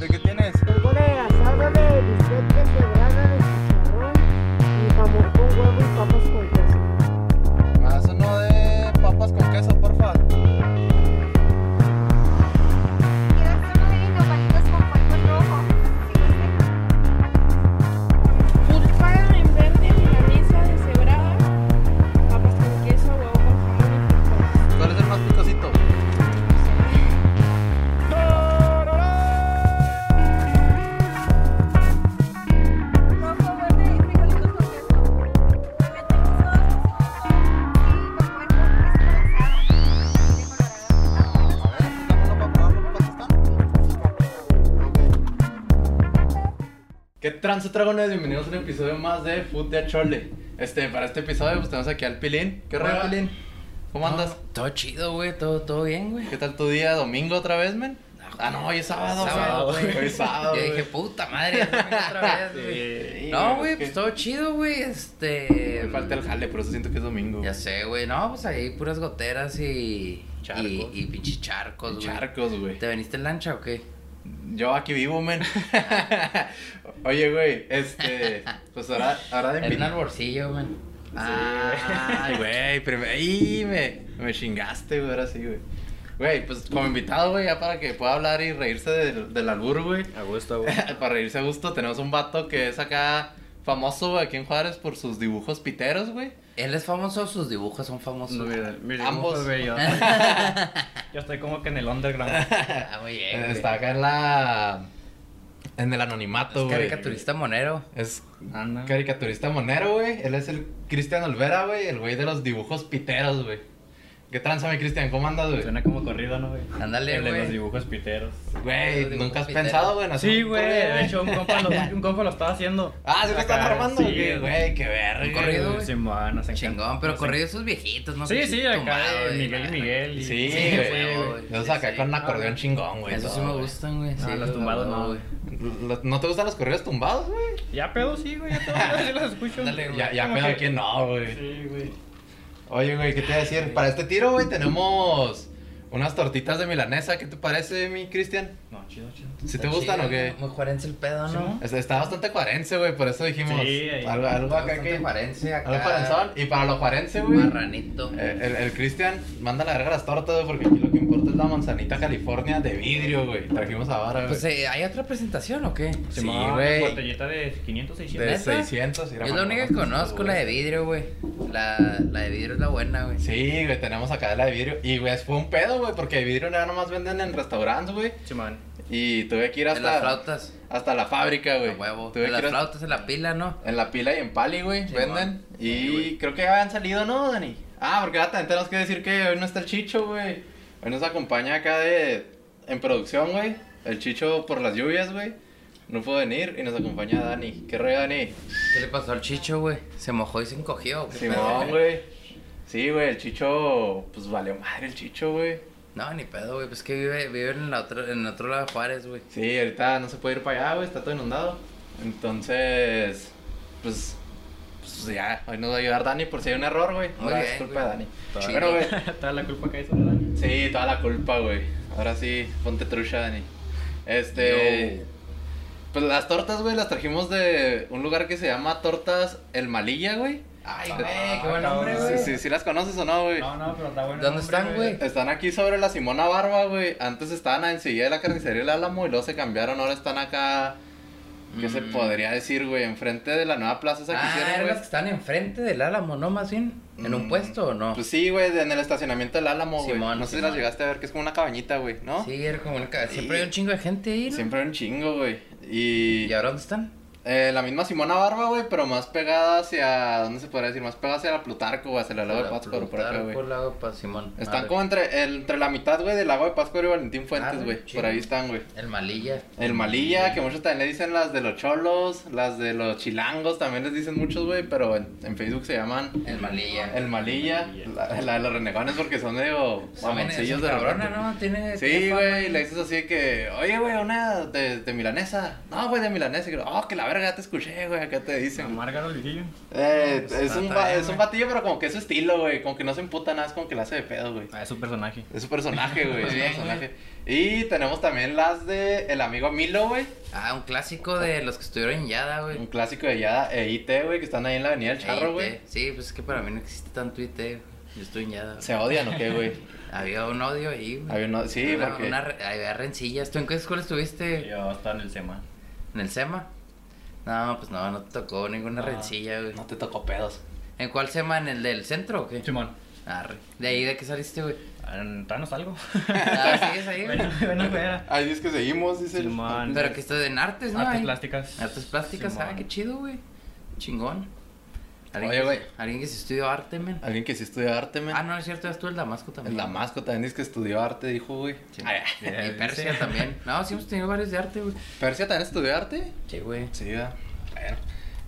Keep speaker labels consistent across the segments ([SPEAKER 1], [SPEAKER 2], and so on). [SPEAKER 1] ¿De qué tienes?
[SPEAKER 2] Tengo de asado de bistec de cebrada de chicharrón y jamón con huevo y papas con queso.
[SPEAKER 1] Más uno Ah, de papas con queso, porfa.
[SPEAKER 3] Quiero hacer uno de nopalitos con polvo rojo. Si gusta.
[SPEAKER 4] Tulpan Pues en verde, milanesa deshebrada, papas con queso, huevo con jamón y frijoles.
[SPEAKER 1] ¿Cuál es el más picosito?
[SPEAKER 3] Rojo, verde y frijolitos con queso. Le metemos dos y con huevo es colorado. De colorado.
[SPEAKER 1] A ver, pues dame uno para probarlo, ¿cuántos están? ¿Qué trance dragones? Bienvenidos a un episodio más de Food de Chole. Este, para este episodio pues tenemos aquí al Pilín. ¿Qué rollo,
[SPEAKER 5] Hola.
[SPEAKER 1] Pilín? ¿Cómo andas?
[SPEAKER 5] Todo chido, güey, todo, todo bien, güey.
[SPEAKER 1] ¿Qué tal tu día? ¿Domingo otra vez, men? Ah, no, hoy es sábado,
[SPEAKER 5] Sábado,
[SPEAKER 1] güey.
[SPEAKER 5] güey.
[SPEAKER 1] Hoy es sábado,
[SPEAKER 5] Yo dije,
[SPEAKER 1] güey.
[SPEAKER 5] puta madre, ya se me hizo otra vez, güey.
[SPEAKER 1] Sí,
[SPEAKER 5] No, güey,
[SPEAKER 1] es que
[SPEAKER 5] pues todo chido, güey, este...
[SPEAKER 1] me Falta el jale, por eso siento que es domingo.
[SPEAKER 5] Ya sé, güey, no, pues ahí puras goteras y...
[SPEAKER 1] Charcos.
[SPEAKER 5] Y, y pinches charcos, güey.
[SPEAKER 1] Charcos, güey.
[SPEAKER 5] ¿Te veniste en lancha o qué?
[SPEAKER 1] Yo aquí vivo, men. Oye, güey, este. Pues ahora, ahora de
[SPEAKER 5] En un
[SPEAKER 1] invitar-
[SPEAKER 5] alborcillo, güey.
[SPEAKER 1] Ay, güey, primero. ¡Y me, me chingaste, güey! Ahora sí, güey. Güey, pues como invitado, güey, ya para que pueda hablar y reírse del, del albur, güey.
[SPEAKER 6] A gusto, güey.
[SPEAKER 1] para reírse a gusto, tenemos un vato que es acá famoso, güey, aquí en Juárez por sus dibujos piteros, güey.
[SPEAKER 5] Él es famoso, sus dibujos son famosos.
[SPEAKER 6] Mira, mira,
[SPEAKER 1] Ambos.
[SPEAKER 6] dibujos, güey, yo, yo estoy como que en el underground.
[SPEAKER 5] Ah, muy bien, güey.
[SPEAKER 1] Está acá en la. En el anonimato,
[SPEAKER 5] Es
[SPEAKER 1] güey.
[SPEAKER 5] caricaturista monero.
[SPEAKER 1] Es
[SPEAKER 6] Anda.
[SPEAKER 1] caricaturista monero, güey. Él es el Cristian Olvera, güey. El güey de los dibujos piteros, güey. ¿Qué tranza, mi Cristian? ¿Cómo andas, güey?
[SPEAKER 6] Suena como corrido, ¿no, güey?
[SPEAKER 5] Ándale,
[SPEAKER 6] El de
[SPEAKER 5] güey.
[SPEAKER 6] los dibujos piteros.
[SPEAKER 1] Güey,
[SPEAKER 5] Los dibujos
[SPEAKER 1] nunca has
[SPEAKER 5] piteros.
[SPEAKER 1] pensado, güey. en hacer
[SPEAKER 6] Sí,
[SPEAKER 1] un
[SPEAKER 6] güey.
[SPEAKER 1] corrido,
[SPEAKER 6] De hecho, un compa lo, un compa lo estaba haciendo.
[SPEAKER 1] Ah, ¿sí lo están
[SPEAKER 6] Acá,
[SPEAKER 1] armando?
[SPEAKER 6] sí,
[SPEAKER 1] Sí, güey, qué verga.
[SPEAKER 5] Un corrido,
[SPEAKER 1] güey.
[SPEAKER 5] güey.
[SPEAKER 6] Simón, nos encanta.
[SPEAKER 5] Chingón, pero
[SPEAKER 6] Nos
[SPEAKER 5] corrido esos viejitos, ¿no?
[SPEAKER 6] encanta. Sí, sí, acá
[SPEAKER 5] Tumbado
[SPEAKER 6] de
[SPEAKER 5] y
[SPEAKER 6] Miguel y
[SPEAKER 5] nada.
[SPEAKER 6] Miguel. y-
[SPEAKER 1] Sí, güey.
[SPEAKER 5] Sí, güey,
[SPEAKER 1] güey.
[SPEAKER 5] güey.
[SPEAKER 1] Los
[SPEAKER 5] Sí,
[SPEAKER 1] acá
[SPEAKER 5] sí.
[SPEAKER 1] con
[SPEAKER 6] Ah,
[SPEAKER 1] acordeón
[SPEAKER 6] güey.
[SPEAKER 1] chingón, güey.
[SPEAKER 5] Esos
[SPEAKER 1] todo,
[SPEAKER 5] sí me
[SPEAKER 1] güey.
[SPEAKER 5] gustan, güey.
[SPEAKER 6] No,
[SPEAKER 5] sí,
[SPEAKER 6] los tumbados no, güey.
[SPEAKER 1] Lo- ¿No te gustan los corridos tumbados, güey?
[SPEAKER 6] Ya pedo, sí, güey. Ya todos sí los escucho.
[SPEAKER 5] Ándale, güey.
[SPEAKER 1] Ya, ya,
[SPEAKER 6] Como
[SPEAKER 1] pero
[SPEAKER 6] que-
[SPEAKER 1] aquí no, güey.
[SPEAKER 6] Sí, güey.
[SPEAKER 1] Oye, güey, ¿qué te iba a decir? Para este tiro, güey, tenemos unas tortitas de milanesa. ¿Qué te parece, mi Cristian?
[SPEAKER 6] No, chido, chido.
[SPEAKER 1] ¿Si
[SPEAKER 5] Está
[SPEAKER 1] te gustan
[SPEAKER 5] chido,
[SPEAKER 1] o qué?
[SPEAKER 5] Muy juarense el pedo, ¿no?
[SPEAKER 6] Simón.
[SPEAKER 1] Está, está bastante cuarense, güey, por eso dijimos
[SPEAKER 6] Sí, ahí.
[SPEAKER 1] algo, algo acá que...
[SPEAKER 5] juarense acá.
[SPEAKER 1] Algo cuarenzón. Y para los cuarense, güey,
[SPEAKER 5] Marranito.
[SPEAKER 1] eh, el, el Cristian manda la verga las tortas, güey, porque aquí lo que importa es la manzanita California de vidrio, güey. Trajimos ahora, güey.
[SPEAKER 5] Pues, eh, ¿hay otra presentación o qué?
[SPEAKER 1] Sí,
[SPEAKER 6] Simón,
[SPEAKER 1] güey.
[SPEAKER 6] Botellita de 500,
[SPEAKER 1] de
[SPEAKER 6] 600.
[SPEAKER 5] ¿neta?
[SPEAKER 1] 600.
[SPEAKER 5] Yo es la única que conozco, la de vidrio, güey. La, la de vidrio es la buena, güey.
[SPEAKER 1] Sí, güey, tenemos acá la de vidrio. Y, güey, fue un pedo, güey, porque de vidrio nada más venden en restaurantes, güey.
[SPEAKER 6] Simón.
[SPEAKER 1] Y tuve que ir
[SPEAKER 5] En las
[SPEAKER 1] hasta,
[SPEAKER 5] flautas.
[SPEAKER 1] hasta la fábrica,
[SPEAKER 5] A
[SPEAKER 1] güey.
[SPEAKER 5] huevo.
[SPEAKER 1] Tuve
[SPEAKER 5] En
[SPEAKER 1] que
[SPEAKER 5] las
[SPEAKER 1] ir hasta-
[SPEAKER 5] flautas, en la pila, ¿no?
[SPEAKER 1] En la pila y en pali, güey,
[SPEAKER 5] Sí,
[SPEAKER 1] venden.
[SPEAKER 5] man.
[SPEAKER 1] Y
[SPEAKER 5] Sí, güey.
[SPEAKER 1] creo que habían salido, ¿no, Dani? Ah, porque ahora también tenemos que decir que hoy no está el Chicho, güey. Hoy nos acompaña acá de... en producción, güey. El Chicho por las lluvias, güey. No pudo venir y nos acompaña Dani. ¿Qué rollo, Dani?
[SPEAKER 5] ¿Qué le pasó al chicho, güey? Se mojó y se encogió. ¿qué pedo,
[SPEAKER 1] Simón, güey. Sí, güey, el Chicho... Pues valió madre el Chicho, güey.
[SPEAKER 5] No, ni pedo, güey. Pues que vive, vive en, la otra, en otro lado de Juárez, güey.
[SPEAKER 1] Sí, ahorita no se puede ir para allá, güey. Está todo inundado. Entonces... Pues... Pues ya, hoy nos va a ayudar Dani por si hay un error, güey.
[SPEAKER 5] Muy
[SPEAKER 1] Ahora
[SPEAKER 5] bien,
[SPEAKER 1] es culpa
[SPEAKER 5] güey.
[SPEAKER 1] de Dani.
[SPEAKER 5] Chido.
[SPEAKER 1] Bueno, güey,
[SPEAKER 6] Toda la culpa que hizo de Dani.
[SPEAKER 1] Sí, toda la culpa, güey. Ahora sí, ponte trucha, Dani. Este.
[SPEAKER 5] Yo.
[SPEAKER 1] Pues las tortas, güey, las trajimos de un lugar que se llama Tortas El Malilla, güey.
[SPEAKER 5] Ay,
[SPEAKER 1] Ah,
[SPEAKER 5] güey, qué buen nombre,
[SPEAKER 6] cabrón.
[SPEAKER 1] Sí,
[SPEAKER 5] güey.
[SPEAKER 1] sí, sí, las conoces o no, güey.
[SPEAKER 6] No, no, pero está bueno. el
[SPEAKER 5] ¿Dónde
[SPEAKER 6] nombre,
[SPEAKER 5] están, güey?
[SPEAKER 1] Están aquí sobre la Simona Barba, güey. Antes estaban en silla de la carnicería El Álamo y luego se cambiaron. Ahora están acá. ¿Qué se
[SPEAKER 5] Mm.
[SPEAKER 1] podría decir, güey? Enfrente de la nueva plaza esa que
[SPEAKER 5] Ah,
[SPEAKER 1] hicieron,
[SPEAKER 5] eran
[SPEAKER 1] güey.
[SPEAKER 5] las que están enfrente del Álamo, ¿no? Más bien, ¿en un
[SPEAKER 1] Mm,
[SPEAKER 5] puesto o no?
[SPEAKER 1] Pues sí, güey, en el estacionamiento del Álamo, güey.
[SPEAKER 5] Simón,
[SPEAKER 1] No sé si
[SPEAKER 5] Simón.
[SPEAKER 1] las llegaste a ver, que es como una cabañita, güey, ¿no?
[SPEAKER 5] Sí, era como una ca-
[SPEAKER 1] Sí.
[SPEAKER 5] Siempre hay un chingo de gente ahí, ¿no?
[SPEAKER 1] Siempre un chingo, güey. Y.
[SPEAKER 5] ¿Y ahora dónde están?
[SPEAKER 1] Eh, la misma Simona Barba, güey, pero más pegada hacia. ¿Dónde se podría decir? Más pegada hacia la Plutarco, güey, hacia la Lago de Pátzcuaro, por acá, güey.
[SPEAKER 5] Por Lago de Paz- Simón.
[SPEAKER 1] Están
[SPEAKER 5] Arre.
[SPEAKER 1] como entre, el- entre la mitad, güey, del Lago de Pátzcuaro y Valentín Fuentes,
[SPEAKER 5] Arre,
[SPEAKER 1] güey.
[SPEAKER 5] chido.
[SPEAKER 1] Por ahí están, güey.
[SPEAKER 5] El Malilla.
[SPEAKER 1] El Malilla, que muchos también le dicen las de los cholos, las de los chilangos, también les dicen muchos, güey, pero en, en Facebook se llaman
[SPEAKER 5] El Malilla.
[SPEAKER 1] el Malilla, la, la de los renegones porque son medio mamoncillos de
[SPEAKER 5] cabrona,
[SPEAKER 1] repente.
[SPEAKER 5] ¿no? Tiene...
[SPEAKER 1] Sí,
[SPEAKER 5] tiene fama.
[SPEAKER 1] güey, le dices así de que, oye, güey, una de, de milanesa. No, güey, de milanesa. Y yo, oh, que la verga, te escuché, güey, acá te dicen.
[SPEAKER 6] Amarga los viejillos.
[SPEAKER 1] Eh,
[SPEAKER 5] Pues,
[SPEAKER 1] es, un,
[SPEAKER 5] está
[SPEAKER 1] ba-
[SPEAKER 5] bien,
[SPEAKER 1] es un
[SPEAKER 5] güey.
[SPEAKER 1] batillo, pero como que es su estilo, güey. Como que no se emputa nada, es como que la hace de pedo, güey.
[SPEAKER 6] Ah, es su personaje.
[SPEAKER 1] Es su personaje, güey. es su
[SPEAKER 5] Bien,
[SPEAKER 1] personaje. Y tenemos también las de El Amigo Milo, güey.
[SPEAKER 5] Ah, un clásico de los que estuvieron en Yada,
[SPEAKER 1] Un
[SPEAKER 5] güey. E
[SPEAKER 1] clásico de Yada e IT, güey, que están ahí en la Avenida del Charro,
[SPEAKER 5] Ey,
[SPEAKER 1] güey.
[SPEAKER 5] te- Sí, pues es que para mí no existe tanto IT. güey. Yo estuve en Yada. güey.
[SPEAKER 1] ¿Se odian o qué, güey?
[SPEAKER 5] Había un odio ahí, güey.
[SPEAKER 1] Había una- sí,
[SPEAKER 5] Una-
[SPEAKER 1] porque-
[SPEAKER 5] una re- había rencillas. ¿Tú en qué escuela estuviste?
[SPEAKER 6] Yo estaba en el SEMA.
[SPEAKER 5] ¿En el SEMA? No, pues no, no te tocó ninguna
[SPEAKER 6] No.
[SPEAKER 5] rencilla, güey.
[SPEAKER 1] Ah, No te tocó pedos.
[SPEAKER 5] ¿En cuál SEMA? ¿En el del centro o qué?
[SPEAKER 6] Simón.
[SPEAKER 5] Arre. ¿De ahí de qué saliste, güey?
[SPEAKER 6] Ah, Todavía no salgo.
[SPEAKER 5] Ah, sigues ahí, güey.
[SPEAKER 6] Bueno, bueno, fuera.
[SPEAKER 1] Ahí dice que seguimos, dice.
[SPEAKER 6] Simón.
[SPEAKER 5] Pero que estás en artes, ¿no?
[SPEAKER 6] Artes
[SPEAKER 5] Ahí.
[SPEAKER 6] plásticas.
[SPEAKER 5] Artes plásticas, ah,
[SPEAKER 6] Simón.
[SPEAKER 5] qué chido, güey. Chingón. ¿Alguien
[SPEAKER 1] Oye,
[SPEAKER 5] que-
[SPEAKER 1] güey.
[SPEAKER 5] Alguien que se estudió arte, men.
[SPEAKER 1] Alguien que sí estudió arte, men.
[SPEAKER 5] Ah, no, es cierto, eras tú el Damasco también.
[SPEAKER 1] El Damasco Ah, también dice que estudió arte, dijo, güey.
[SPEAKER 5] Sí.
[SPEAKER 1] Ay,
[SPEAKER 5] Y
[SPEAKER 6] Sí.
[SPEAKER 5] Persia también. No, sí hemos tenido varios de arte, güey.
[SPEAKER 1] ¿Persia también estudió arte?
[SPEAKER 5] Sí, güey.
[SPEAKER 1] Sí, ah. Bueno.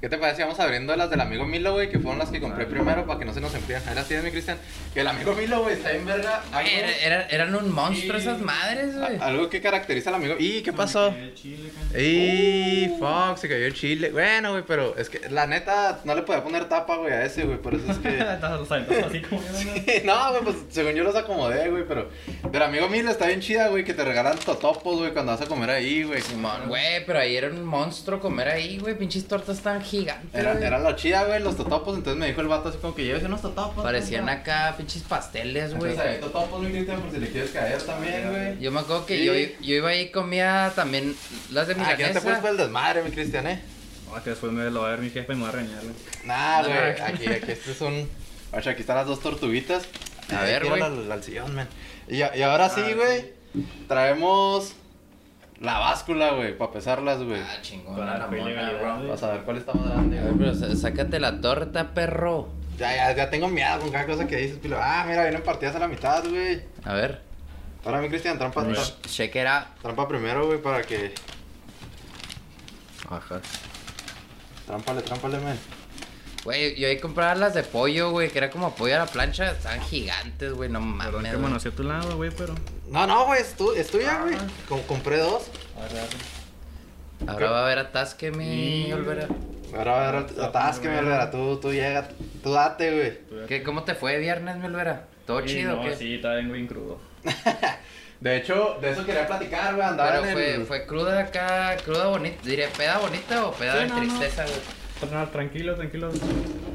[SPEAKER 1] ¿Qué te parece? Vamos abriendo las del amigo Milo, güey, que fueron las que compré primero para que no se nos enfrían. Ahí las tienes, mi Cristian. Que el amigo Milo, güey, está en verga. Algo,
[SPEAKER 5] Era, era- eran un monstruo
[SPEAKER 1] Sí.
[SPEAKER 5] esas madres, güey.
[SPEAKER 1] a- algo que caracteriza al amigo. ¿Y qué pasó?
[SPEAKER 6] El chile,
[SPEAKER 1] Y fuck, se cayó el chile. Bueno, güey, pero es que la neta no le podía poner tapa, güey, a ese, güey, por eso es que.
[SPEAKER 6] Estás los saltos así como.
[SPEAKER 1] No, güey, pues según yo los acomodé, güey, pero. Pero amigo Milo está bien chida, güey, que te regalan totopos, güey, cuando vas a comer ahí, güey.
[SPEAKER 5] Simón, güey, pero ahí era un monstruo comer ahí, güey. Pinches tortas tan gigantes.
[SPEAKER 1] Era,
[SPEAKER 5] güey.
[SPEAKER 1] era la chida, güey, los totopos. Entonces me dijo el vato así como que lleves unos totopos.
[SPEAKER 5] Parecían
[SPEAKER 1] compa".
[SPEAKER 5] acá pinches pasteles, güey.
[SPEAKER 1] Entonces había totopos, güey, Cristian, por si le quieres caer también, güey.
[SPEAKER 5] Yo me acuerdo que
[SPEAKER 1] Sí.
[SPEAKER 5] yo, yo iba ahí y comía también las de
[SPEAKER 1] Aquí Ah, no te puedes
[SPEAKER 5] milanesa.
[SPEAKER 1] ver el desmadre, mi Cristian, eh.
[SPEAKER 6] No, Ah, que después me lo va a ver mi jefe y me va a regañar. güey.
[SPEAKER 1] Nah,
[SPEAKER 5] No,
[SPEAKER 1] güey,
[SPEAKER 5] no.
[SPEAKER 1] aquí, aquí este es un... Oye, aquí están las dos tortuguitas.
[SPEAKER 5] A
[SPEAKER 1] Ay,
[SPEAKER 5] ver,
[SPEAKER 1] tírala Al, al sillón, man. Y, a- y ahora Ah, sí, güey, traemos la báscula, güey, para pesarlas, güey.
[SPEAKER 5] ah, chingón,
[SPEAKER 6] Con
[SPEAKER 5] la
[SPEAKER 6] la
[SPEAKER 5] mona,
[SPEAKER 6] ilegalidad,
[SPEAKER 5] bro.
[SPEAKER 6] güey.
[SPEAKER 1] Para saber cuál está más grande,
[SPEAKER 5] A ver,
[SPEAKER 1] güey.
[SPEAKER 5] pero sa- sácate la torta, perro.
[SPEAKER 1] Ya, ya, ya tengo miedo con cada cosa que dices, pilo. Ah, mira, vienen partidas a la mitad, güey.
[SPEAKER 5] A ver.
[SPEAKER 1] Ahora, mi Cristian, trampa, tra-
[SPEAKER 5] sh- Check it out.
[SPEAKER 1] trampa primero, güey, para que...
[SPEAKER 5] Ajá.
[SPEAKER 1] Trámpale, trámpale, men.
[SPEAKER 5] Güey, yo ahí compraba las de pollo, güey, que era como pollo a la plancha. Estaban gigantes, güey, no mames.
[SPEAKER 6] Perdón que
[SPEAKER 5] güey.
[SPEAKER 6] manoseé a tu lado, güey, pero.
[SPEAKER 1] No, no, güey, es, tu- es tuya,
[SPEAKER 6] Ah.
[SPEAKER 1] güey. Com- compré dos.
[SPEAKER 6] A ver, a ver.
[SPEAKER 5] Ahora va a haber atasque, mi
[SPEAKER 6] Y-
[SPEAKER 5] Olvera.
[SPEAKER 1] Ahora, ahora,
[SPEAKER 6] Ah,
[SPEAKER 1] atásqueme, Olvera, tú, tú llega, tú date, güey.
[SPEAKER 5] ¿Qué, ¿Cómo te fue viernes, mi Olvera? ¿Todo
[SPEAKER 6] Sí,
[SPEAKER 5] chido o
[SPEAKER 6] No,
[SPEAKER 5] qué?
[SPEAKER 6] sí, está bien, bien crudo.
[SPEAKER 1] De hecho, de eso quería platicar, güey. Andaba
[SPEAKER 5] Pero
[SPEAKER 1] en
[SPEAKER 5] fue,
[SPEAKER 1] el...
[SPEAKER 5] fue cruda acá, cruda bonita. Diré, ¿peda bonita o peda
[SPEAKER 6] Sí,
[SPEAKER 5] de
[SPEAKER 6] no, no.
[SPEAKER 5] tristeza, güey?
[SPEAKER 6] No, Pues tranquilo, tranquilo.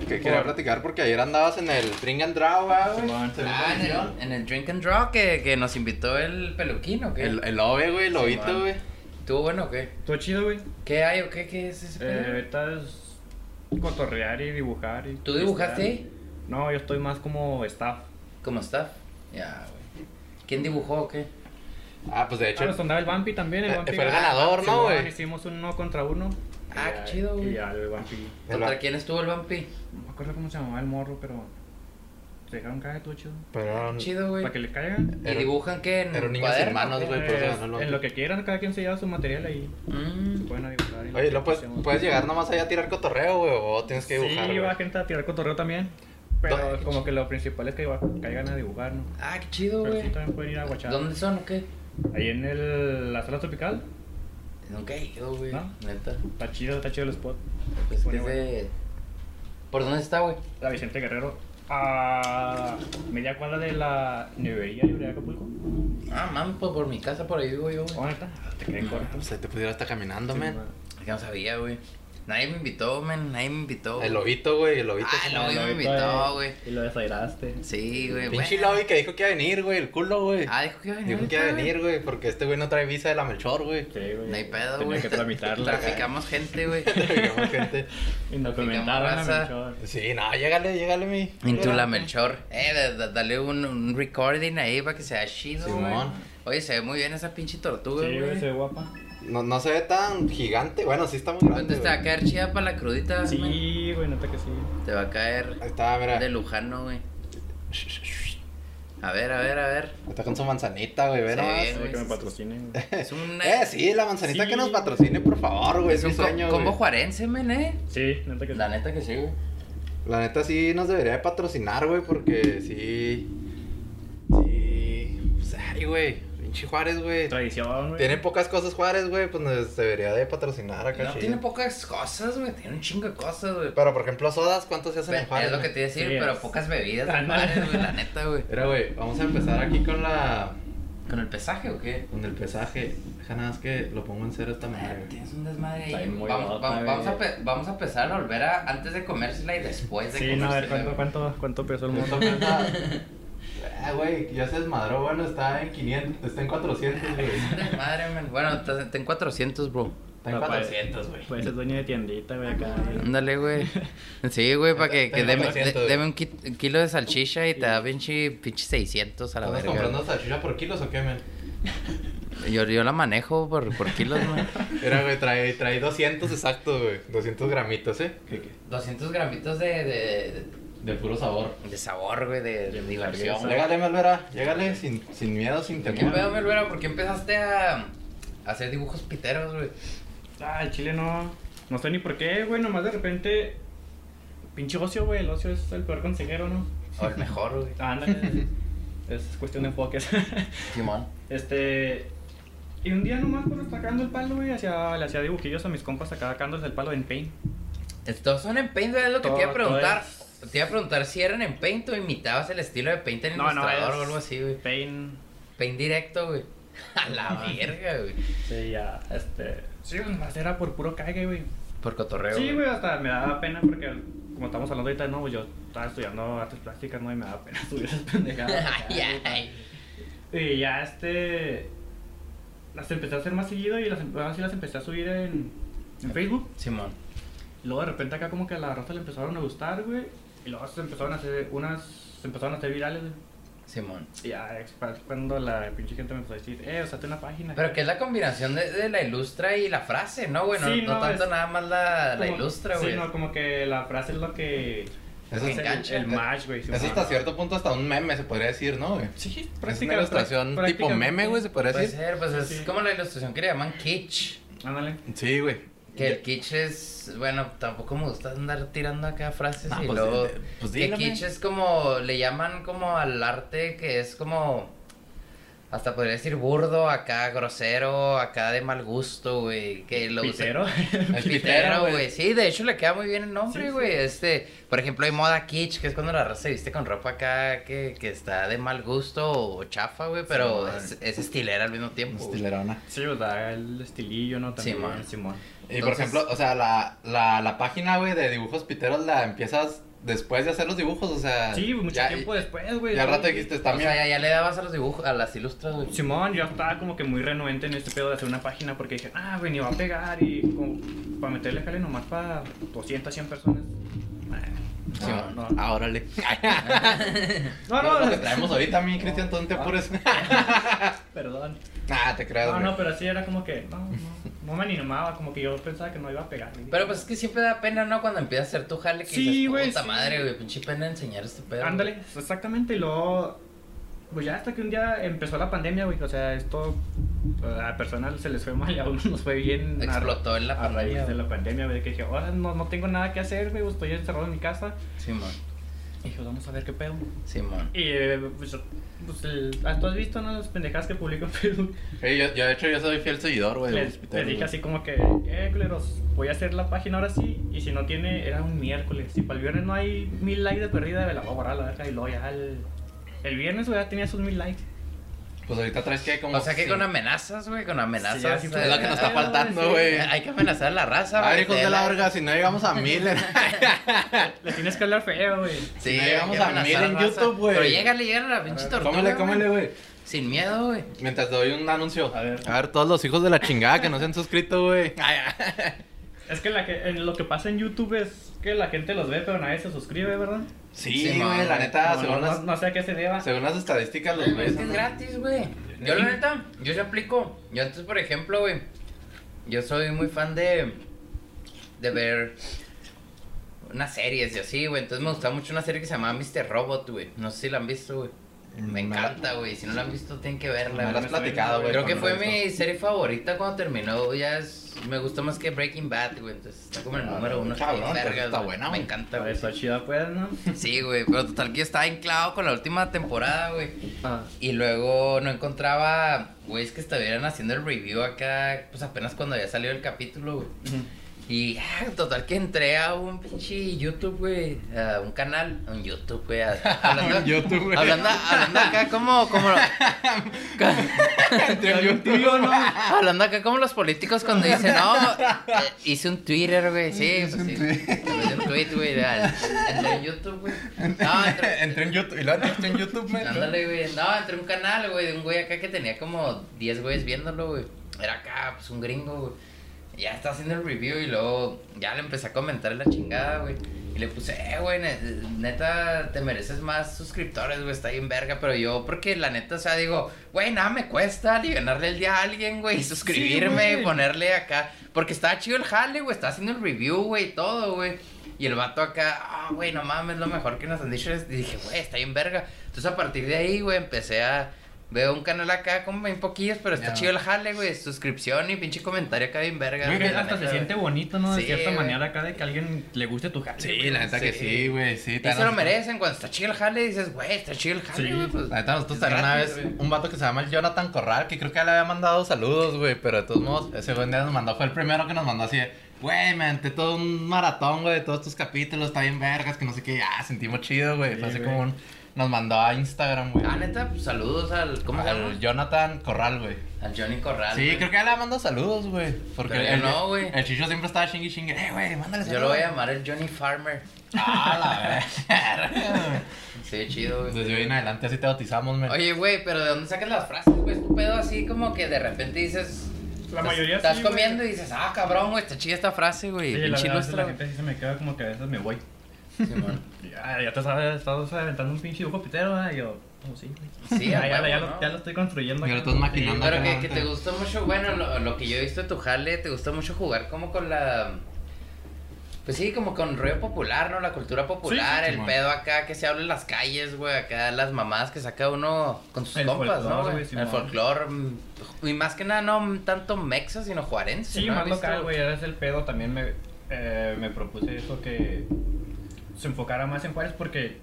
[SPEAKER 1] Que quería platicar porque ayer andabas en el drink and draw, ah, güey.
[SPEAKER 6] Simón.
[SPEAKER 1] Se me
[SPEAKER 5] Ah, en
[SPEAKER 1] pareció.
[SPEAKER 5] el, en el Drink and Draw que, que nos invitó el peluquín, ¿o qué?
[SPEAKER 1] El, el ove, güey, el lobito,
[SPEAKER 5] Simón.
[SPEAKER 1] güey.
[SPEAKER 5] ¿Tú bueno o qué?
[SPEAKER 6] Estuvo chido, güey.
[SPEAKER 5] ¿Qué hay o qué? ¿Qué es ese
[SPEAKER 6] Eh,
[SPEAKER 5] pedo?
[SPEAKER 6] ahorita es cotorrear y dibujar. Y
[SPEAKER 5] ¿Tú dibujaste ahí?
[SPEAKER 6] No, yo estoy más como staff.
[SPEAKER 5] ¿Cómo está? Ya, güey. ¿Quién dibujó o qué?
[SPEAKER 1] Ah, pues de hecho.
[SPEAKER 6] Ah, nos andaba el Vampi también. El
[SPEAKER 1] Eh,
[SPEAKER 6] Vampi
[SPEAKER 1] fue el ganador, ¿no,
[SPEAKER 6] Simón,
[SPEAKER 1] güey?
[SPEAKER 6] Hicimos un uno contra uno.
[SPEAKER 5] Ah,
[SPEAKER 6] Y
[SPEAKER 5] qué
[SPEAKER 6] ya-
[SPEAKER 5] chido, güey.
[SPEAKER 6] Y ya el Vampi.
[SPEAKER 1] el
[SPEAKER 5] ¿Contra
[SPEAKER 1] va-
[SPEAKER 5] quién estuvo el vampi?
[SPEAKER 6] No me acuerdo cómo se llamaba el morro, pero. Se dejaron caer, estuvo chido.
[SPEAKER 1] Pero eran-
[SPEAKER 5] Chido, güey.
[SPEAKER 6] Para que les caigan.
[SPEAKER 5] ¿Y
[SPEAKER 1] Era-
[SPEAKER 5] dibujan qué? ¿En
[SPEAKER 1] eran Mm. niños
[SPEAKER 5] cuaderno,
[SPEAKER 1] hermanos,
[SPEAKER 5] o qué?
[SPEAKER 1] güey, por eso
[SPEAKER 6] Eh,
[SPEAKER 1] ganó el Vampi.
[SPEAKER 6] en lo que quieran, cada quien se lleva su material ahí.
[SPEAKER 5] Mm.
[SPEAKER 6] Pueden a dibujar. y
[SPEAKER 1] Oye, ¿lo puedes,
[SPEAKER 6] hacemos.
[SPEAKER 1] puedes llegar nomás allá a tirar cotorreo, güey? O tienes que dibujar.
[SPEAKER 6] Sí,
[SPEAKER 1] güey? eh,
[SPEAKER 6] va gente a tirar cotorreo también. Pero
[SPEAKER 1] ¿Dónde?
[SPEAKER 6] como que lo principal es que va- caigan a dibujar, ¿no?
[SPEAKER 5] Ah, qué chido,
[SPEAKER 6] Pero sí
[SPEAKER 5] güey.
[SPEAKER 6] también pueden ir a guachar.
[SPEAKER 5] ¿Dónde son o qué?
[SPEAKER 6] Ahí en el, la sala tropical.
[SPEAKER 5] Nunca he ido, güey.
[SPEAKER 6] ¿No?
[SPEAKER 5] Neta.
[SPEAKER 6] Está chido, está chido el spot.
[SPEAKER 5] Pues que
[SPEAKER 6] Bueno,
[SPEAKER 5] es de... ¿Por dónde está, güey?
[SPEAKER 6] La Vicente Guerrero. A media cuadra de la nevería librería de Acapulco.
[SPEAKER 5] Ah, mami, pues por mi casa, por ahí vivo yo, güey.
[SPEAKER 6] ¿Dónde está? Te quedé corto.
[SPEAKER 1] Pues ahí te pudiera estar caminando, men.
[SPEAKER 5] Es que no sabía, güey. Nadie me invitó, men. Nadie me invitó.
[SPEAKER 1] El lobito, güey, el lobito.
[SPEAKER 5] Ah, el lobito me invitó, güey.
[SPEAKER 6] Y lo desairaste.
[SPEAKER 5] Sí, güey.
[SPEAKER 1] Pinche
[SPEAKER 5] bueno.
[SPEAKER 1] lobby que dijo que iba a venir, güey, el culo, güey.
[SPEAKER 5] Ah, dijo que iba a venir.
[SPEAKER 1] Dijo que iba a
[SPEAKER 5] ahorita, güey.
[SPEAKER 1] venir, güey, porque este güey no trae visa de la Melchor, güey.
[SPEAKER 6] Sí, güey.
[SPEAKER 5] No hay pedo,
[SPEAKER 6] Tenía
[SPEAKER 5] güey.
[SPEAKER 6] que tramitarla.
[SPEAKER 5] Traficamos gente, güey.
[SPEAKER 1] Digamos, gente.
[SPEAKER 6] Indocumentaron a
[SPEAKER 5] Raza.
[SPEAKER 6] Melchor.
[SPEAKER 1] Sí, no, llégale, llégale, mi.
[SPEAKER 5] En tu la
[SPEAKER 1] Llégale.
[SPEAKER 5] Melchor. Eh, da- da- dale un, un recording ahí para que sea chido, güey.
[SPEAKER 1] Simón.
[SPEAKER 5] Oye, se ve muy bien esa pinche tortuga,
[SPEAKER 6] Sí,
[SPEAKER 5] güey.
[SPEAKER 6] güey, se ve guapa.
[SPEAKER 1] No, no se ve tan gigante. Bueno, sí está muy grande.
[SPEAKER 5] Entonces te va a
[SPEAKER 1] güey.
[SPEAKER 5] caer chida para la crudita, men.
[SPEAKER 6] Sí, güey, nota que sí.
[SPEAKER 5] Te va a caer
[SPEAKER 1] Ahí está, mira.
[SPEAKER 5] de Lujano, güey. A ver, a ver, a ver.
[SPEAKER 1] Está con su manzanita, güey, ve
[SPEAKER 5] Sí,
[SPEAKER 1] nomás.
[SPEAKER 5] güey.
[SPEAKER 6] Quiero Ah, que me patrocinen. güey.
[SPEAKER 5] Es un.
[SPEAKER 1] Eh, sí, la manzanita
[SPEAKER 6] Sí.
[SPEAKER 1] que nos patrocine, por favor, güey.
[SPEAKER 5] es
[SPEAKER 1] Es mi
[SPEAKER 5] un co-
[SPEAKER 1] sueño,
[SPEAKER 5] combo
[SPEAKER 1] güey.
[SPEAKER 5] juarense, men, eh.
[SPEAKER 6] Sí, neta que sí.
[SPEAKER 5] La neta que sí, güey.
[SPEAKER 1] La neta sí nos debería de patrocinar, güey, porque sí. Sí. Pues ay, güey. pinche pinche Juárez, güey.
[SPEAKER 6] Tradición, güey.
[SPEAKER 1] Tiene pocas cosas Juárez, güey, pues nos debería de patrocinar acá.
[SPEAKER 5] No
[SPEAKER 1] chido.
[SPEAKER 5] tiene pocas cosas, güey. Tiene un chingo de cosas, güey.
[SPEAKER 1] Pero, por ejemplo, sodas, ¿cuántas se hacen en
[SPEAKER 5] Pe-
[SPEAKER 1] Juárez?
[SPEAKER 5] Es lo que
[SPEAKER 1] güey?
[SPEAKER 5] te iba a decir,
[SPEAKER 6] Sí,
[SPEAKER 5] pero
[SPEAKER 6] es.
[SPEAKER 5] pocas bebidas
[SPEAKER 6] Ah,
[SPEAKER 5] en
[SPEAKER 6] no.
[SPEAKER 5] bares, güey, la neta, güey.
[SPEAKER 1] Mira, güey, vamos a empezar aquí con la...
[SPEAKER 5] ¿Con el pesaje o qué?
[SPEAKER 1] Con el pesaje. Deja nada más que lo pongo en cero esta madre, güey.
[SPEAKER 5] Tienes un desmadre
[SPEAKER 6] Está
[SPEAKER 5] ahí.
[SPEAKER 6] bien muy
[SPEAKER 5] Vamos,
[SPEAKER 6] barata,
[SPEAKER 5] va- vamos a
[SPEAKER 6] güey.
[SPEAKER 5] pe- vamos a empezar a volver a antes de comérsela y después de este
[SPEAKER 6] Sí, no, a ver,
[SPEAKER 5] comérsela,
[SPEAKER 6] ¿cuánto,
[SPEAKER 5] güey.
[SPEAKER 6] cuánto, cuánto pesó el mundo?
[SPEAKER 1] Esto cuesta- Ah, güey, ya se desmadró, bueno, está en 500, está en 400, güey. Está
[SPEAKER 5] Desmadre, man. Bueno, te- ten 400, bro.
[SPEAKER 1] en
[SPEAKER 6] No, padre.
[SPEAKER 1] 400, güey.
[SPEAKER 6] Puede ser Pues dueño de tiendita, güey, acá. güey.
[SPEAKER 5] Ándale, güey. Sí, güey, para que, que
[SPEAKER 1] Ten
[SPEAKER 5] deme,
[SPEAKER 1] 400,
[SPEAKER 5] de-
[SPEAKER 1] güey.
[SPEAKER 5] deme un, ki- un kilo de salchicha y te da pinche, pinche 600 a la
[SPEAKER 1] ¿Estás
[SPEAKER 5] verga.
[SPEAKER 1] comprando salchicha por kilos o qué, men?
[SPEAKER 5] Yo, yo la manejo por, por kilos, man.
[SPEAKER 1] Mira, güey, trae, trae 200 exactos, güey. 200 gramitos, ¿eh?
[SPEAKER 5] 200 gramitos de, de,
[SPEAKER 1] De puro sabor.
[SPEAKER 5] de sabor, güey, de, de diversión. güey.
[SPEAKER 1] Llegale, Malvera. Llegale sin, sin miedo, sin
[SPEAKER 5] ¿Qué pedo,
[SPEAKER 1] temor.
[SPEAKER 5] Melvera? ¿Por qué empezaste a, a hacer dibujos piteros, güey?
[SPEAKER 6] Ah, el chile no. No sé ni por qué, güey, nomás de repente. Pinche ocio, güey, el ocio es el peor consejero, ¿no?
[SPEAKER 5] O el mejor, güey.
[SPEAKER 6] Ah, ándale. es cuestión de enfoques.
[SPEAKER 5] Simón.
[SPEAKER 6] Este. Y un día nomás, pues, sacando el palo, güey, hacía- le hacía dibujillos a mis compas acá sacándoles el palo en paint.
[SPEAKER 5] Estos son en Paint, güey, es lo que
[SPEAKER 6] Todo-
[SPEAKER 5] te iba a preguntar.
[SPEAKER 6] todo
[SPEAKER 5] Te iba a preguntar si eran en Paint o imitabas el estilo de Paint en
[SPEAKER 6] No, no,
[SPEAKER 5] Illustrator
[SPEAKER 6] es-
[SPEAKER 5] o algo así, güey.
[SPEAKER 6] Paint.
[SPEAKER 5] Paint directo, güey. A la verga, güey.
[SPEAKER 6] Sí, ya, este. Sí, pues, nomás era por puro cague, güey.
[SPEAKER 5] Por cotorreo.
[SPEAKER 6] Sí, güey, hasta me daba pena porque, como estamos hablando ahorita, no, pues, yo estaba estudiando artes plásticas, no, y me daba pena subir esas pendejadas.
[SPEAKER 5] Ay, ay.
[SPEAKER 6] Y ya este. Las empecé a hacer más seguido y las, em- ahora sí las empecé a subir en, en Facebook.
[SPEAKER 5] Simón.
[SPEAKER 6] Luego de repente acá como que a la raza le empezaron a gustar, güey. Y luego se empezaron a hacer unas. Se empezaron a hacer virales, güey.
[SPEAKER 5] Simón.
[SPEAKER 6] Y ya es pa- cuando la pinche gente me empezó a decir, eh, usate una página.
[SPEAKER 5] Pero que es la combinación de, de la ilustra y la frase, ¿no, güey? No,
[SPEAKER 6] Sí,
[SPEAKER 5] no
[SPEAKER 6] no,
[SPEAKER 5] tanto
[SPEAKER 6] es-
[SPEAKER 5] nada más la, la
[SPEAKER 6] Como-
[SPEAKER 5] ilustra, güey.
[SPEAKER 6] Sí, no, como que la frase es lo que.
[SPEAKER 1] Eso
[SPEAKER 6] hace
[SPEAKER 5] es enganche.
[SPEAKER 6] El, el match, güey.
[SPEAKER 1] Eso hasta cierto punto, hasta un meme se podría decir, ¿no, güey?
[SPEAKER 6] Sí,
[SPEAKER 1] Es una ilustración tipo meme, güey, se podría
[SPEAKER 5] Puede
[SPEAKER 1] decir.
[SPEAKER 5] ser, pues es
[SPEAKER 6] Sí.
[SPEAKER 5] como la ilustración que le llaman kitsch.
[SPEAKER 6] Ándale.
[SPEAKER 1] Sí, güey.
[SPEAKER 5] Que el kitsch es, bueno, tampoco me gusta andar tirando acá frases
[SPEAKER 1] Ah,
[SPEAKER 5] y
[SPEAKER 1] pues,
[SPEAKER 5] luego...
[SPEAKER 1] eh, pues
[SPEAKER 5] que
[SPEAKER 1] dilo,
[SPEAKER 5] kitsch
[SPEAKER 1] men.
[SPEAKER 5] es como, le llaman como al arte que es como, hasta podría decir burdo, acá grosero, acá de mal gusto, güey, que lo usa-
[SPEAKER 6] Pitero.
[SPEAKER 5] El pitero, güey. Sí, de hecho le queda muy bien el
[SPEAKER 6] Sí,
[SPEAKER 5] nombre,
[SPEAKER 6] sí.
[SPEAKER 5] güey. Este, por ejemplo, hay moda kitsch, que es cuando la raza se viste con ropa acá que, que está de mal gusto o chafa, güey, pero
[SPEAKER 1] Simón.
[SPEAKER 5] es, es estilera al mismo tiempo. güey.
[SPEAKER 1] Pues, Estilerona.
[SPEAKER 6] Sí, o sea, el estilillo, ¿no? También,
[SPEAKER 5] Simón.
[SPEAKER 6] Simón.
[SPEAKER 1] Y por
[SPEAKER 5] Entonces-
[SPEAKER 1] ejemplo, o sea, la, la, la página, güey, de dibujos piteros la empiezas después de hacer los dibujos, o sea.
[SPEAKER 6] Sí, pues, mucho
[SPEAKER 1] Ah, ya-
[SPEAKER 6] tiempo después, güey.
[SPEAKER 1] Y al
[SPEAKER 6] ¿no?
[SPEAKER 1] rato dijiste, está
[SPEAKER 5] O
[SPEAKER 1] bien.
[SPEAKER 5] sea, ya, ya le dabas a los dibujos, a las ilustras, güey.
[SPEAKER 6] Simón, yo estaba como que muy renuente en este pedo de hacer una página porque dije, ah, güey, ni va a pegar y como para meterle jale nomás para 200, 100 personas. Ah,
[SPEAKER 5] Simón.
[SPEAKER 6] no,
[SPEAKER 1] Ah, órale.
[SPEAKER 6] no,
[SPEAKER 1] No,
[SPEAKER 6] Ah, no,
[SPEAKER 1] lo que traemos ahorita, mi Cristian, tú no te apures.
[SPEAKER 6] perdón.
[SPEAKER 1] nah, te creas,
[SPEAKER 6] No,
[SPEAKER 1] güey.
[SPEAKER 6] no, pero sí era como que, no, no, no me animaba, como que yo pensaba que no iba a pegar. güey.
[SPEAKER 5] Pero pues es que siempre da pena, ¿no? Cuando empiezas a hacer tu jale que
[SPEAKER 6] Sí,
[SPEAKER 5] dices,
[SPEAKER 6] güey,
[SPEAKER 5] puta
[SPEAKER 6] sí.
[SPEAKER 5] madre, güey, pinche pena enseñar este pedo. güey.
[SPEAKER 6] Ándale, exactamente, y luego, pues ya hasta que un día empezó la pandemia, güey, o sea, esto a personas se les fue mal y a uno nos fue bien. a-
[SPEAKER 5] Explotó en la
[SPEAKER 6] a raíz
[SPEAKER 5] pandemia,
[SPEAKER 6] de
[SPEAKER 5] güey.
[SPEAKER 6] la pandemia, güey, que dije, ahora no, no tengo nada que hacer, güey, estoy encerrado en mi casa.
[SPEAKER 5] Simón.
[SPEAKER 6] Y dije, vamos a ver qué pedo.
[SPEAKER 5] Simón.
[SPEAKER 6] Y eh, pues, yo- pues el- ah, tú has visto ¿no? las pendejadas que publico en Facebook.
[SPEAKER 1] Ey, yo, yo, de hecho, yo soy fiel seguidor, güey. de los
[SPEAKER 6] Les,
[SPEAKER 1] piteros,
[SPEAKER 6] les dije
[SPEAKER 1] güey.
[SPEAKER 6] así como que, eh, culeros, voy a hacer la página ahora sí. Y si no tiene, era un miércoles. Si para el viernes no hay mil likes de perdida, me la voy a borrar a la verga. Y luego ya el, el viernes, güey, ya tenía sus mil likes.
[SPEAKER 1] Pues ahorita traes que como.
[SPEAKER 5] O sea que
[SPEAKER 1] sí.
[SPEAKER 5] con amenazas, güey, con amenazas.
[SPEAKER 6] así fue. "Ah,
[SPEAKER 1] Es lo que nos está
[SPEAKER 5] eh,
[SPEAKER 1] faltando, güey.
[SPEAKER 5] Hay que amenazar a la raza,
[SPEAKER 1] A ver,
[SPEAKER 5] güey,
[SPEAKER 1] hijos de la verga, si no llegamos a mil en,
[SPEAKER 6] Le tienes que hablar feo, güey.
[SPEAKER 5] Sí,
[SPEAKER 1] Si no llegamos
[SPEAKER 5] hay que
[SPEAKER 1] a mil
[SPEAKER 5] amenazar
[SPEAKER 1] en
[SPEAKER 5] a raza.
[SPEAKER 1] YouTube, güey.
[SPEAKER 5] Pero llégale, llégale a la pinche tortuga.
[SPEAKER 1] Cómele,
[SPEAKER 5] güey.
[SPEAKER 1] cómele, güey.
[SPEAKER 5] Sin miedo, güey.
[SPEAKER 1] Mientras te doy un anuncio.
[SPEAKER 6] A ver.
[SPEAKER 1] A ver, todos los hijos de la chingada que no se han suscrito, güey.
[SPEAKER 6] Es que, la que en lo que pasa en YouTube es que la gente los ve, pero nadie se suscribe, ¿verdad?
[SPEAKER 1] Sí,
[SPEAKER 5] Sí,
[SPEAKER 1] güey,
[SPEAKER 5] mamá.
[SPEAKER 1] la neta,
[SPEAKER 6] no,
[SPEAKER 1] según,
[SPEAKER 6] no-
[SPEAKER 1] las,
[SPEAKER 6] no sé a qué se deba.
[SPEAKER 1] según las estadísticas, los
[SPEAKER 5] Es
[SPEAKER 1] ves.
[SPEAKER 5] que es
[SPEAKER 1] ¿no?
[SPEAKER 5] gratis, güey. Yo, la neta, yo se aplico. Yo antes, por ejemplo, güey, yo soy muy fan de, de ver unas series y así, güey. Entonces me gustaba mucho una serie que se llamaba Mr. Robot, güey. No sé si la han visto, güey. Me
[SPEAKER 1] No.
[SPEAKER 5] encanta, güey. Si no la han visto, tienen que verla.
[SPEAKER 1] Me
[SPEAKER 5] güey.
[SPEAKER 1] lo has platicado, güey.
[SPEAKER 5] Creo que
[SPEAKER 1] cuando
[SPEAKER 5] fue
[SPEAKER 1] lo he visto.
[SPEAKER 5] mi serie favorita cuando terminó. Ya es, Me gusta más que Breaking Bad, güey. Entonces está como el
[SPEAKER 1] Ah,
[SPEAKER 5] número uno.
[SPEAKER 1] cabrón,
[SPEAKER 5] Qué
[SPEAKER 1] pero
[SPEAKER 5] vergas,
[SPEAKER 1] está
[SPEAKER 5] güey.
[SPEAKER 1] buena,
[SPEAKER 5] Me
[SPEAKER 1] güey.
[SPEAKER 5] encanta,
[SPEAKER 6] Pero
[SPEAKER 5] güey.
[SPEAKER 6] Está chida, pues, ¿no?
[SPEAKER 5] Sí, güey. Pero total que yo estaba enclavado con la última temporada, güey.
[SPEAKER 6] Ah,
[SPEAKER 5] Y luego no encontraba, güey, es que estuvieran haciendo el review acá, pues apenas cuando había salido el capítulo, güey. Y ah, total que entré a un pinche YouTube, güey, a un canal, a un YouTube, güey. a- Hablando,
[SPEAKER 1] YouTube, güey.
[SPEAKER 5] hablando, hablando acá como, como,
[SPEAKER 1] Entre un tío,
[SPEAKER 6] tío, ¿no?
[SPEAKER 5] hablando acá como los políticos cuando dicen, no, eh, hice un Twitter, güey, sí, pues sí. Hice un tweet, güey, al- entré en YouTube, güey. No, entré-
[SPEAKER 1] Entré en YouTube. Y luego entré en YouTube, güey.
[SPEAKER 5] Ándale, güey. No, entre un canal, güey, de un güey acá que tenía como 10 güeyes viéndolo, güey. Era acá, pues un gringo, güey. Y Ya está haciendo el review y luego ya le empecé a comentar la chingada, güey. Y le puse, eh, güey, ne- neta, te mereces más suscriptores, güey, está bien verga. Pero yo, porque la neta, o sea, digo, güey, nada me cuesta ganarle el día a alguien, güey, y suscribirme,
[SPEAKER 6] güey.
[SPEAKER 5] ponerle acá. Porque estaba chido el jale, güey, estaba haciendo el review, güey, y todo, güey. Y el vato acá, ah, güey, no mames, lo mejor que nos han dicho. es-". Y dije, güey, está bien verga. Entonces a partir de ahí, güey, empecé a. Veo un canal acá con bien poquillos, pero está
[SPEAKER 1] Ya.
[SPEAKER 5] chido el jale, güey. Suscripción y pinche comentario acá bien verga.
[SPEAKER 6] Güey,
[SPEAKER 5] güey, la
[SPEAKER 6] hasta se
[SPEAKER 5] neta,
[SPEAKER 6] siente
[SPEAKER 5] güey.
[SPEAKER 6] bonito, ¿no? De
[SPEAKER 5] Sí,
[SPEAKER 6] cierta
[SPEAKER 5] güey.
[SPEAKER 6] manera acá de que a alguien le guste tu jale.
[SPEAKER 1] Sí,
[SPEAKER 6] güey.
[SPEAKER 1] la neta que
[SPEAKER 5] Sí.
[SPEAKER 1] sí, güey. Sí,
[SPEAKER 5] Y se lo merecen. Cuando está chido el jale, dices, güey, está chido el jale,
[SPEAKER 6] Sí.
[SPEAKER 5] güey. Pues,
[SPEAKER 1] La neta, nosotros
[SPEAKER 5] es
[SPEAKER 1] también una
[SPEAKER 5] gratis,
[SPEAKER 1] vez,
[SPEAKER 5] güey.
[SPEAKER 1] un vato que se llama el Jonathan Corral, que creo que ya le había mandado saludos, güey, pero de todos modos, ese güey un día nos mandó, fue el primero que nos mandó así de, güey, me aventé todo un maratón, güey, de todos tus capítulos, está bien vergas, que no sé qué, ya, sentimos chido, güey,
[SPEAKER 6] Sí,
[SPEAKER 1] fue así
[SPEAKER 6] güey.
[SPEAKER 1] como un, nos mandó a Instagram, güey,
[SPEAKER 5] Ah, neta, pues, saludos al. ¿Cómo se llama?
[SPEAKER 1] al Jonathan Corral, güey.
[SPEAKER 5] Al Johnny Corral.
[SPEAKER 1] Sí,
[SPEAKER 5] güey.
[SPEAKER 1] creo que ya le había mandado saludos, güey, porque
[SPEAKER 5] Pero yo
[SPEAKER 1] el,
[SPEAKER 5] no, güey.
[SPEAKER 1] el chicho siempre estaba chingui chingue, eh, güey, mándale
[SPEAKER 5] Yo
[SPEAKER 1] saludos.
[SPEAKER 5] lo voy a llamar el Johnny Farmer.
[SPEAKER 1] Ah, la verga,
[SPEAKER 5] Sí, chido,
[SPEAKER 1] güey.
[SPEAKER 5] güey.
[SPEAKER 1] Desde hoy en adelante así te bautizamos, güey.
[SPEAKER 5] Oye, güey, pero ¿de dónde sacas las frases, güey? Es un pedo así como que de repente dices.
[SPEAKER 6] La
[SPEAKER 5] estás-
[SPEAKER 6] mayoría
[SPEAKER 5] Estás
[SPEAKER 6] sí, güey.
[SPEAKER 5] comiendo y dices, ah, cabrón, güey, está chida esta frase, güey.
[SPEAKER 6] Sí, la,
[SPEAKER 5] pinche
[SPEAKER 6] verdad, a veces
[SPEAKER 5] ilustra,
[SPEAKER 6] la gente sí se me queda como que a veces me voy.
[SPEAKER 5] güey. Simón.
[SPEAKER 6] Ya, ya te sabes, estás aventando un pinche dibujo pitero, ¿verdad? Y yo, como sí, güey.
[SPEAKER 5] Sí,
[SPEAKER 6] ya,
[SPEAKER 5] a
[SPEAKER 6] ya,
[SPEAKER 5] huevo,
[SPEAKER 6] ya
[SPEAKER 5] ¿no?
[SPEAKER 6] lo, ya lo estoy construyendo.
[SPEAKER 1] Ya lo
[SPEAKER 6] acá.
[SPEAKER 1] estás maquinando.
[SPEAKER 5] Pero que,
[SPEAKER 1] claramente.
[SPEAKER 5] que te gusta mucho, bueno, lo, lo que yo he visto de tu jale, te gusta mucho jugar como con la... Pues sí, como con rollo popular, ¿no? La cultura popular, el
[SPEAKER 1] Simón.
[SPEAKER 5] pedo acá que se habla en las calles, güey, acá las mamás que saca uno con sus
[SPEAKER 6] El
[SPEAKER 5] compas,
[SPEAKER 6] folclor,
[SPEAKER 5] ¿no? güey?
[SPEAKER 6] güey,
[SPEAKER 5] el
[SPEAKER 6] Simón.
[SPEAKER 5] folclore. mm, Y más que nada, no tanto mexa, sino juarense.
[SPEAKER 6] Sí,
[SPEAKER 5] ¿no?
[SPEAKER 6] más
[SPEAKER 5] ¿Has visto?
[SPEAKER 6] local, güey. Ahora es el pedo. También me, eh, me propuse eso que se enfocara más en Juárez porque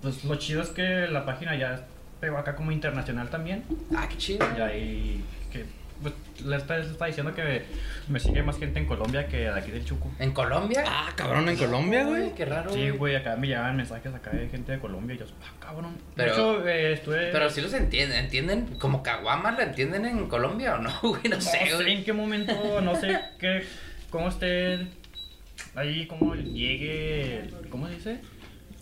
[SPEAKER 6] pues lo chido es que la página ya pegó acá como internacional también.
[SPEAKER 5] Ah, qué chido.
[SPEAKER 6] Y ahí que pues, le está, le está diciendo que me sigue más gente en Colombia que de aquí del Chuco.
[SPEAKER 5] ¿En Colombia?
[SPEAKER 1] Ah, cabrón, en Colombia, güey.
[SPEAKER 5] Qué raro,
[SPEAKER 6] Sí, güey, acá me llegaban mensajes acá de gente de Colombia y yo, ah, cabrón.
[SPEAKER 5] Pero-
[SPEAKER 6] de hecho, eh, estuve...
[SPEAKER 5] Pero sí los entienden, ¿entienden? ¿Como caguama la entienden en Colombia o no, güey? No,
[SPEAKER 6] no
[SPEAKER 5] sé,
[SPEAKER 6] sé
[SPEAKER 5] güey.
[SPEAKER 6] en qué momento, no sé qué, cómo esté ahí, cómo llegue, el- ¿cómo se dice?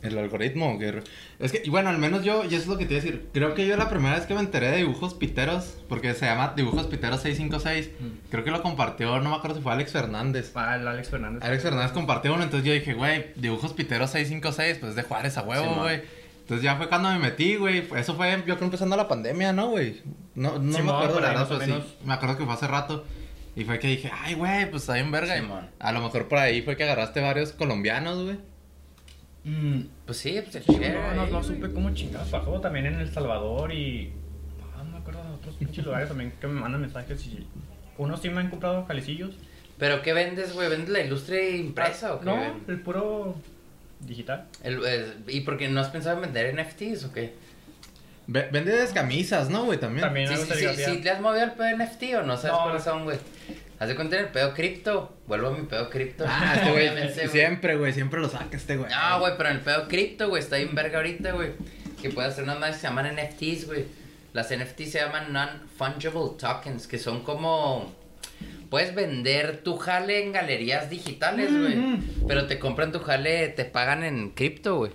[SPEAKER 1] El algoritmo, que- Es que, y bueno, al menos yo, y eso es lo que te iba a decir. Creo que yo la primera vez que me enteré de dibujos piteros, porque se llama Dibujos Piteros 656,
[SPEAKER 6] Mm.
[SPEAKER 1] creo que lo compartió, no me acuerdo si fue Alex Fernández.
[SPEAKER 6] Ah, el Alex Fernández.
[SPEAKER 1] Alex Fernández compartió uno, entonces yo dije, güey, Dibujos Piteros 656, pues es de Juárez a huevo,
[SPEAKER 6] Simón.
[SPEAKER 1] güey. entonces ya fue cuando me metí, güey. Eso fue, yo creo, empezando la pandemia, ¿no, güey? No, no me
[SPEAKER 6] Simón,
[SPEAKER 1] acuerdo,
[SPEAKER 6] por
[SPEAKER 1] la
[SPEAKER 6] ahí
[SPEAKER 1] verdad,
[SPEAKER 6] más o
[SPEAKER 1] pero sí.
[SPEAKER 6] menos.
[SPEAKER 1] Me acuerdo que fue hace rato. Y fue que dije, ay, güey, pues está bien verga. Y
[SPEAKER 5] Simón.
[SPEAKER 1] a lo mejor por ahí fue que agarraste varios colombianos, güey.
[SPEAKER 6] Mm,
[SPEAKER 5] Pues sí, pues el
[SPEAKER 6] no,
[SPEAKER 5] chero,
[SPEAKER 6] no,
[SPEAKER 5] eh,
[SPEAKER 6] no
[SPEAKER 5] güey.
[SPEAKER 6] supe cómo chingados pasó. También en El Salvador y. Ah, no me acuerdo de otros pinches lugares también que me mandan mensajes y. Unos sí me han comprado jalecillos.
[SPEAKER 5] ¿Pero qué vendes, güey? ¿Vendes la ilustre impresa o qué?
[SPEAKER 6] Ah, No,
[SPEAKER 5] güey?
[SPEAKER 6] el puro. digital.
[SPEAKER 5] El- el- ¿Y por qué no has pensado en vender NFTs o qué?
[SPEAKER 1] Ve- Vendes camisas, ¿no, güey? También.
[SPEAKER 6] También
[SPEAKER 5] Sí,
[SPEAKER 6] algo
[SPEAKER 5] sí, sí,
[SPEAKER 6] serigrafía.
[SPEAKER 5] sí, ¿Le has movido al pedo NFT o no sabes
[SPEAKER 6] No.
[SPEAKER 5] cuáles son, güey? Haz de cuenta en el pedo cripto. Vuelvo a mi pedo cripto.
[SPEAKER 1] Ah, este güey.
[SPEAKER 5] Obviamente,
[SPEAKER 1] siempre, güey. Siempre lo saca este güey.
[SPEAKER 5] No, güey, pero en el pedo cripto, güey, está bien verga ahorita, güey. Que puede hacer unas madres que se llaman NFTs, güey. Las NFTs se llaman Non-Fungible Tokens, que son como. Puedes vender tu jale en galerías digitales, güey. Pero te compran tu jale, te pagan en cripto, güey.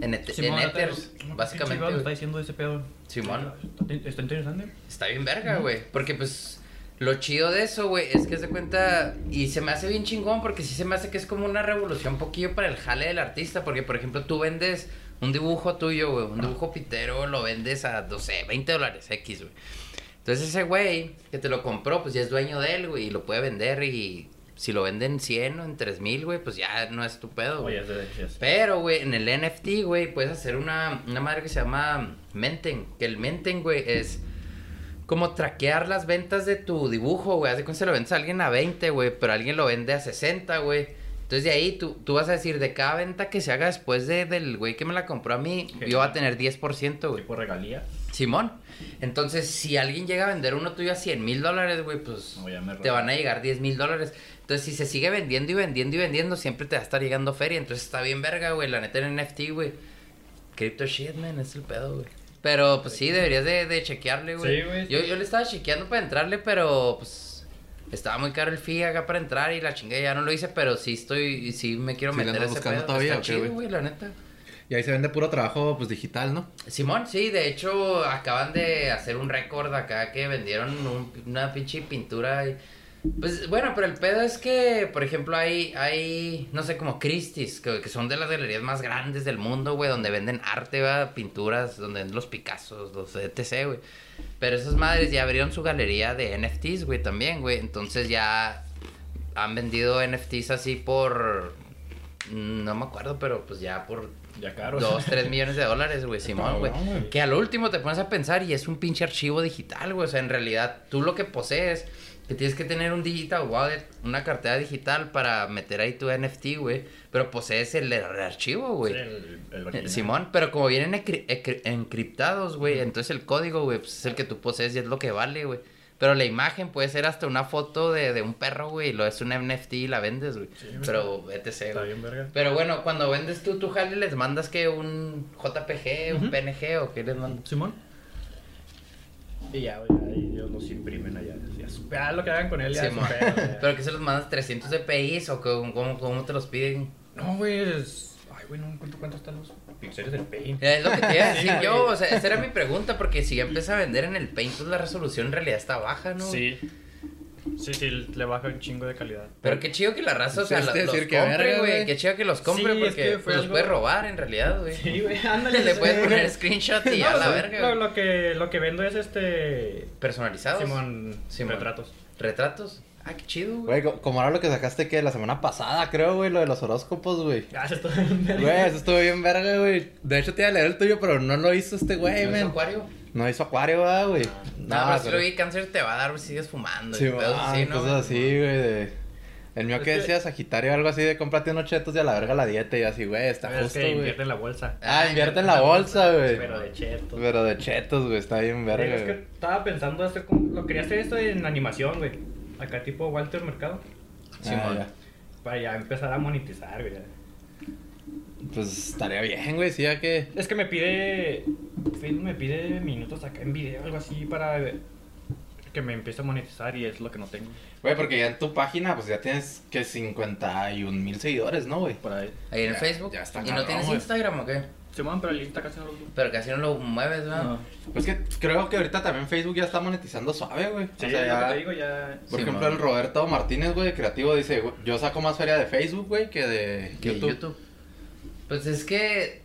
[SPEAKER 5] En, et- en
[SPEAKER 6] ahorita-
[SPEAKER 5] Ethers,
[SPEAKER 6] no, qué
[SPEAKER 5] básicamente.
[SPEAKER 6] chingados me
[SPEAKER 5] güey.
[SPEAKER 6] está diciendo ese pedo.
[SPEAKER 5] Simón.
[SPEAKER 6] Está- Está interesante.
[SPEAKER 5] Está bien verga, güey. Porque pues lo chido de eso, güey, es que se cuenta y se me hace bien chingón porque sí se me hace que es como una revolución poquillo para el jale del artista, porque por ejemplo tú vendes un dibujo tuyo, güey, un dibujo pitero, lo vendes a, no sé, 20 dólares X, güey. Entonces ese güey que te lo compró, pues ya es dueño de él, güey, y lo puede vender y si lo venden 100 o en 3000, güey, pues ya no es tu pedo, güey.
[SPEAKER 6] Oye, es de- sí, es-
[SPEAKER 5] Pero, güey, en el NFT, güey, puedes hacer una, una madre que se llama Menten. Que el Menten, güey, es como traquear las ventas de tu dibujo, güey. Así que se lo vendes a alguien a 20, güey, pero alguien lo vende a 60, güey. Entonces de ahí tú, tú vas a decir, de cada venta que se haga después de, del güey que me la compró a mí,
[SPEAKER 6] Ok.
[SPEAKER 5] yo voy a tener 10%, güey.
[SPEAKER 6] Tipo regalía.
[SPEAKER 5] Simón. Entonces, si alguien llega a vender uno tuyo a 100 mil dólares, güey, pues
[SPEAKER 6] No, ya me
[SPEAKER 5] te
[SPEAKER 6] robé.
[SPEAKER 5] van a llegar 10 mil dólares. Entonces, si se sigue vendiendo y vendiendo y vendiendo, siempre te va a estar llegando feria. Entonces, está bien verga, güey. La neta en NFT, güey. Crypto shit, man. Es el pedo, güey. Pero, pues sí, deberías de, de chequearle, güey.
[SPEAKER 6] Sí, güey.
[SPEAKER 5] Yo, yo le estaba chequeando para entrarle, pero, pues, estaba muy caro el fee acá para entrar y la chingada ya no lo hice. Pero sí estoy, sí me quiero
[SPEAKER 7] Sí, le
[SPEAKER 5] meter a
[SPEAKER 7] andas
[SPEAKER 5] ese
[SPEAKER 7] buscando
[SPEAKER 5] pedo.
[SPEAKER 7] todavía,
[SPEAKER 5] está
[SPEAKER 7] ¿o qué,
[SPEAKER 5] chido,
[SPEAKER 7] güey?
[SPEAKER 5] güey, la neta.
[SPEAKER 7] Y ahí se vende puro trabajo pues digital, ¿no?
[SPEAKER 5] Simón, sí, de hecho acaban de hacer un récord acá que vendieron un- una pinche pintura. y- pues bueno, pero el pedo es que, por ejemplo, hay, hay no sé, como Christie's, que, que son de las galerías más grandes del mundo, güey, donde venden arte, ¿verdad? pinturas, donde venden los Picassos, los etc, güey. Pero esas madres ya abrieron su galería de NFTs, güey, también, güey. Entonces ya han vendido NFTs así por... No me acuerdo, pero pues ya por
[SPEAKER 6] Ya caro.
[SPEAKER 5] Dos, tres millones de dólares, güey, Simón, güey.
[SPEAKER 1] Cabrón, güey.
[SPEAKER 5] Que al último te pones a pensar y es un pinche archivo digital, güey. O sea, en realidad, tú lo que posees, que tienes que tener un digital wallet, una cartera digital para meter ahí tu NFT, güey. Pero posees el, el archivo, güey.
[SPEAKER 6] El, el
[SPEAKER 5] Eh,
[SPEAKER 6] original.
[SPEAKER 5] Simón, pero como vienen encri- encri- encriptados, güey, entonces el código, güey, pues es el que tú posees y es lo que vale, güey. Pero la imagen puede ser hasta una foto de, de un perro, güey, y lo es un NFT y la vendes, güey. pero etc,
[SPEAKER 6] Está
[SPEAKER 5] güey.
[SPEAKER 6] bien, verga.
[SPEAKER 5] Pero bueno, cuando vendes tú tu jale, ¿les mandas que un JPG, un
[SPEAKER 6] Ujú.
[SPEAKER 5] PNG o qué les mandas?
[SPEAKER 6] Simón. Y ya, güey, ahí ellos los imprimen allá. Ya, su- ya Ah, lo que hagan con él ya.
[SPEAKER 5] Simón.
[SPEAKER 6] es su pedo, güey.
[SPEAKER 5] ¿Pero que se los mandas 300 DPIs o cómo, cómo- cómo te los piden?
[SPEAKER 6] No, güey. es- Ay, güey, no encuentro cuánto están los píxeles del paint.
[SPEAKER 5] Eh, Es lo que te iba a decir
[SPEAKER 6] Sí,
[SPEAKER 5] yo,
[SPEAKER 6] güey.
[SPEAKER 5] o sea, esa era mi pregunta, porque si ya empieza a vender en el Paint, pues la resolución en realidad está baja, ¿no?
[SPEAKER 6] Sí. Sí, sí, le baja un chingo de calidad.
[SPEAKER 5] Pero qué chido que la raza, o sea,
[SPEAKER 7] Sí,
[SPEAKER 5] lo-
[SPEAKER 7] es
[SPEAKER 5] los
[SPEAKER 7] decir, que
[SPEAKER 5] compre,
[SPEAKER 7] verga,
[SPEAKER 5] güey.
[SPEAKER 7] güey.
[SPEAKER 5] Qué chido que los compre
[SPEAKER 6] Sí, es
[SPEAKER 5] porque
[SPEAKER 6] que
[SPEAKER 5] pues,
[SPEAKER 6] fue
[SPEAKER 5] los
[SPEAKER 6] algo-
[SPEAKER 5] puede robar en realidad, güey.
[SPEAKER 6] Sí, güey, ándale.
[SPEAKER 5] Le puedes
[SPEAKER 6] güey.
[SPEAKER 5] poner screenshot y
[SPEAKER 6] No,
[SPEAKER 5] a la
[SPEAKER 6] lo-
[SPEAKER 5] verga.
[SPEAKER 6] Lo,
[SPEAKER 5] güey.
[SPEAKER 6] lo que, lo que vendo es este.
[SPEAKER 5] Personalizados.
[SPEAKER 6] Simón,
[SPEAKER 5] Simón.
[SPEAKER 6] retratos.
[SPEAKER 5] Retratos. Ah, qué chido, güey.
[SPEAKER 7] Güey, co- como ahora lo que sacaste que la semana pasada, creo, güey, lo de los horóscopos, güey.
[SPEAKER 6] Gracias, todo bien, verga.
[SPEAKER 7] Güey, eso estuvo bien verga, güey. De hecho te iba a leer el tuyo, pero no lo hizo este güey,
[SPEAKER 5] ¿No es
[SPEAKER 7] men.
[SPEAKER 5] acuario?
[SPEAKER 7] No hizo acuario, ah, güey.
[SPEAKER 5] No, pero si
[SPEAKER 7] pero-
[SPEAKER 5] lo vi, cáncer te va a dar si sigues fumando.
[SPEAKER 7] Sí,
[SPEAKER 5] y pedos
[SPEAKER 7] ah,
[SPEAKER 5] así, ¿no?
[SPEAKER 7] cosas así, güey, de... El mío
[SPEAKER 6] Es
[SPEAKER 7] que
[SPEAKER 6] que-
[SPEAKER 7] decía Sagitario, algo así de cómprate unos chetos y a la verga la dieta y así, güey, está
[SPEAKER 6] A ver, es
[SPEAKER 7] justo,
[SPEAKER 6] que
[SPEAKER 7] güey.
[SPEAKER 6] invierte en la bolsa.
[SPEAKER 7] Ah, invierte en la bolsa, güey.
[SPEAKER 6] Pero de cheto.
[SPEAKER 7] Pero de chetos, güey, está bien
[SPEAKER 6] Pero
[SPEAKER 7] verga,
[SPEAKER 6] es que
[SPEAKER 7] güey.
[SPEAKER 6] estaba pensando hacer como. Lo quería hacer esto en animación, güey. Acá tipo Walter Mercado.
[SPEAKER 7] Ah,
[SPEAKER 5] Simón.
[SPEAKER 7] ya.
[SPEAKER 6] Para ya empezar a monetizar, güey.
[SPEAKER 7] Pues estaría bien, güey, sí, ya que...
[SPEAKER 6] Es que me pide. Facebook me pide minutos acá en video, algo así, para que me empiece a monetizar y es lo que no tengo.
[SPEAKER 1] Güey, porque ya en tu página, pues ya tienes que 51 mil seguidores, ¿no, güey?
[SPEAKER 6] Por ahí.
[SPEAKER 5] Ahí en
[SPEAKER 1] Ya-
[SPEAKER 5] Facebook.
[SPEAKER 1] ya está
[SPEAKER 5] ¿Y no
[SPEAKER 1] cabrón,
[SPEAKER 5] tienes
[SPEAKER 1] güey.
[SPEAKER 5] Instagram o qué?
[SPEAKER 6] Simón, pero el Insta casi no lo uso.
[SPEAKER 5] Pero casi no lo mueves, ¿verdad?
[SPEAKER 6] No.
[SPEAKER 1] Pues que creo que ahorita también Facebook ya está monetizando suave, güey.
[SPEAKER 6] Sí,
[SPEAKER 1] o sea,
[SPEAKER 6] lo que te
[SPEAKER 1] ya...
[SPEAKER 6] digo ya.
[SPEAKER 1] Por
[SPEAKER 5] Sí,
[SPEAKER 1] ejemplo,
[SPEAKER 5] man.
[SPEAKER 1] el Roberto Martínez, güey, creativo, dice, güey, yo saco más feria de Facebook, güey, que de
[SPEAKER 5] que
[SPEAKER 1] YouTube.
[SPEAKER 5] YouTube. Pues es que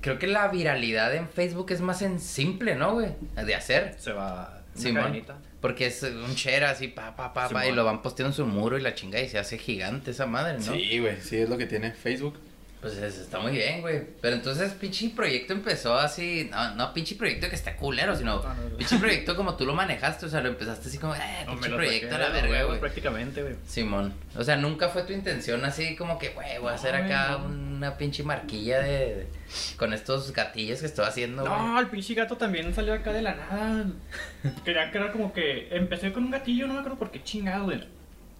[SPEAKER 5] creo que la viralidad en Facebook es más en simple, ¿no, güey? De hacer.
[SPEAKER 6] Se va.
[SPEAKER 5] Simón. Porque es un share así, pa, pa, pa, pa, y
[SPEAKER 6] Simón.
[SPEAKER 5] lo van posteando en su muro y la chingada y se hace gigante esa madre, ¿no?
[SPEAKER 1] Sí, güey, sí, es lo que tiene Facebook.
[SPEAKER 5] Pues es- está muy bien, güey. Pero entonces, pinche proyecto empezó así. No, no, pinche proyecto que está culero,
[SPEAKER 1] Ah.
[SPEAKER 5] sino.
[SPEAKER 6] No, no, no.
[SPEAKER 5] Pinche proyecto como tú lo manejaste, o sea, lo empezaste así como, eh, pinche proyecto a la verga, güey.
[SPEAKER 6] Prácticamente, güey.
[SPEAKER 5] Simón. O sea, nunca fue tu intención así como que, güey, voy a hacer
[SPEAKER 6] No,
[SPEAKER 5] acá
[SPEAKER 6] güey,
[SPEAKER 5] una pinche marquilla de, de- con estos gatillos que estoy haciendo, güey.
[SPEAKER 6] No, el pinche gato también salió acá de la nada. Quería crear como que. Empecé con un gatillo, no me acuerdo por qué chingado, güey.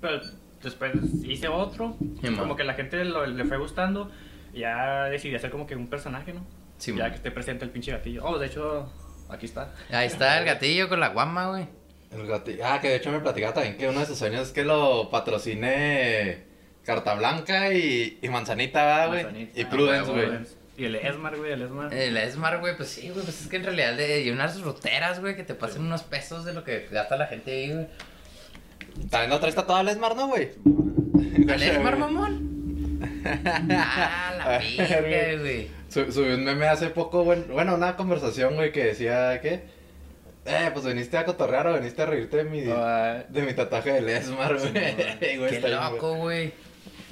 [SPEAKER 6] Pero después hice otro.
[SPEAKER 5] Sí, man.
[SPEAKER 6] como que la gente lo- le fue gustando. y Ya decidí hacer como que un personaje, ¿no?
[SPEAKER 5] Sí,
[SPEAKER 6] ya
[SPEAKER 5] man.
[SPEAKER 6] que esté presente el pinche gatillo. Oh, de hecho, aquí está.
[SPEAKER 5] Ahí está el gatillo con la guama, güey.
[SPEAKER 1] El gati- Ah, que de hecho me platicaba también que uno de sus sueños es que lo patrocine Carta Blanca y, y Manzanita, ¿verdad, güey.
[SPEAKER 6] Manzanita.
[SPEAKER 1] Y Prudence,
[SPEAKER 5] Ah,
[SPEAKER 1] güey.
[SPEAKER 6] Y el Esmar, güey, el Esmar.
[SPEAKER 5] Eh, La Smart, güey, pues sí, güey, pues es que en realidad de llenar roteras, güey, que te pasen unos pesos de lo que gasta la gente ahí, güey.
[SPEAKER 1] También la otra está toda Lesmar, ¿no, güey?
[SPEAKER 5] ¿La Smart, mamón? ah, la pinche, güey.
[SPEAKER 1] Su- Subí un meme hace poco, bueno, bueno, una conversación, güey, que decía que... Eh, pues viniste a cotorrear o viniste a reírte de mi, de mi tatuaje de Lesmar, güey. Güey,
[SPEAKER 5] Qué
[SPEAKER 1] está bien,
[SPEAKER 5] loco, güey.
[SPEAKER 1] güey.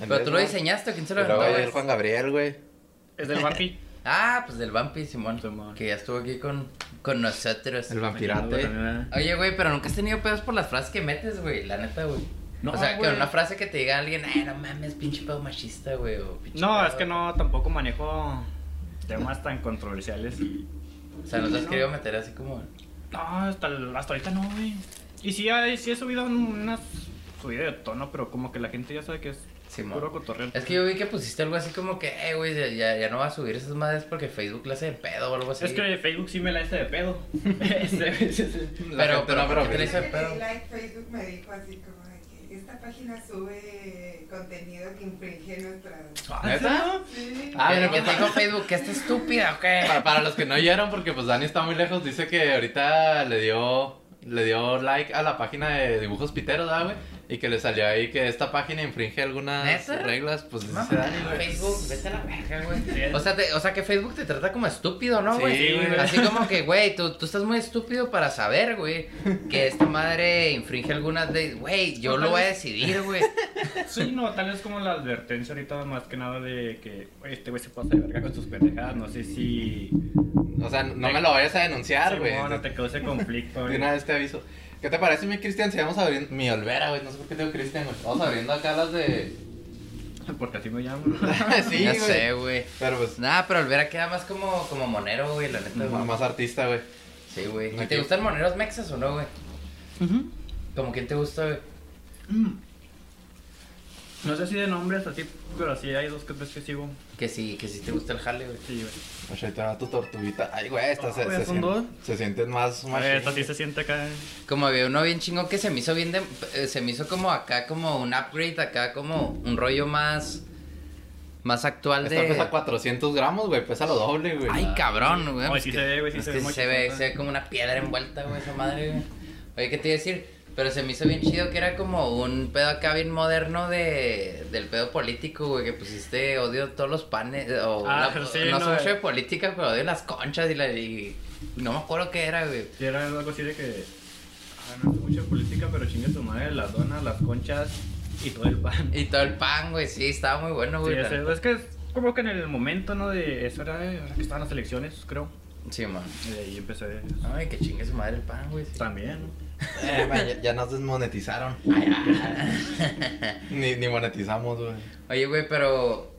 [SPEAKER 5] Pero tú lo
[SPEAKER 1] Lesmar.
[SPEAKER 5] diseñaste, ¿quién se lo
[SPEAKER 1] Pero,
[SPEAKER 5] aventó,
[SPEAKER 1] güey, el
[SPEAKER 5] güey?
[SPEAKER 1] Juan Gabriel, güey.
[SPEAKER 6] Es del Bumpy.
[SPEAKER 5] Ah, pues del Vampi, Simón.
[SPEAKER 6] Simón.
[SPEAKER 5] Que ya estuvo aquí con, con nosotros.
[SPEAKER 7] El vampirate.
[SPEAKER 5] Oye, güey, pero nunca has tenido pedos por las frases que metes, güey. La neta, güey.
[SPEAKER 6] No,
[SPEAKER 5] o sea, que
[SPEAKER 6] güey.
[SPEAKER 5] una frase que te diga alguien, ay, no mames, pinche pedo machista, güey. o pinche
[SPEAKER 6] No,
[SPEAKER 5] pedo".
[SPEAKER 6] es que no, tampoco manejo temas tan controversiales.
[SPEAKER 5] O sea, no te has querido meter así como.
[SPEAKER 6] No, hasta, el- hasta ahorita no, güey. Y sí, hay- sí he subido un- unas subidas de tono, pero como que la gente ya sabe que es
[SPEAKER 5] Simón.
[SPEAKER 6] puro cotorreo.
[SPEAKER 5] Es que yo vi que pusiste algo así como que, eh, güey, ya, ya, ya no va a subir esas madres porque Facebook la hace de pedo o algo así.
[SPEAKER 6] Es que Facebook sí me la hace de pedo. Este, Ese- ese- ese.
[SPEAKER 1] La
[SPEAKER 5] Pero,
[SPEAKER 1] gente
[SPEAKER 5] pero,
[SPEAKER 1] no
[SPEAKER 5] pero, ¿qué
[SPEAKER 1] aprovecha.
[SPEAKER 5] te dice
[SPEAKER 8] Ese
[SPEAKER 5] el pedo?
[SPEAKER 8] like Facebook me dijo así como de que esta página sube contenido que infringe nuestras...
[SPEAKER 6] Ah,
[SPEAKER 1] ¿Neta?
[SPEAKER 8] Sí.
[SPEAKER 1] Ah,
[SPEAKER 5] ¿Qué-
[SPEAKER 1] mira,
[SPEAKER 5] qué
[SPEAKER 1] pues,
[SPEAKER 5] te dijo Facebook? ¿Que está estúpida o qué?
[SPEAKER 1] Para, para los que no oyeron, porque pues Dani está muy lejos, dice que ahorita le dio le dio like a la página de dibujos piteros, ¿verdad, güey? Y que le salió ahí que esta página infringe algunas
[SPEAKER 5] ¿Neta?
[SPEAKER 1] reglas, pues dice
[SPEAKER 5] Mamá,
[SPEAKER 1] Dani, güey.
[SPEAKER 5] Facebook, vete a la verga, güey. O sea, te- o sea, que Facebook te trata como estúpido, ¿no,
[SPEAKER 1] Sí,
[SPEAKER 5] güey?
[SPEAKER 1] güey.
[SPEAKER 5] Así como que, güey, tú, tú estás muy estúpido para saber, güey, que esta madre infringe algunas de... Güey, yo lo voy a decidir, güey.
[SPEAKER 6] Sí, no, tal vez como la advertencia ahorita más que nada de que "Oye, este güey se pasa de verga con sus pendejadas, no sé si...
[SPEAKER 1] O sea, no me lo vayas a denunciar, güey.
[SPEAKER 6] Simón, no te cause conflicto,
[SPEAKER 1] De
[SPEAKER 6] güey.
[SPEAKER 1] una vez te aviso. ¿Qué te parece, mi Cristian? Si vamos abriendo. Mi Olvera, güey. No sé por qué tengo Cristian, güey. Vamos abriendo acá las de.
[SPEAKER 6] Porque así me llamo.
[SPEAKER 1] sí,
[SPEAKER 5] ya
[SPEAKER 1] güey.
[SPEAKER 5] sé, güey.
[SPEAKER 1] Pero pues,
[SPEAKER 5] Nada, pero Olvera queda más como, como monero, güey, la neta, güey.
[SPEAKER 1] más artista, güey.
[SPEAKER 5] Sí, güey. ¿Y
[SPEAKER 1] Aquí.
[SPEAKER 5] te gustan moneros mexas o no, güey? ¿Como quién te gusta, güey?
[SPEAKER 6] No sé si de nombres así, pero sí hay dos que tres que sigo.
[SPEAKER 5] Que sí, que sí te gusta el jale, güey.
[SPEAKER 6] Sí, güey.
[SPEAKER 1] O sea, Pues, ahí te va tu tortuguita. Ay, güey, estas
[SPEAKER 6] Ah,
[SPEAKER 1] se,
[SPEAKER 6] güey,
[SPEAKER 1] se,
[SPEAKER 6] son dos.
[SPEAKER 1] sienten, se sienten más.
[SPEAKER 6] A
[SPEAKER 1] más
[SPEAKER 6] ver, esta Eh, sí se siente acá. eh.
[SPEAKER 5] Como había uno bien chingón que se me hizo bien de, eh, se me hizo como acá como un upgrade, acá como un rollo más más actual
[SPEAKER 1] Esta pesa
[SPEAKER 5] de
[SPEAKER 1] 400 gramos, güey. Pesa lo doble, güey.
[SPEAKER 5] Ay, cabrón, güey.
[SPEAKER 6] No,
[SPEAKER 5] pues
[SPEAKER 6] sí
[SPEAKER 5] que-
[SPEAKER 6] se ve, güey, sí
[SPEAKER 5] es
[SPEAKER 6] se
[SPEAKER 5] que
[SPEAKER 6] ve muy
[SPEAKER 5] se ve,
[SPEAKER 6] chingón.
[SPEAKER 5] se ve como una piedra envuelta, güey, esa madre, güey. Oye, ¿qué te iba a decir? Pero se me hizo bien chido que era como un pedo acá bien moderno de, del pedo político, güey, que pusiste odio todos los panes, o
[SPEAKER 6] Ah,
[SPEAKER 5] la-
[SPEAKER 6] sí,
[SPEAKER 5] no,
[SPEAKER 6] no,
[SPEAKER 5] sé mucho
[SPEAKER 6] eh.
[SPEAKER 5] de política, pero odio las conchas y la... y- no me acuerdo qué era, güey.
[SPEAKER 6] Sí, era algo así de que... Ah, no sé mucho de política, pero chingue tu madre, las donas, las conchas y todo el pan.
[SPEAKER 5] Y todo el pan, güey, sí, estaba muy bueno,
[SPEAKER 6] Sí,
[SPEAKER 5] güey. la
[SPEAKER 6] ese-
[SPEAKER 5] neta.
[SPEAKER 6] es que es como que en el momento, ¿no? De eso era, eh, ahora que estaban las elecciones, creo.
[SPEAKER 5] Sí, man.
[SPEAKER 6] Y de ahí empecé ah,
[SPEAKER 5] Ay, que chingue su madre el pan, güey. sí.
[SPEAKER 6] también, ¿no?
[SPEAKER 1] Eh, güey, ya, ya nos desmonetizaron. ni, ni monetizamos, güey.
[SPEAKER 5] Oye, güey, pero.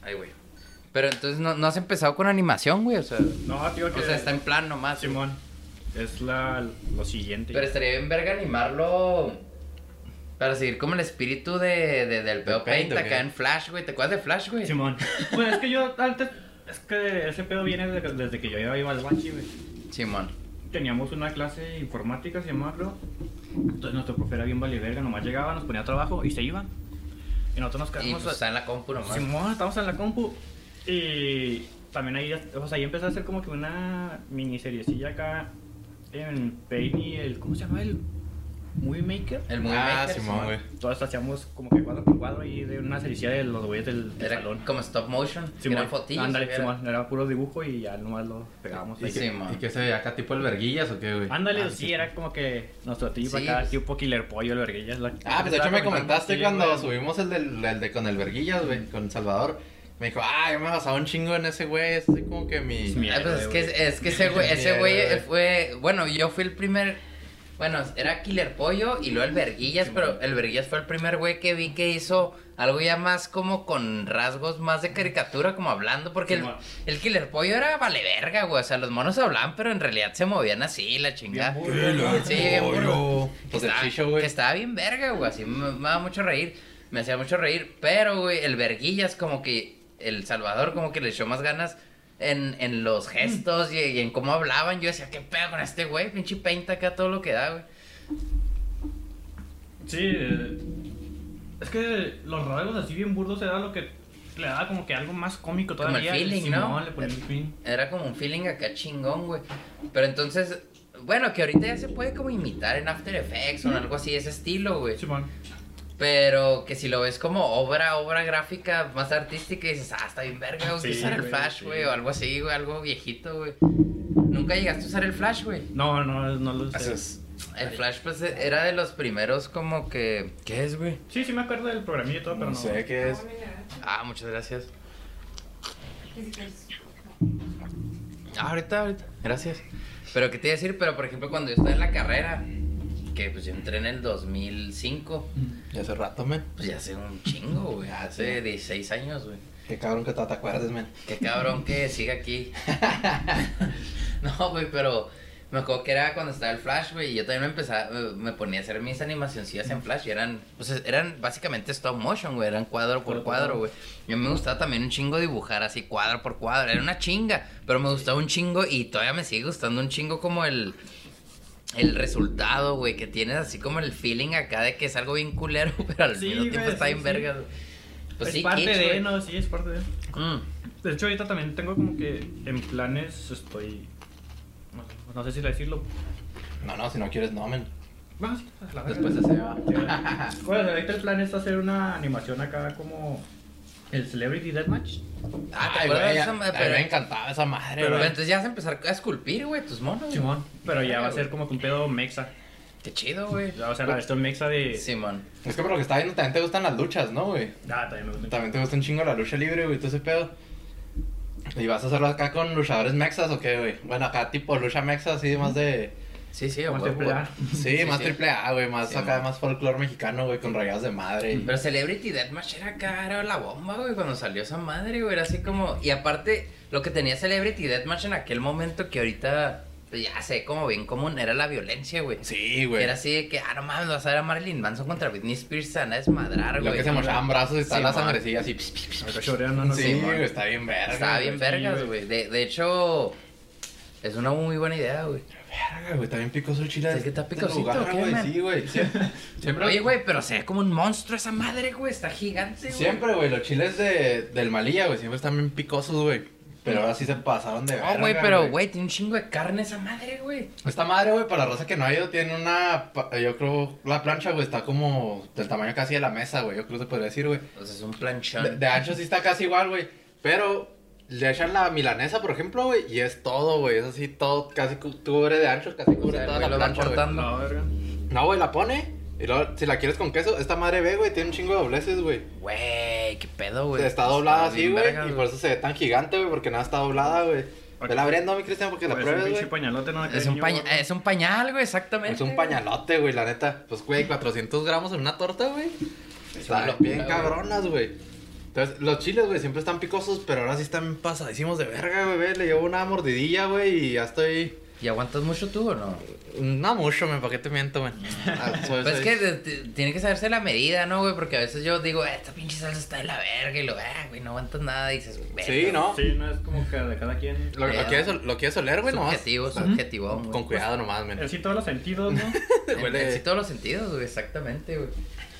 [SPEAKER 5] Ay, güey. Pero entonces no, no has empezado con animación, güey. O sea, o
[SPEAKER 6] No, tío, que...
[SPEAKER 5] sea está en plan nomás. güey.
[SPEAKER 6] Simón. Es la, lo siguiente.
[SPEAKER 5] Pero estaría bien verga animarlo. Para seguir como el espíritu de, de- del peo
[SPEAKER 1] Paint,
[SPEAKER 5] paint
[SPEAKER 1] ¿o qué?
[SPEAKER 5] acá en Flash, güey. ¿Te acuerdas de Flash, güey?
[SPEAKER 6] Simón. Pues es que yo antes. Es que ese pedo viene desde, desde que yo ya iba al guachi, güey.
[SPEAKER 5] Simón.
[SPEAKER 6] Teníamos una clase de informática, se llamaba, creo. Entonces nuestro profe era bien valiverga, nomás llegaba, nos ponía trabajo y se iba. Y nosotros nos
[SPEAKER 5] Y
[SPEAKER 6] quedamos.
[SPEAKER 5] pues está en la compu nomás.
[SPEAKER 6] Simón, estamos en la compu. Y también ahí, o sea, ahí empecé a hacer como que una miniseriecilla acá en Paint y el. ¿Cómo se llama? El Movie Maker.
[SPEAKER 5] El movie
[SPEAKER 1] ah,
[SPEAKER 5] maker,
[SPEAKER 1] Simón, güey.
[SPEAKER 6] Todas hacíamos como que cuadro por cuadro ahí de una sericilla de los güeyes del, del
[SPEAKER 5] Era
[SPEAKER 6] salón.
[SPEAKER 5] como stop motion. que
[SPEAKER 6] Simón,
[SPEAKER 5] eran fotillas.
[SPEAKER 6] Ándale,
[SPEAKER 5] güey, era-
[SPEAKER 6] Simón, era puro dibujo y ya nomás lo pegábamos.
[SPEAKER 1] ¿Y,
[SPEAKER 6] ahí.
[SPEAKER 5] Sí,
[SPEAKER 1] que,
[SPEAKER 5] man.
[SPEAKER 1] ¿Y qué se ve acá? ¿Tipo el verguillas o qué, güey?
[SPEAKER 6] Ándale,
[SPEAKER 5] Ah,
[SPEAKER 6] sí,
[SPEAKER 5] sí.
[SPEAKER 6] era como que nuestro tipo
[SPEAKER 5] Sí,
[SPEAKER 6] acá,
[SPEAKER 5] pues.
[SPEAKER 6] tipo Killer Pollo, el verguillas. la-
[SPEAKER 1] Ah, pues de hecho
[SPEAKER 6] estaba
[SPEAKER 1] me comentaste
[SPEAKER 6] sí,
[SPEAKER 1] cuando
[SPEAKER 6] güey.
[SPEAKER 1] subimos el, del, el de con el verguillas, güey, con Salvador. Me dijo, ah, yo me basaba un chingo en ese güey, es así como que mi...
[SPEAKER 6] Es mi-
[SPEAKER 5] Ah, pues es que, es que ese güey, ese
[SPEAKER 1] Mierda,
[SPEAKER 5] güey
[SPEAKER 1] güey.
[SPEAKER 5] eh, fue, bueno, yo fui el primer, bueno, era Killer Pollo y luego el Verguillas, pero el Verguillas fue el primer güey que vi que hizo algo ya más como con rasgos más de caricatura, como hablando, porque el,
[SPEAKER 6] Simón.
[SPEAKER 5] el Killer Pollo era vale verga, güey, o sea, los monos hablaban, pero en realidad se movían así, la chingada. Sí, bien burro. Que
[SPEAKER 1] Pues el
[SPEAKER 5] estaba-
[SPEAKER 1] chicho, güey.
[SPEAKER 5] que estaba bien verga, güey, así me, me daba mucho reír, me hacía mucho reír, pero, güey, el Verguillas como que, el Salvador como que le echó más ganas en, en los gestos y, y en cómo hablaban. Yo decía, ¿qué pedo con este güey? Pinche peinta acá todo lo que da, güey.
[SPEAKER 6] Sí, eh, es que los rasgos así bien burdos era lo que le daba como que algo más cómico
[SPEAKER 5] Como el
[SPEAKER 6] todavía.
[SPEAKER 5] feeling,
[SPEAKER 6] Simón,
[SPEAKER 5] ¿no?
[SPEAKER 6] le ponía el feeling.
[SPEAKER 5] Era como un feeling acá chingón, güey. Pero entonces, bueno, que ahorita ya se puede como imitar en After Effects o en algo así, de ese estilo, güey.
[SPEAKER 6] Simón.
[SPEAKER 5] Pero que si lo ves como obra, obra gráfica más artística, y dices, ah, está bien verga, güey, que
[SPEAKER 6] Sí,
[SPEAKER 5] usar el
[SPEAKER 6] güey,
[SPEAKER 5] flash,
[SPEAKER 6] sí.
[SPEAKER 5] güey, o algo así, güey, algo viejito, güey. Nunca llegaste a usar el flash, güey.
[SPEAKER 6] No, no, no lo
[SPEAKER 1] Eso
[SPEAKER 6] sé.
[SPEAKER 1] Pues, es-
[SPEAKER 5] El flash, pues, era de los primeros como que... ¿Qué es, güey?
[SPEAKER 6] Sí, sí me acuerdo del programilla y todo, pero
[SPEAKER 1] No
[SPEAKER 6] no.
[SPEAKER 1] sé qué es.
[SPEAKER 5] Ah, muchas gracias. Ah, ahorita, ahorita. Gracias. Pero, ¿qué te iba a decir? Pero, por ejemplo, cuando yo estaba en la carrera, que pues yo entré en el 2005,
[SPEAKER 1] Ya hace rato, men.
[SPEAKER 5] pues ya hace un chingo, güey. Hace 16 años, güey.
[SPEAKER 1] Qué cabrón que te te acuerdes, men.
[SPEAKER 5] Qué cabrón que siga aquí. no, güey, pero me acuerdo que era cuando estaba el Flash, güey, y yo también me empezaba, me- me ponía a hacer mis animacioncillas en Flash y eran, pues eran básicamente stop motion, güey, eran cuadro por cuadro, güey. Y a mí me gustaba también un chingo dibujar así cuadro por cuadro, era una chinga, pero me gustaba un chingo y todavía me sigue gustando un chingo como el el resultado, güey, que tienes así como el feeling acá de que es algo bien culero, pero al
[SPEAKER 6] Sí,
[SPEAKER 5] mismo tiempo
[SPEAKER 6] güey,
[SPEAKER 5] está
[SPEAKER 6] sí,
[SPEAKER 5] bien
[SPEAKER 6] sí.
[SPEAKER 5] verga. güey. Pues
[SPEAKER 6] es
[SPEAKER 5] sí,
[SPEAKER 6] parte
[SPEAKER 5] kitsch,
[SPEAKER 6] de,
[SPEAKER 5] güey.
[SPEAKER 6] no, sí, es parte de.
[SPEAKER 5] Mm.
[SPEAKER 6] De hecho, ahorita también tengo como que en planes estoy. No, sé- no sé si decirlo.
[SPEAKER 1] No, no, si no quieres, no, men.
[SPEAKER 6] Vamos, a la verga.
[SPEAKER 1] Después se va.
[SPEAKER 6] Bueno, ahorita el plan es hacer una animación acá como el Celebrity Deathmatch.
[SPEAKER 5] Ah, ¿te
[SPEAKER 1] Ay,
[SPEAKER 5] acuerdas
[SPEAKER 1] güey,
[SPEAKER 5] de
[SPEAKER 1] a-
[SPEAKER 5] esa
[SPEAKER 1] a mí
[SPEAKER 5] madre?
[SPEAKER 1] me
[SPEAKER 5] Pero,
[SPEAKER 1] encantaba esa madre,
[SPEAKER 5] pero
[SPEAKER 1] güey.
[SPEAKER 5] entonces ya vas a empezar a esculpir, güey, tus monos. güey.
[SPEAKER 6] Simón. Pero ya va a ser como que un pedo mexa.
[SPEAKER 5] Qué chido, güey.
[SPEAKER 6] O sea, la versión mexa de.
[SPEAKER 5] Simón.
[SPEAKER 1] Es que por lo que está viendo también te gustan las luchas, ¿no, güey?
[SPEAKER 6] Ah, también me gusta.
[SPEAKER 1] También te gusta un chingo la lucha libre, güey, todo ese pedo. ¿Y vas a hacerlo acá con luchadores mexas o qué, güey? Bueno, acá tipo lucha mexa, así más de...
[SPEAKER 5] Sí, sí,
[SPEAKER 6] Más
[SPEAKER 5] güey,
[SPEAKER 6] triple
[SPEAKER 5] güey.
[SPEAKER 6] A.
[SPEAKER 1] Sí,
[SPEAKER 5] Sí,
[SPEAKER 1] más
[SPEAKER 5] sí.
[SPEAKER 1] triple A, güey, más
[SPEAKER 5] Sí,
[SPEAKER 1] acá,
[SPEAKER 5] man.
[SPEAKER 1] más folclore mexicano, güey, con rayados de madre.
[SPEAKER 5] Pero Celebrity Deathmatch era acá, era la bomba, güey, cuando salió esa madre, güey. Era así como. Y aparte, lo que tenía Celebrity Deathmatch en aquel momento que ahorita. pues, ya sé, como bien común, era la violencia, güey.
[SPEAKER 1] Sí, güey.
[SPEAKER 5] Era así de que, ah, no mames, vas a ver a Marilyn Manson contra Britney Spears, se van a desmadrar, güey.
[SPEAKER 1] Lo que se mochaban brazos y tal,
[SPEAKER 5] Sí,
[SPEAKER 1] la
[SPEAKER 5] man.
[SPEAKER 1] sangrecilla así. pss, pss, pss.
[SPEAKER 6] Acá choreando, no
[SPEAKER 1] Sí,
[SPEAKER 6] sé.
[SPEAKER 1] güey, está bien verga.
[SPEAKER 5] Estaba bien
[SPEAKER 1] güey.
[SPEAKER 5] vergas, güey. De, de hecho, es una muy buena idea, güey.
[SPEAKER 1] Verga, güey, está bien picoso el chile.
[SPEAKER 5] ¿Es que está
[SPEAKER 1] del
[SPEAKER 5] picosito
[SPEAKER 1] lugar,
[SPEAKER 5] o qué,
[SPEAKER 1] güey,
[SPEAKER 5] man?
[SPEAKER 1] Sí, güey. Sie- Siempre,
[SPEAKER 5] Oye, güey, pero se ve como un monstruo esa madre, güey. Está gigante, güey.
[SPEAKER 1] siempre, güey, los chiles de, del Malilla, güey, siempre están bien picosos, güey. Pero ahora sí se pasaron de verga.
[SPEAKER 5] No, güey, pero, güey, tiene un chingo de carne esa madre, güey.
[SPEAKER 1] Esta madre, güey, para la raza que no ha ido, tiene una. pa- Yo creo, la plancha, güey, está como del tamaño casi de la mesa, güey. Yo creo que se podría decir, güey.
[SPEAKER 5] O sea, Pues es un
[SPEAKER 1] De,
[SPEAKER 5] planchón.
[SPEAKER 1] de ancho sí está casi igual, güey. Pero le echan la milanesa, por ejemplo, güey, y es todo, güey. Es así, todo, casi cu- cubre de ancho, casi
[SPEAKER 5] O
[SPEAKER 1] cubre
[SPEAKER 5] sea, el
[SPEAKER 1] toda
[SPEAKER 5] güey
[SPEAKER 1] la
[SPEAKER 5] lo va
[SPEAKER 1] plancha, güey.
[SPEAKER 5] cortando.
[SPEAKER 6] No, verga.
[SPEAKER 1] No, güey, la pone. Y luego, si la quieres con queso, esta madre ve, güey, tiene un chingo de dobleces, güey.
[SPEAKER 5] Güey, qué pedo,
[SPEAKER 1] O
[SPEAKER 5] güey.
[SPEAKER 1] sea, Pues, está doblada así,
[SPEAKER 5] bien
[SPEAKER 1] güey,
[SPEAKER 5] vergas,
[SPEAKER 1] y por eso se ve tan gigante, güey, porque nada está doblada, güey.
[SPEAKER 6] Ok.
[SPEAKER 1] Vela abriendo, mi Cristian, porque la
[SPEAKER 6] Pues, un
[SPEAKER 1] pruebes,
[SPEAKER 6] pinche
[SPEAKER 1] güey.
[SPEAKER 6] pañalote, ¿no? Acá
[SPEAKER 5] Es
[SPEAKER 6] de
[SPEAKER 5] un,
[SPEAKER 6] niño,
[SPEAKER 5] paña-
[SPEAKER 6] güey.
[SPEAKER 5] es un pañal, güey, exactamente.
[SPEAKER 1] Es un
[SPEAKER 5] güey.
[SPEAKER 1] pañalote, güey, la neta. Pues, güey, 400 gramos en una torta, güey.
[SPEAKER 5] una
[SPEAKER 1] Están
[SPEAKER 5] locura,
[SPEAKER 1] bien
[SPEAKER 5] güey.
[SPEAKER 1] cabronas, güey. Entonces, los chiles, güey, siempre están picosos, pero ahora sí están pasadísimos de verga, güey. ve, Le llevo una mordidilla, güey, y ya estoy...
[SPEAKER 5] ¿Y aguantas mucho tú o no?
[SPEAKER 1] No mucho, men, ¿para qué te miento, men? Ah, soy-
[SPEAKER 5] Pues es
[SPEAKER 1] soy-
[SPEAKER 5] que de- te- tiene que saberse la medida, ¿no, güey? Porque a veces yo digo, "Ah, esta pinche salsa está de la verga, y lo, ah, güey, no aguantas nada, y dices, "Verga,
[SPEAKER 1] Sí, ¿no?
[SPEAKER 6] Sí, no es como que de cada quien.
[SPEAKER 1] Lo, lo quieres, lo quieres oler, güey, nomás.
[SPEAKER 5] Subjetivo, subjetivo.
[SPEAKER 1] Con, con
[SPEAKER 5] güey.
[SPEAKER 1] cuidado nomás, men.
[SPEAKER 6] En sí, todos los sentidos, ¿no?
[SPEAKER 5] En-
[SPEAKER 1] Huele-
[SPEAKER 5] en sí todos los sentidos, güey, exactamente, güey.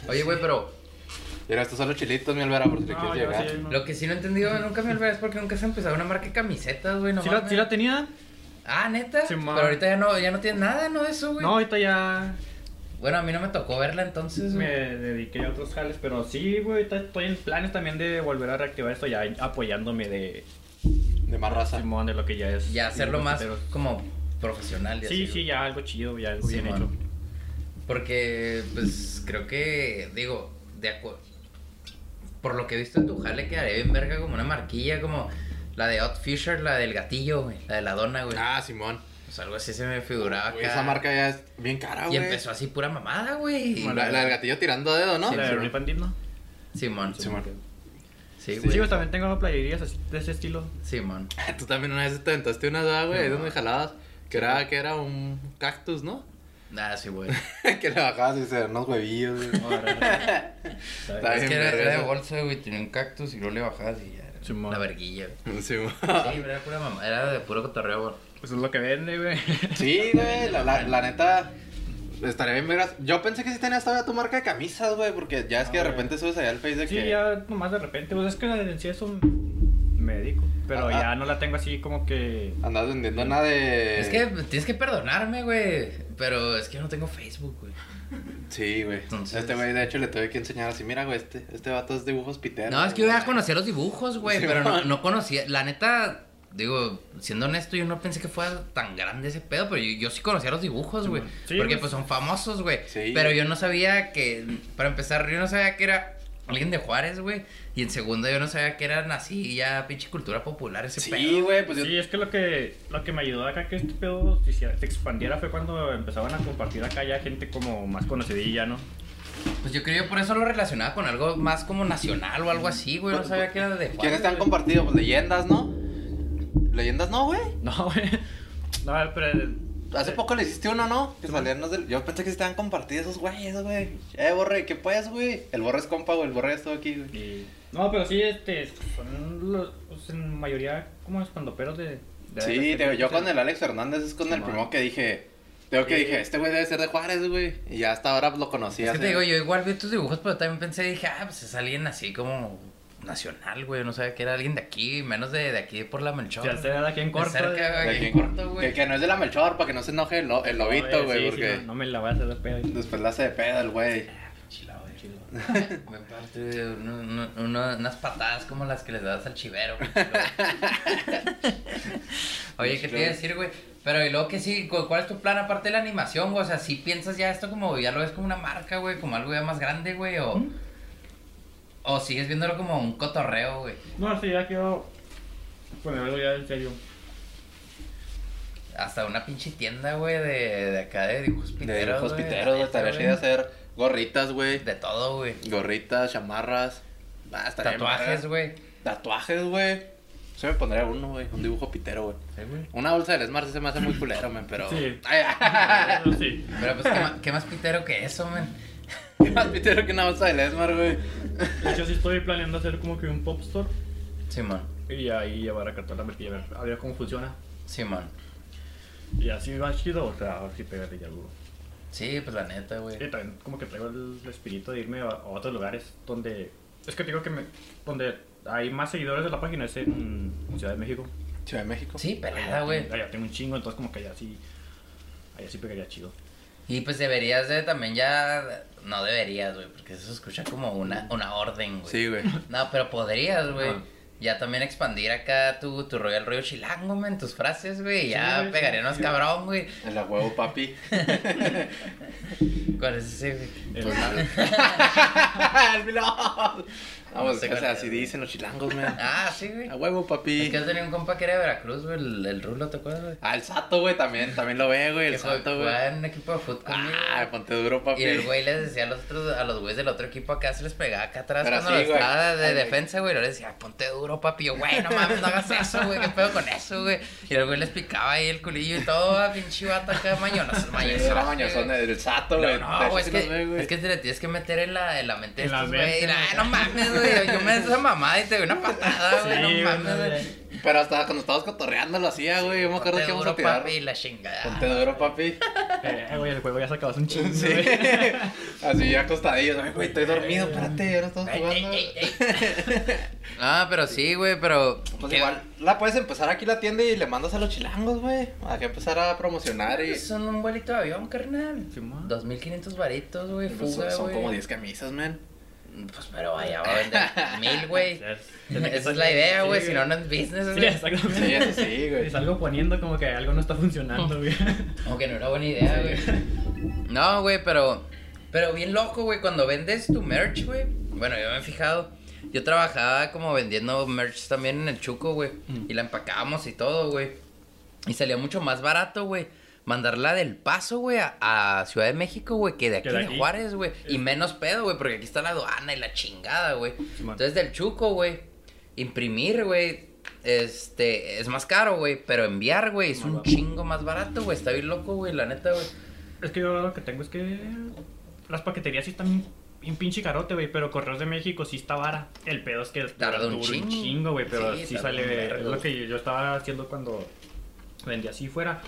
[SPEAKER 5] Oye, güey, pero
[SPEAKER 1] Mira, estos son los chilitos, mi Alvera, por si le
[SPEAKER 6] No,
[SPEAKER 1] quieres
[SPEAKER 6] yo
[SPEAKER 1] llegar.
[SPEAKER 6] sí, no.
[SPEAKER 5] lo que sí no he entendido nunca me olvidé es porque nunca se ha empezado una marca de camisetas, güey, no
[SPEAKER 6] Sí la,
[SPEAKER 5] mames.
[SPEAKER 6] sí la tenía.
[SPEAKER 5] Ah, neta.
[SPEAKER 6] Sí, ma.
[SPEAKER 5] pero ahorita ya no, ya no tiene nada, ¿no? de Eso, güey.
[SPEAKER 6] No, ahorita ya
[SPEAKER 5] Bueno, a mí no me tocó verla entonces,
[SPEAKER 6] me
[SPEAKER 5] güey.
[SPEAKER 6] dediqué a otros jales, pero sí, güey, ahorita estoy en planes también de volver a reactivar esto ya apoyándome de
[SPEAKER 1] De más raza.
[SPEAKER 6] Simón, de lo que ya es.
[SPEAKER 5] Ah. Ya hacerlo más
[SPEAKER 6] Pero-
[SPEAKER 5] como profesional. y así,
[SPEAKER 6] Sí, sí,
[SPEAKER 5] güey.
[SPEAKER 6] ya algo chido, ya algo
[SPEAKER 5] Sí,
[SPEAKER 6] bien
[SPEAKER 5] mano.
[SPEAKER 6] hecho.
[SPEAKER 5] Porque, pues, creo que, digo, de acuerdo. Por lo que he visto en tu jale, quedaría bien verga como una marquilla, como la de Odd Fisher, la del gatillo, güey. La de la dona, güey.
[SPEAKER 1] Ah, Simón.
[SPEAKER 5] O sea, algo así se me figuraba
[SPEAKER 1] Güey,
[SPEAKER 5] acá.
[SPEAKER 1] esa marca ya es bien cara,
[SPEAKER 5] Y
[SPEAKER 1] güey.
[SPEAKER 5] empezó así pura mamada, güey.
[SPEAKER 1] La, la del gatillo tirando dedo, ¿no?
[SPEAKER 5] Sí,
[SPEAKER 6] La de
[SPEAKER 5] Simón.
[SPEAKER 6] Rip and Dip, ¿no?
[SPEAKER 5] Simón.
[SPEAKER 1] Simón.
[SPEAKER 5] Sí,
[SPEAKER 6] Sí,
[SPEAKER 5] güey.
[SPEAKER 6] yo también tengo playerías así, de ese estilo.
[SPEAKER 5] Simón.
[SPEAKER 1] Tú también una vez te aventaste una edad, güey, ahí
[SPEAKER 5] No.
[SPEAKER 1] donde jalabas. Que era, que era un cactus, ¿no?
[SPEAKER 5] Nada, sí, güey.
[SPEAKER 1] que le bajabas y se daban unos huevillos, güey. Está
[SPEAKER 5] Es
[SPEAKER 1] bien,
[SPEAKER 5] que era,
[SPEAKER 1] verga
[SPEAKER 5] era de
[SPEAKER 1] eso.
[SPEAKER 5] bolsa, güey, tenía un cactus y luego le bajabas y ya. era
[SPEAKER 6] Simón.
[SPEAKER 5] La verguilla, güey.
[SPEAKER 1] Simón.
[SPEAKER 5] Sí, era pura mamá, era de puro cotorreo, güey.
[SPEAKER 6] Pues es lo que vende, güey.
[SPEAKER 1] Sí, güey, la, la, la neta. Estaría bien, vergas. Yo pensé que sí tenías todavía tu marca de camisas, güey, porque ya es que de
[SPEAKER 5] Ah,
[SPEAKER 6] güey.
[SPEAKER 1] repente subes allá al Face de que.
[SPEAKER 6] Sí, ya nomás de repente, pues es que en sí eso me dedico. Pero
[SPEAKER 1] Ah,
[SPEAKER 6] ya no la tengo así como que.
[SPEAKER 1] Andas vendiendo nada de.
[SPEAKER 5] Es que tienes que perdonarme, güey. Pero es que yo no tengo Facebook, güey.
[SPEAKER 1] Sí, güey.
[SPEAKER 5] Entonces-
[SPEAKER 1] Este güey, de hecho, le tuve que enseñar así, mira, güey, este, este vato es dibujos piteros.
[SPEAKER 5] No, es que yo ya conocía los dibujos, güey.
[SPEAKER 1] Sí,
[SPEAKER 5] pero no,
[SPEAKER 1] man.
[SPEAKER 5] no conocía. La neta, digo, siendo honesto, yo no pensé que fuera tan grande ese pedo. Pero yo, yo sí conocía los dibujos, güey.
[SPEAKER 6] Sí,
[SPEAKER 5] porque pues
[SPEAKER 6] pues.
[SPEAKER 5] son famosos, güey.
[SPEAKER 1] Sí.
[SPEAKER 5] Pero yo no sabía que. Para empezar, yo no sabía que era alguien de Juárez, güey. Y en segunda yo no sabía que eran así, ya pinche cultura popular ese
[SPEAKER 1] Sí,
[SPEAKER 5] pedo.
[SPEAKER 1] güey, pues yo.
[SPEAKER 6] Sí, es que lo que lo que me ayudó acá que este pedo se hiciera- se expandiera fue cuando empezaban a compartir acá ya gente como más conocidilla, ¿no?
[SPEAKER 5] Pues yo creo que por eso lo relacionaba con algo más como nacional o algo así, güey.
[SPEAKER 1] Pues,
[SPEAKER 5] No sabía que era de Juárez.
[SPEAKER 1] ¿Quiénes te han
[SPEAKER 5] güey.
[SPEAKER 1] compartido? Pues leyendas, ¿no? Leyendas no, güey.
[SPEAKER 6] No, güey. No, pero
[SPEAKER 1] Hace poco le hiciste uno, ¿no? Que salían los del... Yo pensé que se te habían compartido esos güeyes, güey. Eh, borre, ¿qué puedes, güey? El borre es compa, güey. El borre estuvo aquí, güey.
[SPEAKER 6] Y- No, pero sí, este, son los, pues, en mayoría como espandoperos de... de
[SPEAKER 1] Sí,
[SPEAKER 6] de-
[SPEAKER 1] te- yo
[SPEAKER 6] de-
[SPEAKER 1] con el Alex Fernández es con el
[SPEAKER 6] Simón.
[SPEAKER 1] primero que dije. Tengo que
[SPEAKER 6] Sí.
[SPEAKER 1] dije, este güey debe ser de Juárez, güey. Y ya hasta ahora lo conocí
[SPEAKER 5] Es que
[SPEAKER 1] así.
[SPEAKER 5] te digo, yo igual vi tus dibujos, pero también pensé, dije, ah, pues es alguien así como nacional, güey. No sabía que era alguien de aquí, menos de, de aquí por la Melchor.
[SPEAKER 6] Ya sea de aquí en corto.
[SPEAKER 5] cerca, güey.
[SPEAKER 6] de-
[SPEAKER 1] De
[SPEAKER 5] Ay,
[SPEAKER 1] que,
[SPEAKER 5] corto, güey.
[SPEAKER 1] que- que no es de la Melchor, para que no se enoje el, lo- el
[SPEAKER 6] No,
[SPEAKER 1] lobito, güey.
[SPEAKER 6] sí, sí,
[SPEAKER 1] porque
[SPEAKER 6] no, no me la vas a hacer de pedo.
[SPEAKER 1] después la hace de pedo el güey.
[SPEAKER 6] Chilado, chilado.
[SPEAKER 5] Me parte de uno- uno- uno- unas patadas como las que les das al chivero. güey, luego. Oye, ¿qué te iba a decir, güey? Pero y luego que sí, cu- ¿cuál es tu plan aparte de la animación, güey? O sea, si piensas ya esto como, ya lo ves como una marca, güey, como algo ya más grande, güey, o...
[SPEAKER 6] ¿Mm?
[SPEAKER 5] O sigues viéndolo como un cotorreo, güey.
[SPEAKER 6] No, sí, ya quiero poner algo ya en serio.
[SPEAKER 5] Hasta una pinche tienda, güey, de, de acá de dibujos
[SPEAKER 1] De
[SPEAKER 5] piteros.
[SPEAKER 1] los
[SPEAKER 5] güey,
[SPEAKER 1] piteros, güey.
[SPEAKER 5] neta,
[SPEAKER 1] Estaría
[SPEAKER 5] güey.
[SPEAKER 1] chido hacer gorritas, güey.
[SPEAKER 5] De todo, güey.
[SPEAKER 1] Gorritas, chamarras. Ah, estaría bien
[SPEAKER 5] Tatuajes,
[SPEAKER 1] verga.
[SPEAKER 5] güey.
[SPEAKER 1] Tatuajes, güey. Se me pondría uno, güey. Un dibujo pitero, güey.
[SPEAKER 5] Sí, güey.
[SPEAKER 1] Una bolsa del Smart sí se me hace muy culero, men, pero.
[SPEAKER 6] Sí.
[SPEAKER 1] Ay, ay,
[SPEAKER 6] Eso sí.
[SPEAKER 5] Pero pues, ¿qué, ma- ¿qué más pitero que eso, men?
[SPEAKER 1] ¿Qué más pitero que una bolsa del Smart, güey?
[SPEAKER 6] De hecho, sí estoy planeando hacer como que un pop store
[SPEAKER 5] Simón,
[SPEAKER 6] y ahí llevar acá toda la merquilla, a ver, a ver cómo funciona.
[SPEAKER 5] Simón.
[SPEAKER 6] Y así va chido, o sea, a ver si pegarle ya algo.
[SPEAKER 5] Sí, pues la neta, güey.
[SPEAKER 6] Y también como que traigo el espíritu de irme a, a otros lugares donde... Es que te digo que me, donde hay más seguidores de la página es en Ciudad de México.
[SPEAKER 1] Ciudad de México.
[SPEAKER 5] Sí, pelada, güey.
[SPEAKER 6] Allá tengo un chingo, entonces como que allá sí... Allá sí pegaría chido.
[SPEAKER 5] Y pues deberías de también ya. No deberías, güey, porque eso se escucha como una, una orden, güey.
[SPEAKER 1] Sí, güey.
[SPEAKER 5] No, pero podrías, güey.
[SPEAKER 6] Ajá.
[SPEAKER 5] Ya también expandir acá tu, tu rollo al rollo chilango, men, tus frases, güey. Ya
[SPEAKER 6] güey,
[SPEAKER 5] pegaría
[SPEAKER 6] sí,
[SPEAKER 5] más
[SPEAKER 6] sí.
[SPEAKER 5] cabrón, güey.
[SPEAKER 1] El la huevo, papi.
[SPEAKER 5] ¿Cuál es ese, güey?
[SPEAKER 6] El-
[SPEAKER 5] Pues nada.
[SPEAKER 1] el Vamos,
[SPEAKER 5] No
[SPEAKER 1] pues,
[SPEAKER 5] sé
[SPEAKER 1] o
[SPEAKER 5] cuál
[SPEAKER 1] sea,
[SPEAKER 5] es.
[SPEAKER 1] así dicen los chilangos, men.
[SPEAKER 5] Ah, sí, güey.
[SPEAKER 1] A huevo, papi.
[SPEAKER 5] Es que yo tenía un compa que era de Veracruz, güey, el, el Rulo, ¿te acuerdas, güey?
[SPEAKER 1] Ah, el Sato, güey, también. También lo ve, güey.
[SPEAKER 5] Que
[SPEAKER 1] El
[SPEAKER 5] fue-
[SPEAKER 1] Sato, güey.
[SPEAKER 5] jugaba en un equipo de fútbol. conmigo,
[SPEAKER 1] Ah,
[SPEAKER 5] güey.
[SPEAKER 1] ponte duro, papi.
[SPEAKER 5] Y el güey les decía a los otros, a los güeyes del otro equipo acá se les pegaba acá atrás
[SPEAKER 1] Pero
[SPEAKER 5] cuando
[SPEAKER 1] así,
[SPEAKER 5] lo
[SPEAKER 1] güey.
[SPEAKER 5] estaba de
[SPEAKER 1] Ay, güey.
[SPEAKER 5] defensa, güey. Y Yo les decía, ponte duro, papi. Y Yo, güey, no mames, no hagas eso, güey. ¿Qué pedo con eso, güey? Y el güey les picaba ahí el culillo y todo, ah, pinche vato acá, mañosos,
[SPEAKER 1] Sí,
[SPEAKER 5] mañosos.
[SPEAKER 1] Era
[SPEAKER 5] güey.
[SPEAKER 1] mañosón del Sato,
[SPEAKER 5] No,
[SPEAKER 1] güey. De
[SPEAKER 5] no,
[SPEAKER 1] hecho,
[SPEAKER 5] güey, es
[SPEAKER 1] sí los ve,
[SPEAKER 5] que,
[SPEAKER 1] güey.
[SPEAKER 5] es que te le tienes que meter en la, en la mente de
[SPEAKER 6] En la
[SPEAKER 5] estos, güey.
[SPEAKER 6] mente,
[SPEAKER 5] Y, "Ah,
[SPEAKER 6] güey.
[SPEAKER 5] No mames, güey. Yo me des esa mamada y te doy una patada, güey.
[SPEAKER 6] güey,
[SPEAKER 5] no mames,
[SPEAKER 6] no,
[SPEAKER 5] güey.
[SPEAKER 1] Pero hasta cuando estábamos cotorreando lo hacía, güey. Yo me acuerdo
[SPEAKER 5] Ponte
[SPEAKER 1] que íbamos a
[SPEAKER 5] duro,
[SPEAKER 1] tirar.
[SPEAKER 5] papi, y la chingada.
[SPEAKER 1] Ponte duro, papi.
[SPEAKER 6] Eh, güey, el juego ya se acabó hace un chingo,
[SPEAKER 1] Sí.
[SPEAKER 6] güey.
[SPEAKER 1] Así ya acostadillos. Ay, güey, estoy dormido, espérate. Ahora estamos
[SPEAKER 5] Eh, Ey, ey,
[SPEAKER 1] jugando.
[SPEAKER 5] ey, ey. Ah, pero sí, güey, pero.
[SPEAKER 1] Pues
[SPEAKER 5] ¿qué-
[SPEAKER 1] igual, la puedes empezar aquí la tienda y le mandas a los chilangos, güey. Hay que empezar a promocionar y.
[SPEAKER 5] Son un vuelito de avión, carnal.
[SPEAKER 6] Simón.
[SPEAKER 5] 2500 varitos, güey,
[SPEAKER 1] Pues,
[SPEAKER 5] fuga,
[SPEAKER 1] son, son
[SPEAKER 5] güey.
[SPEAKER 1] como 10 camisas, man.
[SPEAKER 5] Pues pero vaya, va a vender mil, güey. Esa es la
[SPEAKER 6] Sí,
[SPEAKER 5] idea, güey, si no, no
[SPEAKER 6] Sí,
[SPEAKER 5] es business, güey.
[SPEAKER 6] exactamente.
[SPEAKER 1] Sí, eso sí, güey.
[SPEAKER 6] Y salgo poniendo como que algo no está funcionando, güey.
[SPEAKER 5] Como que no era buena idea, güey. No, güey, pero. Pero bien loco, güey, cuando vendes tu merch, güey. Bueno, yo me he fijado. Yo trabajaba como vendiendo merch también en el Chuco, güey. Y la empacábamos y todo, güey. Y salía mucho más barato, güey. Mandarla del paso, güey, a, a Ciudad de México, güey, que de aquí
[SPEAKER 6] Que de
[SPEAKER 5] de
[SPEAKER 6] aquí.
[SPEAKER 5] Juárez, güey. Y menos pedo, güey, porque aquí está la aduana y la chingada, güey.
[SPEAKER 6] Simón.
[SPEAKER 5] Entonces del Chuco, güey. Imprimir, güey. Este, es más caro, güey. Pero enviar, güey, es
[SPEAKER 6] Más
[SPEAKER 5] un
[SPEAKER 6] barato.
[SPEAKER 5] chingo más barato, güey. Está bien loco, güey, la neta, güey.
[SPEAKER 6] Es que yo lo que tengo es que las paqueterías sí están bien pinche carote, güey, pero Correos de México sí está vara. El pedo es que
[SPEAKER 5] Tarda un
[SPEAKER 6] dura
[SPEAKER 5] chingo.
[SPEAKER 6] chingo, güey, pero
[SPEAKER 5] Sí,
[SPEAKER 6] sí,
[SPEAKER 5] tarda un
[SPEAKER 6] sale.
[SPEAKER 5] vergo.
[SPEAKER 6] Es lo que yo estaba haciendo cuando vendía así fuera.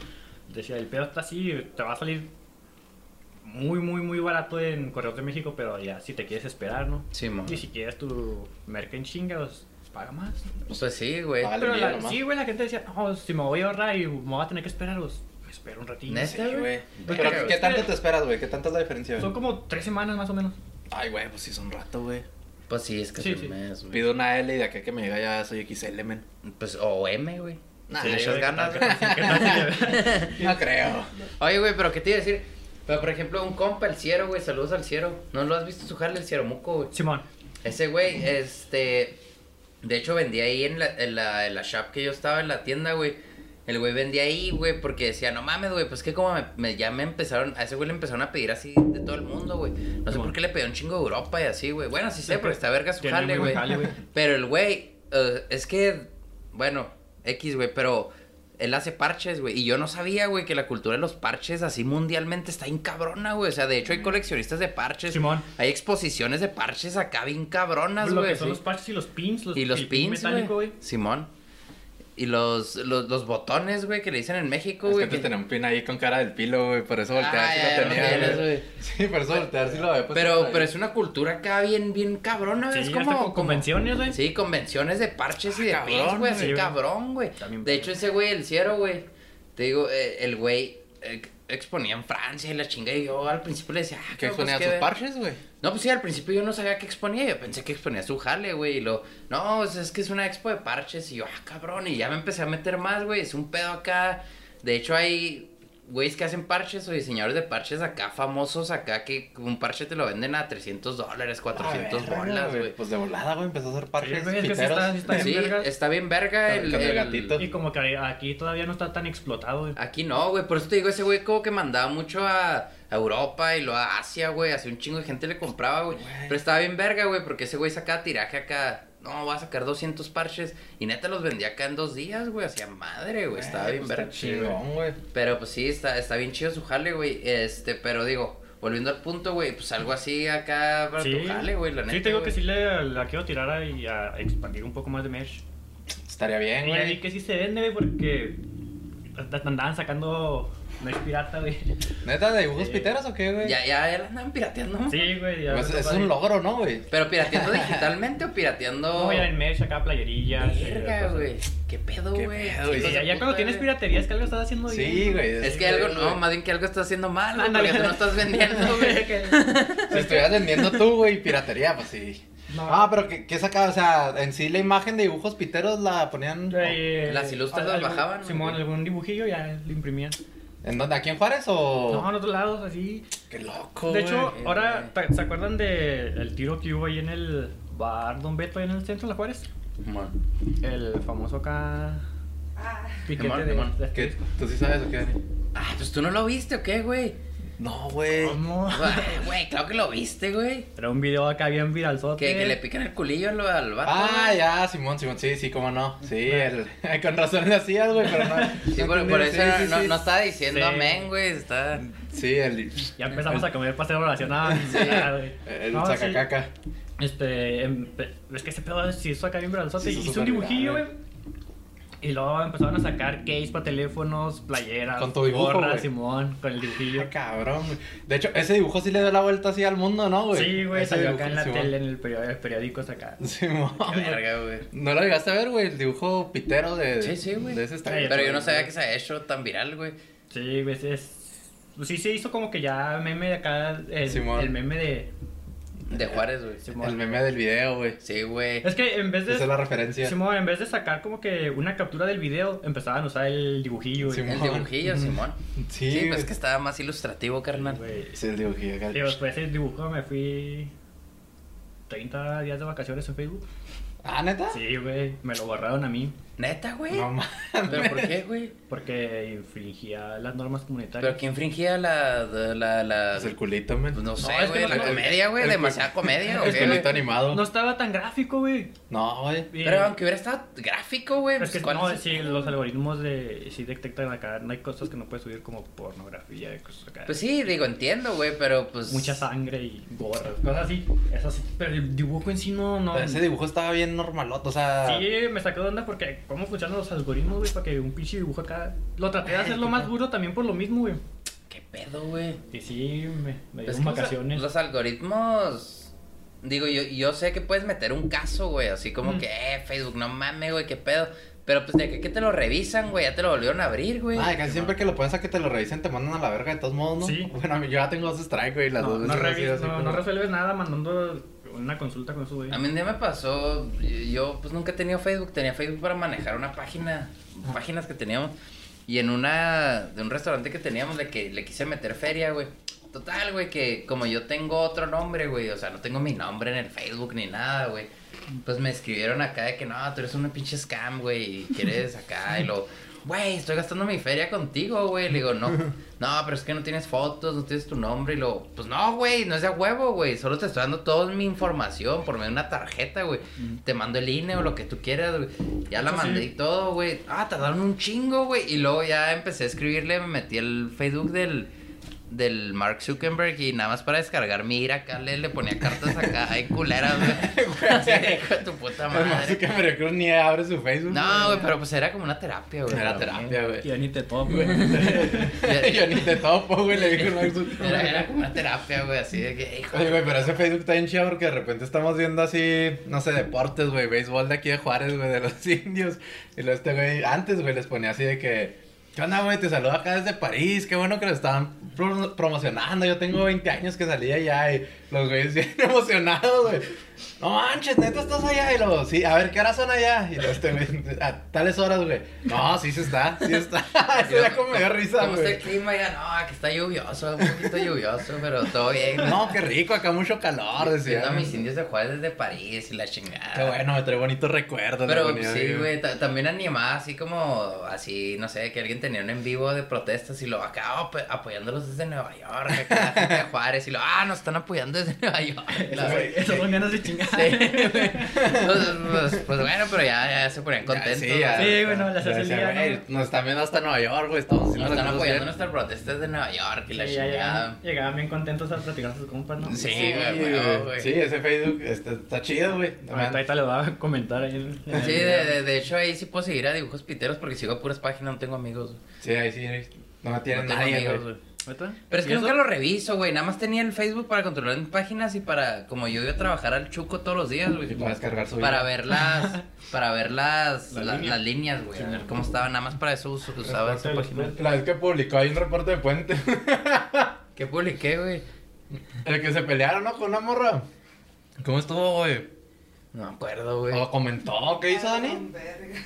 [SPEAKER 6] Decía, el pedo está así, te va a salir muy, muy, muy barato en Correos de México, pero ya si te quieres esperar, ¿no?
[SPEAKER 5] Sí, man.
[SPEAKER 6] Y si quieres tu merca en chingados, paga más.
[SPEAKER 5] Pues sí, güey.
[SPEAKER 1] Vale.
[SPEAKER 6] Pero
[SPEAKER 1] envío
[SPEAKER 6] la-
[SPEAKER 1] nomás.
[SPEAKER 6] sí, güey, la gente decía, no, si me voy a ahorrar y me voy a tener que esperar, pues me espero un ratito.
[SPEAKER 5] Neta.
[SPEAKER 1] Sí, güey.
[SPEAKER 5] Pues
[SPEAKER 1] Pero,
[SPEAKER 5] que-
[SPEAKER 1] ¿qué tanto te esperas, güey? ¿Qué tanto es la diferencia,
[SPEAKER 6] Son
[SPEAKER 1] güey?
[SPEAKER 6] como tres semanas más o menos.
[SPEAKER 1] Ay, güey, pues sí, es un rato, güey.
[SPEAKER 5] Pues sí, es que
[SPEAKER 6] Sí,
[SPEAKER 5] es un
[SPEAKER 6] sí.
[SPEAKER 5] mes, güey.
[SPEAKER 1] Pido una L y de aquel que me llega ya soy XL, men.
[SPEAKER 5] Pues, o M, güey.
[SPEAKER 1] Nah,
[SPEAKER 5] Sí,
[SPEAKER 1] yo-
[SPEAKER 5] esas
[SPEAKER 6] güey,
[SPEAKER 5] ganas.
[SPEAKER 6] ¿qué tal- qué tal si le-
[SPEAKER 1] no creo.
[SPEAKER 5] Oye, güey, pero ¿qué te iba a decir? Pero, por ejemplo, un compa, el Ciero, güey. Saludos al Ciero. ¿No lo has visto su jale, el Ciero Muco, güey?
[SPEAKER 6] Simón.
[SPEAKER 5] Ese güey, este. De hecho, vendía ahí en la, en, la, en la shop que yo estaba en la tienda, güey. El güey vendía ahí, güey, porque decía, no mames, güey, pues que como me, me- ya me empezaron, a ese güey le empezaron a pedir así de todo el mundo, güey. No sé por qué le pedía un chingo de Europa y así, güey. Bueno, sí sé, pero está verga su
[SPEAKER 6] Tiene muy
[SPEAKER 5] jale,
[SPEAKER 6] buen
[SPEAKER 5] güey.
[SPEAKER 6] jale, güey.
[SPEAKER 5] Pero el güey, eh, es que, bueno, X, güey, pero él hace parches, güey. Y yo no sabía, güey, que la cultura de los parches así mundialmente está bien cabrona, güey. O sea, de hecho hay coleccionistas de parches.
[SPEAKER 6] Simón.
[SPEAKER 5] Hay exposiciones de parches acá bien cabronas,
[SPEAKER 6] Lo
[SPEAKER 5] güey.
[SPEAKER 6] que son
[SPEAKER 5] sí.
[SPEAKER 6] los parches y los pins. Los,
[SPEAKER 5] Y los
[SPEAKER 6] el pin
[SPEAKER 5] pins,
[SPEAKER 6] metálico,
[SPEAKER 5] güey.
[SPEAKER 6] güey.
[SPEAKER 5] Simón. Y los, los, los botones, güey, que le dicen en México,
[SPEAKER 1] Es que
[SPEAKER 5] güey.
[SPEAKER 1] te
[SPEAKER 5] que-
[SPEAKER 1] tenía un pin ahí con cara del pilo, güey. Por eso voltear
[SPEAKER 5] Ah,
[SPEAKER 1] si
[SPEAKER 5] ya, ya
[SPEAKER 1] lo
[SPEAKER 5] lo
[SPEAKER 1] tenía.
[SPEAKER 5] tienes,
[SPEAKER 1] güey.
[SPEAKER 5] güey.
[SPEAKER 1] Sí, por eso voltear si lo había puesto
[SPEAKER 5] Pero,
[SPEAKER 1] pues, ahí.
[SPEAKER 5] pero es una cultura acá bien, bien cabrona, güey. es
[SPEAKER 6] Sí, hasta
[SPEAKER 5] como,
[SPEAKER 6] con
[SPEAKER 5] como-
[SPEAKER 6] convenciones, güey.
[SPEAKER 5] Sí, convenciones de parches y de
[SPEAKER 1] Ah,
[SPEAKER 5] pins,
[SPEAKER 1] cabrón,
[SPEAKER 5] güey, así
[SPEAKER 6] güey.
[SPEAKER 5] cabrón, güey.
[SPEAKER 6] También
[SPEAKER 5] De hecho, ese güey, el Ciero, güey, te digo, eh, el güey eh, exponía en Francia y la chinga, y yo al principio le decía, ah,
[SPEAKER 1] ¿Qué
[SPEAKER 5] cabrón, pues,
[SPEAKER 1] exponía
[SPEAKER 5] qué
[SPEAKER 1] sus
[SPEAKER 5] ver-
[SPEAKER 1] parches, güey?
[SPEAKER 5] No, pues sí, al principio yo no sabía qué exponía, yo pensé que exponía su jale, güey, y lo, no, o sea, es que es una expo de parches, y yo, ah, cabrón, y ya me empecé a meter más, güey, es un pedo acá, de hecho hay güeyes que hacen parches o diseñadores de parches acá, famosos acá, que un parche te lo venden a 300 dólares, 400 bolas, güey.
[SPEAKER 1] Pues de volada, güey, empezó a hacer
[SPEAKER 6] Sí,
[SPEAKER 1] parches
[SPEAKER 6] güey, es que sí
[SPEAKER 1] piteros.
[SPEAKER 6] está- sí está-
[SPEAKER 5] Sí,
[SPEAKER 6] bien vergas.
[SPEAKER 5] está bien verga el,
[SPEAKER 1] Con el
[SPEAKER 5] el-
[SPEAKER 1] gatito.
[SPEAKER 6] Y como que aquí todavía no está tan explotado, güey.
[SPEAKER 5] Aquí no, güey, por eso te digo, ese güey como que mandaba mucho a a Europa y lo a Asia, güey, así un chingo de gente le compraba, güey. Pero estaba bien verga, güey, porque ese güey sacaba tiraje acá, no, va a sacar 200 parches y neta los vendía acá en dos días, güey, hacía madre, güey, pues estaba bien verga.
[SPEAKER 1] Eh, pues Chingón, güey.
[SPEAKER 5] Pero pues sí, está, está bien chido su jale, güey, este, pero digo, volviendo al punto, güey, pues algo así acá para tu Ah, jale, güey, la neta.
[SPEAKER 6] Sí, te digo
[SPEAKER 5] güey.
[SPEAKER 6] que sí le, la quiero tirar a, y a expandir un poco más de merch.
[SPEAKER 1] Estaría bien,
[SPEAKER 6] Y ya vi
[SPEAKER 1] güey.
[SPEAKER 6] que sí se vende, güey, porque hasta andaban sacando merch pirata, güey.
[SPEAKER 1] ¿Neta de dibujos
[SPEAKER 6] Sí.
[SPEAKER 1] piteros o qué, güey?
[SPEAKER 5] Ya, ya, la andaban pirateando. ¿no?
[SPEAKER 6] Sí, güey. ya
[SPEAKER 1] Pues
[SPEAKER 6] me
[SPEAKER 1] es
[SPEAKER 6] tocó ahí.
[SPEAKER 1] un logro, ¿no, güey?
[SPEAKER 5] Pero pirateando digitalmente o pirateando...
[SPEAKER 6] No, ya en merch acá, playerillas. eh,
[SPEAKER 5] Verga,
[SPEAKER 6] cosas.
[SPEAKER 5] güey. ¿Qué pedo,
[SPEAKER 1] Qué
[SPEAKER 5] güey?
[SPEAKER 1] pedo, güey.
[SPEAKER 5] Chicos
[SPEAKER 6] Sí,
[SPEAKER 5] de
[SPEAKER 6] ya, ya
[SPEAKER 5] puta,
[SPEAKER 6] cuando tienes
[SPEAKER 5] güey.
[SPEAKER 6] piratería es que algo estás haciendo bien.
[SPEAKER 1] Sí, güey.
[SPEAKER 5] Es que algo, no, más bien que algo estás haciendo mal, güey,
[SPEAKER 6] Ándale.
[SPEAKER 5] porque tú no estás vendiendo, güey.
[SPEAKER 1] Si estuvieras vendiendo tú, güey, piratería, pues sí.
[SPEAKER 6] No.
[SPEAKER 1] Ah, pero ¿qué, qué sacaba? O sea, en sí la imagen de dibujos piteros la ponían...
[SPEAKER 6] Eh,
[SPEAKER 5] Las ilustras las
[SPEAKER 6] algún-
[SPEAKER 5] bajaban, güey.
[SPEAKER 6] Simón, algún dibujillo ya lo imprimían.
[SPEAKER 1] ¿En dónde? ¿Aquí en Juárez
[SPEAKER 5] Oh.
[SPEAKER 1] o...?
[SPEAKER 6] No, en otros lados, así.
[SPEAKER 1] Qué loco,
[SPEAKER 6] de
[SPEAKER 1] güey.
[SPEAKER 6] hecho,
[SPEAKER 5] güey.
[SPEAKER 6] ahora, ¿ta- ¿se acuerdan del tiro que hubo ahí en el bar Don Beto, ahí en el centro de la Juárez?
[SPEAKER 5] Simón.
[SPEAKER 6] El famoso acá
[SPEAKER 8] Ah,
[SPEAKER 6] piquete
[SPEAKER 5] Simón,
[SPEAKER 6] de,
[SPEAKER 5] Simón.
[SPEAKER 6] de- este.
[SPEAKER 1] ¿Qué? ¿Tú sí sabes o qué, Dani?
[SPEAKER 5] Ah, pues tú no lo viste, ¿o qué, güey?
[SPEAKER 1] No, güey.
[SPEAKER 6] ¿Cómo?
[SPEAKER 5] Ah, Güey, claro que lo viste, güey.
[SPEAKER 6] Era un video acá bien viralzote.
[SPEAKER 5] Que, que le pican el culillo al, al vato.
[SPEAKER 1] Ah,
[SPEAKER 5] güey.
[SPEAKER 1] ya, Simón, Simón, sí, sí, cómo no. Sí, el... con razón le hacías, güey, pero no.
[SPEAKER 5] Sí,
[SPEAKER 1] no
[SPEAKER 5] por,
[SPEAKER 1] entendí.
[SPEAKER 5] por eso
[SPEAKER 1] Sí,
[SPEAKER 5] no,
[SPEAKER 1] sí,
[SPEAKER 5] no-
[SPEAKER 1] sí.
[SPEAKER 5] no estaba diciendo
[SPEAKER 6] Sí.
[SPEAKER 5] amén, güey. Está.
[SPEAKER 1] Sí, el...
[SPEAKER 6] Ya empezamos a comer pastel relacionado. Ah,
[SPEAKER 1] El sacacaca.
[SPEAKER 6] Este, empe- es que ese pedo se hizo acá bien vergonzote.
[SPEAKER 1] Se hizo
[SPEAKER 6] hizo un
[SPEAKER 1] súper
[SPEAKER 6] dibujillo, güey.
[SPEAKER 1] viral,
[SPEAKER 6] Y luego empezaron a sacar case para teléfonos, playeras,
[SPEAKER 1] Con tu dibujo,
[SPEAKER 6] gorras,
[SPEAKER 1] güey.
[SPEAKER 6] Simón, con el dibujillo.
[SPEAKER 1] Qué cabrón, güey. De hecho, ese dibujo sí le dio la vuelta así al mundo, ¿no, güey?
[SPEAKER 6] Sí, güey,
[SPEAKER 1] Ese
[SPEAKER 6] salió
[SPEAKER 1] dibujo,
[SPEAKER 6] acá en la
[SPEAKER 1] Simón.
[SPEAKER 6] tele, en el periódico, periódico acá.
[SPEAKER 1] Simón.
[SPEAKER 5] Qué verga, güey.
[SPEAKER 1] ¿No lo llegaste a ver, güey? El dibujo pitero de...
[SPEAKER 5] Sí, sí, güey.
[SPEAKER 1] De ese estilo.
[SPEAKER 6] Sí,
[SPEAKER 5] Pero yo no sabía que se había hecho tan viral, güey.
[SPEAKER 6] Sí, güey, es, pues sí se hizo como que ya meme de acá, el,
[SPEAKER 1] Simón.
[SPEAKER 6] el meme de...
[SPEAKER 5] De Juárez, güey.
[SPEAKER 6] Simón.
[SPEAKER 1] El meme del video, güey.
[SPEAKER 5] Sí, güey.
[SPEAKER 6] Es que en vez
[SPEAKER 1] Esa Ah, es
[SPEAKER 6] de...
[SPEAKER 1] la referencia.
[SPEAKER 6] Simón, en vez de sacar como que una captura del video, empezaban a usar el dibujillo, güey.
[SPEAKER 1] Simón.
[SPEAKER 5] El dibujillo, Simón.
[SPEAKER 1] Sí,
[SPEAKER 5] Sí,
[SPEAKER 1] güey.
[SPEAKER 5] pues que estaba más ilustrativo, carnal.
[SPEAKER 6] Güey.
[SPEAKER 1] Sí, el dibujillo. acá.
[SPEAKER 6] Y después ese dibujo me fui 30 días de vacaciones en Facebook.
[SPEAKER 1] ¿Ah, neta?
[SPEAKER 6] Sí, güey, me lo borraron a mí
[SPEAKER 5] Neta, güey.
[SPEAKER 1] No mames.
[SPEAKER 5] ¿Pero por qué, güey?
[SPEAKER 6] porque infringía las normas
[SPEAKER 5] ¿Pero
[SPEAKER 6] comunitarias.
[SPEAKER 5] quién fingía la. la, la, la-
[SPEAKER 1] Pues el culito, men.
[SPEAKER 5] Pues no sé,
[SPEAKER 6] es que
[SPEAKER 5] güey.
[SPEAKER 6] no-
[SPEAKER 5] la
[SPEAKER 6] no-
[SPEAKER 5] comedia, güey.
[SPEAKER 1] el-
[SPEAKER 5] Demasiada comedia, ¿o
[SPEAKER 1] El
[SPEAKER 5] qué, güey?
[SPEAKER 1] culito animado.
[SPEAKER 6] No estaba tan gráfico, güey.
[SPEAKER 1] No, güey.
[SPEAKER 6] Y-
[SPEAKER 5] Pero aunque hubiera estado gráfico, güey.
[SPEAKER 6] es que
[SPEAKER 5] pues, ¿cuál
[SPEAKER 6] no,
[SPEAKER 5] es el-
[SPEAKER 6] sí, los algoritmos de sí detectan acá, no hay cosas que no puedes subir como pornografía y cosas acá.
[SPEAKER 5] Pues sí, digo, entiendo, güey, pero pues.
[SPEAKER 6] Mucha sangre y gorras, cosas así. Eso sí, pero el dibujo en sí no no.
[SPEAKER 1] Pero ese dibujo estaba bien normalote, o sea...
[SPEAKER 6] Sí, me sacó de onda porque cómo funcionan los algoritmos, güey, para que un pinche dibujo acá. Lo traté de hacerlo más duro también por lo mismo, güey.
[SPEAKER 5] ¿Qué pedo, güey?
[SPEAKER 6] Y sí, me, me
[SPEAKER 5] Pues Es que
[SPEAKER 6] dieron
[SPEAKER 5] los-
[SPEAKER 6] vacaciones.
[SPEAKER 5] Los, algoritmos. Digo, yo, yo sé que puedes meter un caso, güey. Así como
[SPEAKER 6] Mm.
[SPEAKER 5] que, eh, Facebook, no mames, güey, qué pedo. Pero pues de que, que te lo revisan, güey. Ya te lo volvieron a abrir, güey.
[SPEAKER 1] Ay, casi siempre que lo pones a que te lo revisen te mandan a la verga de todos modos, ¿no?
[SPEAKER 6] Sí.
[SPEAKER 1] Bueno, a mí yo ya tengo dos strike, güey, las
[SPEAKER 6] no,
[SPEAKER 1] dos
[SPEAKER 6] no,
[SPEAKER 1] veces han sido
[SPEAKER 6] revis-
[SPEAKER 1] así
[SPEAKER 6] no-
[SPEAKER 1] como-
[SPEAKER 6] no resuelves nada mandando una consulta con su güey.
[SPEAKER 5] A mí un día me pasó, yo pues nunca he tenido Facebook, tenía Facebook para manejar una página, páginas que teníamos. Y en una, de un restaurante que teníamos, le, que, le quise meter feria, güey. Total, güey, que como yo tengo otro nombre, güey, o sea, no tengo mi nombre en el Facebook ni nada, güey. Pues me escribieron acá de que no, tú eres una pinche scam, güey, y quieres acá, y lo, güey, estoy gastando mi feria contigo, güey. Le digo, no, no, pero es que no tienes fotos, no tienes tu nombre, y lo, pues no, güey, no es de a huevo, güey, solo te estoy dando toda mi información por medio de una tarjeta, güey. Te mando el INE o lo que tú quieras, güey. Ya la
[SPEAKER 6] Sí.
[SPEAKER 5] mandé y todo, güey. Ah, tardaron un chingo, güey. Y luego ya empecé a escribirle, me metí el Facebook del del Mark Zuckerberg y nada más para descargar mi ira acá le, le ponía cartas acá ay culeras güey Así de, hijo de tu puta
[SPEAKER 1] Así
[SPEAKER 5] madre
[SPEAKER 1] Pues, que Mario Cruz ni abre su Facebook.
[SPEAKER 5] no güey pero pues era como una terapia güey
[SPEAKER 1] Era terapia, güey.
[SPEAKER 6] Ya ni te topo.
[SPEAKER 1] Yo ni te topo, güey, le dije no
[SPEAKER 5] era, era como una terapia güey así de que hijo
[SPEAKER 1] Oye, güey, pero ese Facebook está bien chido porque de repente estamos viendo así, no sé, deportes, güey, béisbol de aquí de Juárez, güey, de los indios. Y luego este güey, antes, güey, les ponía así de que, ¿qué onda, güey? Te saludo acá desde París, qué bueno que lo estaban pro- promocionando. Yo tengo 20 años que salí allá y los güeyes bien emocionados, güey. No manches, neta, estás allá. Y luego, sí, a ver, ¿qué horas son allá? Y luego este güey, a tales horas, güey. No, sí se está, sí está. Eso ya como me dio risa,
[SPEAKER 5] ¿Cómo está el
[SPEAKER 1] güey.
[SPEAKER 5] clima? Ya no, que está lluvioso, un poquito lluvioso, pero todo bien. güey.
[SPEAKER 1] No, qué rico, acá mucho calor, decía.
[SPEAKER 5] Viendo a mis indios de Juárez desde París y la chingada.
[SPEAKER 1] Qué bueno, me trae bonitos recuerdos. la
[SPEAKER 5] Pero
[SPEAKER 1] comunidad,
[SPEAKER 5] sí, güey, ta- también animaba así como, así, no sé, que alguien tenía un en vivo de protestas y lo acá ap- apoyándolos desde Nueva York, acá la gente de Juárez y lo, ah, nos están apoyando desde Nueva York. la
[SPEAKER 6] Güey,
[SPEAKER 5] verdad.
[SPEAKER 6] Eso son ganas de chingar.
[SPEAKER 5] Sí, güey. Pues, pues, pues bueno, pero ya, ya se ponían contentos.
[SPEAKER 1] sí, ya.
[SPEAKER 5] güey.
[SPEAKER 6] Sí, bueno, las
[SPEAKER 1] Ya
[SPEAKER 6] hace el
[SPEAKER 1] decía,
[SPEAKER 6] día,
[SPEAKER 1] güey,
[SPEAKER 6] ¿no?
[SPEAKER 1] Nos están viendo hasta Nueva York, güey. Estamos haciendo
[SPEAKER 5] Nos
[SPEAKER 1] las
[SPEAKER 5] están
[SPEAKER 1] cosas bien.
[SPEAKER 5] apoyando nuestras protestas de Nueva York y
[SPEAKER 6] Sí,
[SPEAKER 5] la
[SPEAKER 6] ya llegaban,
[SPEAKER 5] chingada.
[SPEAKER 6] llegaban bien contentos a platicar a sus compas, ¿no?
[SPEAKER 5] Sí,
[SPEAKER 1] Sí,
[SPEAKER 5] güey,
[SPEAKER 1] güey.
[SPEAKER 5] güey.
[SPEAKER 1] Sí, ese Facebook está, está chido, güey.
[SPEAKER 6] Ahorita, ahorita les voy a comentar ahí. en- en el
[SPEAKER 5] Sí,
[SPEAKER 6] video.
[SPEAKER 5] de, de- de hecho ahí sí puedo seguir a dibujos piteros porque sigo a puras páginas, no tengo amigos.
[SPEAKER 1] Sí, ahí sí. No me tienen
[SPEAKER 5] no tengo
[SPEAKER 1] nadie,
[SPEAKER 5] amigos,
[SPEAKER 1] güey.
[SPEAKER 5] güey.
[SPEAKER 6] ¿Ahorita?
[SPEAKER 5] Pero es que
[SPEAKER 6] ¿Y eso?
[SPEAKER 5] nunca lo reviso, güey. Nada más tenía el Facebook para controlar mis páginas y para, como yo iba a trabajar al Chuco todos los días, güey.
[SPEAKER 1] Y para descargar su
[SPEAKER 5] Para
[SPEAKER 1] vida.
[SPEAKER 5] ver las, para ver las,
[SPEAKER 6] La
[SPEAKER 5] la-
[SPEAKER 6] línea.
[SPEAKER 5] las líneas, güey. A ver cómo estaban. Nada más para eso us- usaba esa página.
[SPEAKER 1] La vez que publicó ahí un reporte de puente.
[SPEAKER 5] ¿Qué publiqué, güey?
[SPEAKER 1] el que se pelearon, ¿no? Con una morra. ¿Cómo estuvo, güey?
[SPEAKER 5] No me acuerdo, güey.
[SPEAKER 1] ¿O comentó? ¿Qué hizo, Dani?
[SPEAKER 8] Don Verga.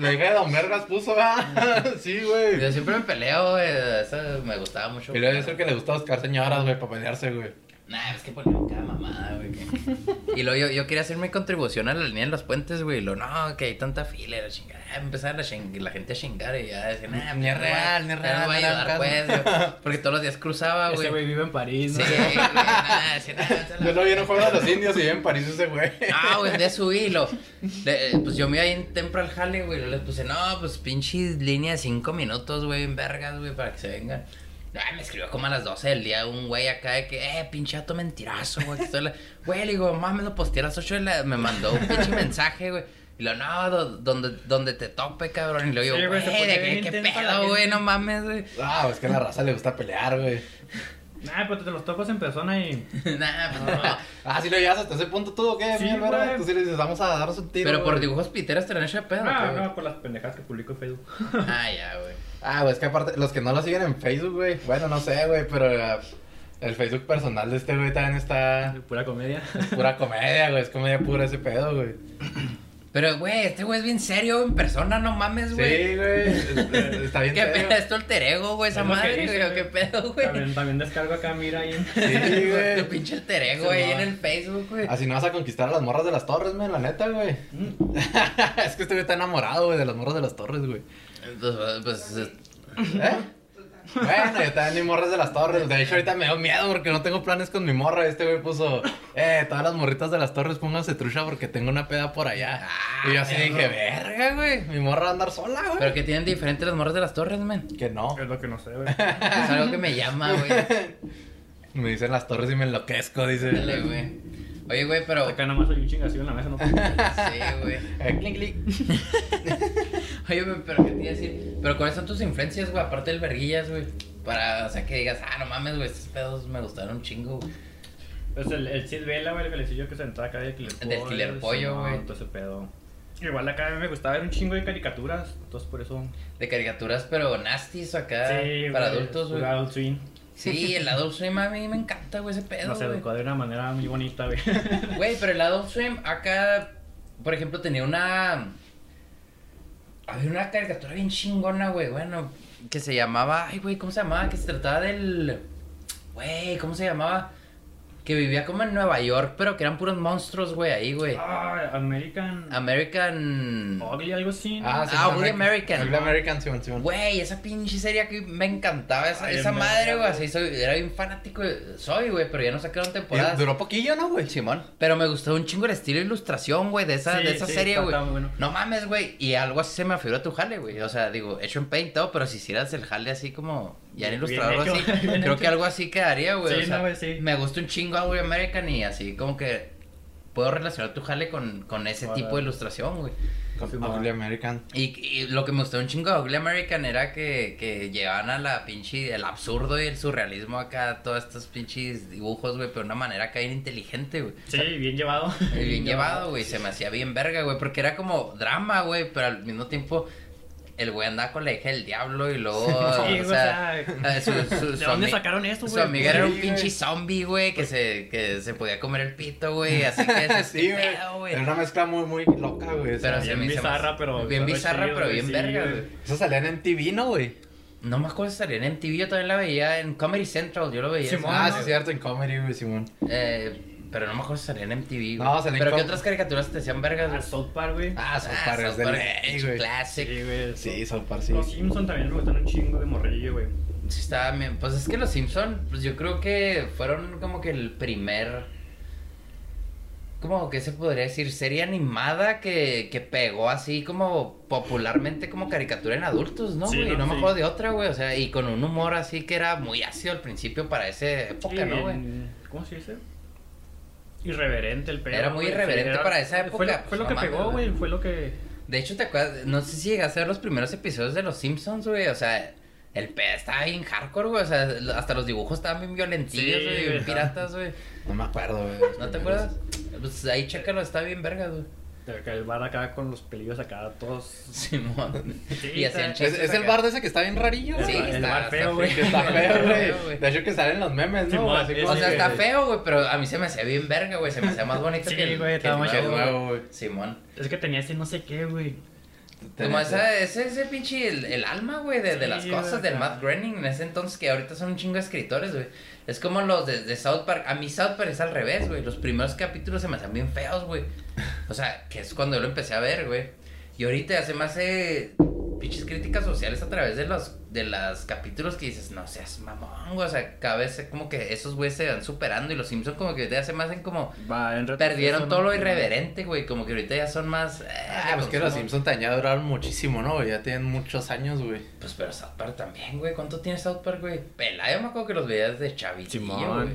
[SPEAKER 1] La hija de Don Vergas puso, ¿verdad? sí, güey.
[SPEAKER 5] Yo siempre me peleo, güey. Eso me gustaba mucho.
[SPEAKER 1] Pero es el que le gusta buscar señoras, güey, para pelearse, güey.
[SPEAKER 5] Nah, es que ponían cada mamada, güey. que- Y luego yo, yo quería hacer mi contribución a la línea de los puentes, güey. Y lo, no, que hay tanta fila, y la chingada. Empezaba la, ching- la gente a chingar y ya decían, nah,
[SPEAKER 1] Ni es real, ni es real,
[SPEAKER 5] No va
[SPEAKER 1] no
[SPEAKER 5] a
[SPEAKER 1] le
[SPEAKER 5] ayudar,
[SPEAKER 1] hagan
[SPEAKER 5] pues,
[SPEAKER 1] caso".
[SPEAKER 5] güey. Porque todos los días cruzaba,
[SPEAKER 6] Ese
[SPEAKER 5] güey.
[SPEAKER 6] güey vive en París,
[SPEAKER 5] Sí,
[SPEAKER 6] ¿no?
[SPEAKER 5] güey, nada, decía, "Nah, vete a la
[SPEAKER 1] Yo lo vi en un juego de los indios y en París ese güey.
[SPEAKER 5] Ah, güey, de su hilo. Pues yo me iba ahí en temprano al jale, güey. Les puse, no, pues pinches línea de 5 minutos, güey, en vergas, güey, para que se vengan. Ay, me escribió como a las 12 del día un güey acá de que, eh, pinche vato mentirazo, güey. que estoy la- Güey, le digo, mames, lo posteé a las 8 de la. Me mandó un pinche mensaje, güey. Y lo, no, do- donde, donde te tope, cabrón. Y le digo,
[SPEAKER 6] Sí,
[SPEAKER 5] güey,
[SPEAKER 6] güey, se pone
[SPEAKER 5] de
[SPEAKER 6] bien
[SPEAKER 5] qué, qué
[SPEAKER 6] intensa la
[SPEAKER 5] pedo,
[SPEAKER 6] gente.
[SPEAKER 5] güey, no mames, güey.
[SPEAKER 1] Ah, es que a la raza le gusta pelear, güey.
[SPEAKER 6] Nah, pero te los topas en persona y.
[SPEAKER 5] nah, pues no.
[SPEAKER 1] Ah, sí lo llevas hasta ese punto tú, ¿o qué?
[SPEAKER 6] Sí,
[SPEAKER 1] Mira,
[SPEAKER 6] güey.
[SPEAKER 1] ¿verdad? Tú sí le dices, vamos a darnos un tiro.
[SPEAKER 5] Pero por
[SPEAKER 1] güey.
[SPEAKER 5] dibujos piteros te lo han hecho de pedo,
[SPEAKER 6] Ah,
[SPEAKER 5] ¿qué, güey?
[SPEAKER 6] no, por las pendejadas que publico en Facebook.
[SPEAKER 5] Ah, ya, güey.
[SPEAKER 1] Ah, güey, es que aparte, los que no lo siguen en Facebook, güey. Bueno, no sé, güey, pero ah, el Facebook personal de este güey también
[SPEAKER 5] Ah.
[SPEAKER 1] está.
[SPEAKER 6] Pura comedia.
[SPEAKER 1] Es pura comedia, güey. Es comedia pura ese pedo, güey.
[SPEAKER 5] Pero, güey, este güey es bien serio en persona, no mames,
[SPEAKER 1] Sí,
[SPEAKER 5] güey.
[SPEAKER 1] güey. es- es- Está bien.
[SPEAKER 5] ¿Qué
[SPEAKER 1] serio.
[SPEAKER 5] pedo? ¿Es tu alter ego, güey? Esa
[SPEAKER 6] Es lo que
[SPEAKER 5] madre,
[SPEAKER 6] dice,
[SPEAKER 5] güey.
[SPEAKER 6] güey.
[SPEAKER 5] ¿Qué pedo, güey?
[SPEAKER 6] También, también descargo acá, mira ahí. en-
[SPEAKER 1] Sí,
[SPEAKER 5] Tu
[SPEAKER 1] güey.
[SPEAKER 5] pinche alter ego,
[SPEAKER 1] Sí,
[SPEAKER 5] güey,
[SPEAKER 1] no.
[SPEAKER 5] en el Facebook, güey.
[SPEAKER 1] Así no vas a conquistar a las morras de las torres, güey, la neta, güey.
[SPEAKER 6] Mm.
[SPEAKER 1] es que este güey está enamorado, güey, de las morras de las torres, güey.
[SPEAKER 5] Entonces, pues, eh,
[SPEAKER 1] ¿Eh? Bueno, yo también mi morra es de las torres. De hecho, ahorita me dio miedo porque no tengo planes con mi morra. Este güey puso, eh, todas las morritas de las torres pónganse trucha porque tengo una peda por allá. y yo así dije, verga, güey. Mi morra va a andar sola, güey.
[SPEAKER 5] ah, pero que tienen diferente las morras de las torres, man.
[SPEAKER 1] Que no.
[SPEAKER 6] Es lo que no sé, güey.
[SPEAKER 5] Es algo que me llama, güey.
[SPEAKER 1] Me dicen las torres y me enloquezco, dice.
[SPEAKER 5] Dale, güey. Oye, güey, pero.
[SPEAKER 6] Acá nomás hay un chingazo en la mesa, no
[SPEAKER 5] Sí, güey.
[SPEAKER 1] Eh, clic, clic.
[SPEAKER 5] Oye, güey, pero ¿qué te iba a decir? Pero ¿cuáles son tus influencias, güey? Aparte del verguillas, güey. Para, o sea, que digas, ah, no mames, güey, estos pedos me gustaron un chingo, güey.
[SPEAKER 6] Pues el, el Sid Vela, güey, el calecillo que sentaba acá del Killer
[SPEAKER 5] El del Killer
[SPEAKER 6] sí,
[SPEAKER 5] Pollo,
[SPEAKER 6] no,
[SPEAKER 5] güey.
[SPEAKER 6] todo ese pedo. Igual acá a mí me gustaba ver un chingo de caricaturas, entonces por eso.
[SPEAKER 5] De caricaturas, pero nasties acá.
[SPEAKER 6] Sí,
[SPEAKER 5] Ah, para
[SPEAKER 6] güey,
[SPEAKER 5] adultos, güey.
[SPEAKER 6] puro Adult Swim.
[SPEAKER 5] Sí, el Adult Swim a mí me encanta, güey, ese pedo,
[SPEAKER 6] Nos
[SPEAKER 5] güey.
[SPEAKER 6] educó de una manera muy bonita, güey.
[SPEAKER 5] Güey, pero el Adult Swim acá, por ejemplo, tenía una... Había una caricatura bien chingona, güey, bueno, que se llamaba... Ay, güey, ¿cómo se llamaba? Que se trataba del... Güey, ¿cómo se llamaba? Que vivía como en Nueva York, pero que eran puros monstruos, güey, ahí, güey.
[SPEAKER 6] Ah, American.
[SPEAKER 5] American.
[SPEAKER 6] Ugly, algo así. ¿no?
[SPEAKER 5] Ah, Ugly American.
[SPEAKER 7] Ugly American, Simón, Simón.
[SPEAKER 5] Güey, esa pinche serie que me encantaba, esa,
[SPEAKER 6] Ay,
[SPEAKER 5] esa
[SPEAKER 6] me
[SPEAKER 5] madre, güey.
[SPEAKER 6] encanta.
[SPEAKER 5] Así soy, era bien fanático, de- soy, güey, pero ya no sacaron temporadas.
[SPEAKER 7] Duró poquillo, ¿no, güey?
[SPEAKER 5] Simón. Pero me gustó un chingo el estilo de ilustración, güey, de esa,
[SPEAKER 6] Sí,
[SPEAKER 5] de esa
[SPEAKER 6] sí,
[SPEAKER 5] serie,
[SPEAKER 6] está-
[SPEAKER 5] güey.
[SPEAKER 6] está muy bueno.
[SPEAKER 5] No mames, güey. Y algo así se me afiguró tu jale, güey. O sea, digo, hecho en paint y todo, pero si hicieras el jale así como ya en
[SPEAKER 6] Bien
[SPEAKER 5] ilustrador o
[SPEAKER 6] hecho,
[SPEAKER 5] así,
[SPEAKER 6] bien
[SPEAKER 5] creo
[SPEAKER 6] hecho.
[SPEAKER 5] que algo así quedaría, güey.
[SPEAKER 6] Sí,
[SPEAKER 5] o sea,
[SPEAKER 6] no, güey, sí.
[SPEAKER 5] Me gusta un chingo Angry American y así como que puedo relacionar tu jale con, con ese
[SPEAKER 6] Ahora.
[SPEAKER 5] tipo de ilustración, güey. Ah,
[SPEAKER 7] Ugly American.
[SPEAKER 5] Y, y lo que me gustó un chingo de Ugly American era que, que llevaban a la pinche, el absurdo y el surrealismo acá, todos estos pinches dibujos, güey, pero de una manera acá bien inteligente, güey.
[SPEAKER 6] Sí, bien llevado.
[SPEAKER 5] Y bien llevado, güey. Se me hacía bien verga, güey. Porque era como drama, güey. Pero al mismo tiempo, el güey andaba con la hija del diablo y luego.
[SPEAKER 6] güey,
[SPEAKER 5] o
[SPEAKER 6] o
[SPEAKER 5] sea,
[SPEAKER 6] sea,
[SPEAKER 5] eh, su- su-
[SPEAKER 6] ¿De
[SPEAKER 5] su
[SPEAKER 6] dónde
[SPEAKER 5] ami-
[SPEAKER 6] sacaron eso, güey?
[SPEAKER 5] Su amiga era un
[SPEAKER 7] Sí,
[SPEAKER 5] pinche
[SPEAKER 7] güey.
[SPEAKER 5] zombie, güey, que se, que se podía comer el pito, güey. Así que ese es
[SPEAKER 7] Sí,
[SPEAKER 5] el
[SPEAKER 7] güey.
[SPEAKER 5] pedo,
[SPEAKER 7] Era una mezcla muy, muy loca, güey.
[SPEAKER 5] Pero
[SPEAKER 7] Pero...
[SPEAKER 5] se
[SPEAKER 6] bien
[SPEAKER 5] me hizo más-
[SPEAKER 6] bizarra, pero-
[SPEAKER 5] Bien
[SPEAKER 6] pero
[SPEAKER 5] bizarra,
[SPEAKER 6] chido,
[SPEAKER 5] pero
[SPEAKER 6] güey,
[SPEAKER 5] bien
[SPEAKER 6] sí,
[SPEAKER 5] verga,
[SPEAKER 6] güey.
[SPEAKER 5] güey.
[SPEAKER 7] Eso salía en MTV, ¿no, güey?
[SPEAKER 5] No más cosas salían en TV. Yo también la veía en Comedy Central. Yo lo veía.
[SPEAKER 6] Simón,
[SPEAKER 5] así.
[SPEAKER 7] Ah, sí, es cierto, en comedy, güey, Simón.
[SPEAKER 5] Eh, pero no me acuerdo si salía en MTV, güey.
[SPEAKER 7] No, salía en
[SPEAKER 5] Pero ¿qué
[SPEAKER 7] Com-
[SPEAKER 5] otras caricaturas te hacían vergas, güey?
[SPEAKER 6] Ah, South Park, güey.
[SPEAKER 7] Ah, son
[SPEAKER 5] Ah,
[SPEAKER 7] pares
[SPEAKER 5] South
[SPEAKER 7] de
[SPEAKER 5] Park,
[SPEAKER 7] ley,
[SPEAKER 5] pinche
[SPEAKER 7] güey.
[SPEAKER 5] Classic.
[SPEAKER 6] Sí, güey.
[SPEAKER 7] Sí,
[SPEAKER 6] South-
[SPEAKER 7] son par, sí.
[SPEAKER 6] Los Simpson también me gustan un chingo de morrillo, güey.
[SPEAKER 5] Sí, estaba bien. Pues es que los Simpson, pues yo creo que fueron como que el primer. Como que se podría decir, serie animada que, que pegó así como popularmente como caricatura en adultos, ¿no?
[SPEAKER 6] Sí,
[SPEAKER 5] güey?
[SPEAKER 6] ¿no?
[SPEAKER 5] no me
[SPEAKER 6] Sí.
[SPEAKER 5] acuerdo de otra, güey. O sea, y con un humor así que era muy ácido al principio para esa época,
[SPEAKER 6] Sí,
[SPEAKER 5] ¿no, güey?
[SPEAKER 6] bien- ¿Cómo se dice? Irreverente el pedo.
[SPEAKER 5] Era muy
[SPEAKER 6] güey.
[SPEAKER 5] irreverente para esa
[SPEAKER 6] fue-
[SPEAKER 5] época,
[SPEAKER 6] Fue, lo-
[SPEAKER 5] pues,
[SPEAKER 6] fue lo
[SPEAKER 5] no
[SPEAKER 6] que
[SPEAKER 5] mames,
[SPEAKER 6] pegó,
[SPEAKER 5] güey.
[SPEAKER 6] güey. Fue lo que.
[SPEAKER 5] De hecho, te acuerdas, no sé si llegaste a ver los primeros episodios de Los Simpsons, güey. O sea, el pedo estaba bien hardcore, güey. O sea, lo- hasta los dibujos estaban bien violentillos,
[SPEAKER 6] Sí,
[SPEAKER 5] güey, bien
[SPEAKER 6] güey.
[SPEAKER 5] piratas, güey.
[SPEAKER 7] No me acuerdo, güey.
[SPEAKER 5] ¿No te acuerdas? Pues ahí chécalo, está bien verga, güey.
[SPEAKER 6] de acá, El bar acá con los pelillos acá, todos.
[SPEAKER 5] Simón.
[SPEAKER 6] Sí,
[SPEAKER 5] y hacían
[SPEAKER 6] está-
[SPEAKER 7] ¿Es,
[SPEAKER 5] chistes.
[SPEAKER 7] es el
[SPEAKER 5] acá.
[SPEAKER 7] bar de ese que está bien rarillo,
[SPEAKER 5] Sí,
[SPEAKER 7] güey.
[SPEAKER 6] el
[SPEAKER 5] está,
[SPEAKER 6] bar
[SPEAKER 5] está
[SPEAKER 6] feo, güey.
[SPEAKER 7] Que está
[SPEAKER 5] el bar
[SPEAKER 7] feo,
[SPEAKER 5] feo,
[SPEAKER 7] güey. De hecho, que salen los memes, ¿no?
[SPEAKER 6] Simón,
[SPEAKER 7] Así
[SPEAKER 6] ese,
[SPEAKER 7] como
[SPEAKER 5] O sea,
[SPEAKER 7] que-
[SPEAKER 5] está feo, güey, pero a mí se me hacía bien verga, güey. Se me hacía más bonito
[SPEAKER 6] Sí,
[SPEAKER 5] que el,
[SPEAKER 6] güey,
[SPEAKER 5] que
[SPEAKER 6] estaba
[SPEAKER 5] el
[SPEAKER 6] más
[SPEAKER 7] Qué
[SPEAKER 5] nuevo, güey.
[SPEAKER 7] nuevo, güey.
[SPEAKER 5] Simón.
[SPEAKER 6] Es que tenía ese no sé qué, güey.
[SPEAKER 5] Como esa, ese, ese pinche, el, el alma, güey, de, de
[SPEAKER 6] Sí,
[SPEAKER 5] las
[SPEAKER 6] güey,
[SPEAKER 5] cosas del
[SPEAKER 6] acá.
[SPEAKER 5] Matt Groening en ese entonces que ahorita son un chingo de escritores, güey. Es como los de, de South Park. A mí South Park es al revés, güey. Los primeros capítulos se me hacían bien feos, güey. O sea, que es cuando yo lo empecé a ver, güey. Y ahorita ya se me hace pinches críticas sociales a través de los de las capítulos que dices, no seas mamón, güey. O sea, cada vez se- como que esos güeyes se van superando y los Simpsons como que ahorita ya se me hacen como...
[SPEAKER 6] Va, en retroceso,
[SPEAKER 5] Perdieron
[SPEAKER 6] ¿no?
[SPEAKER 5] todo lo irreverente, güey. Como que ahorita ya son más... eh,
[SPEAKER 7] Ah, pues que los
[SPEAKER 5] consumo.
[SPEAKER 7] Simpsons ya duraron muchísimo, ¿no? güey? Ya tienen muchos años, güey.
[SPEAKER 5] Pues pero South Park también, güey. ¿Cuánto tiene South Park, güey? Pelá, yo me acuerdo que los veías de chavitillo,
[SPEAKER 6] Simón.
[SPEAKER 5] güey.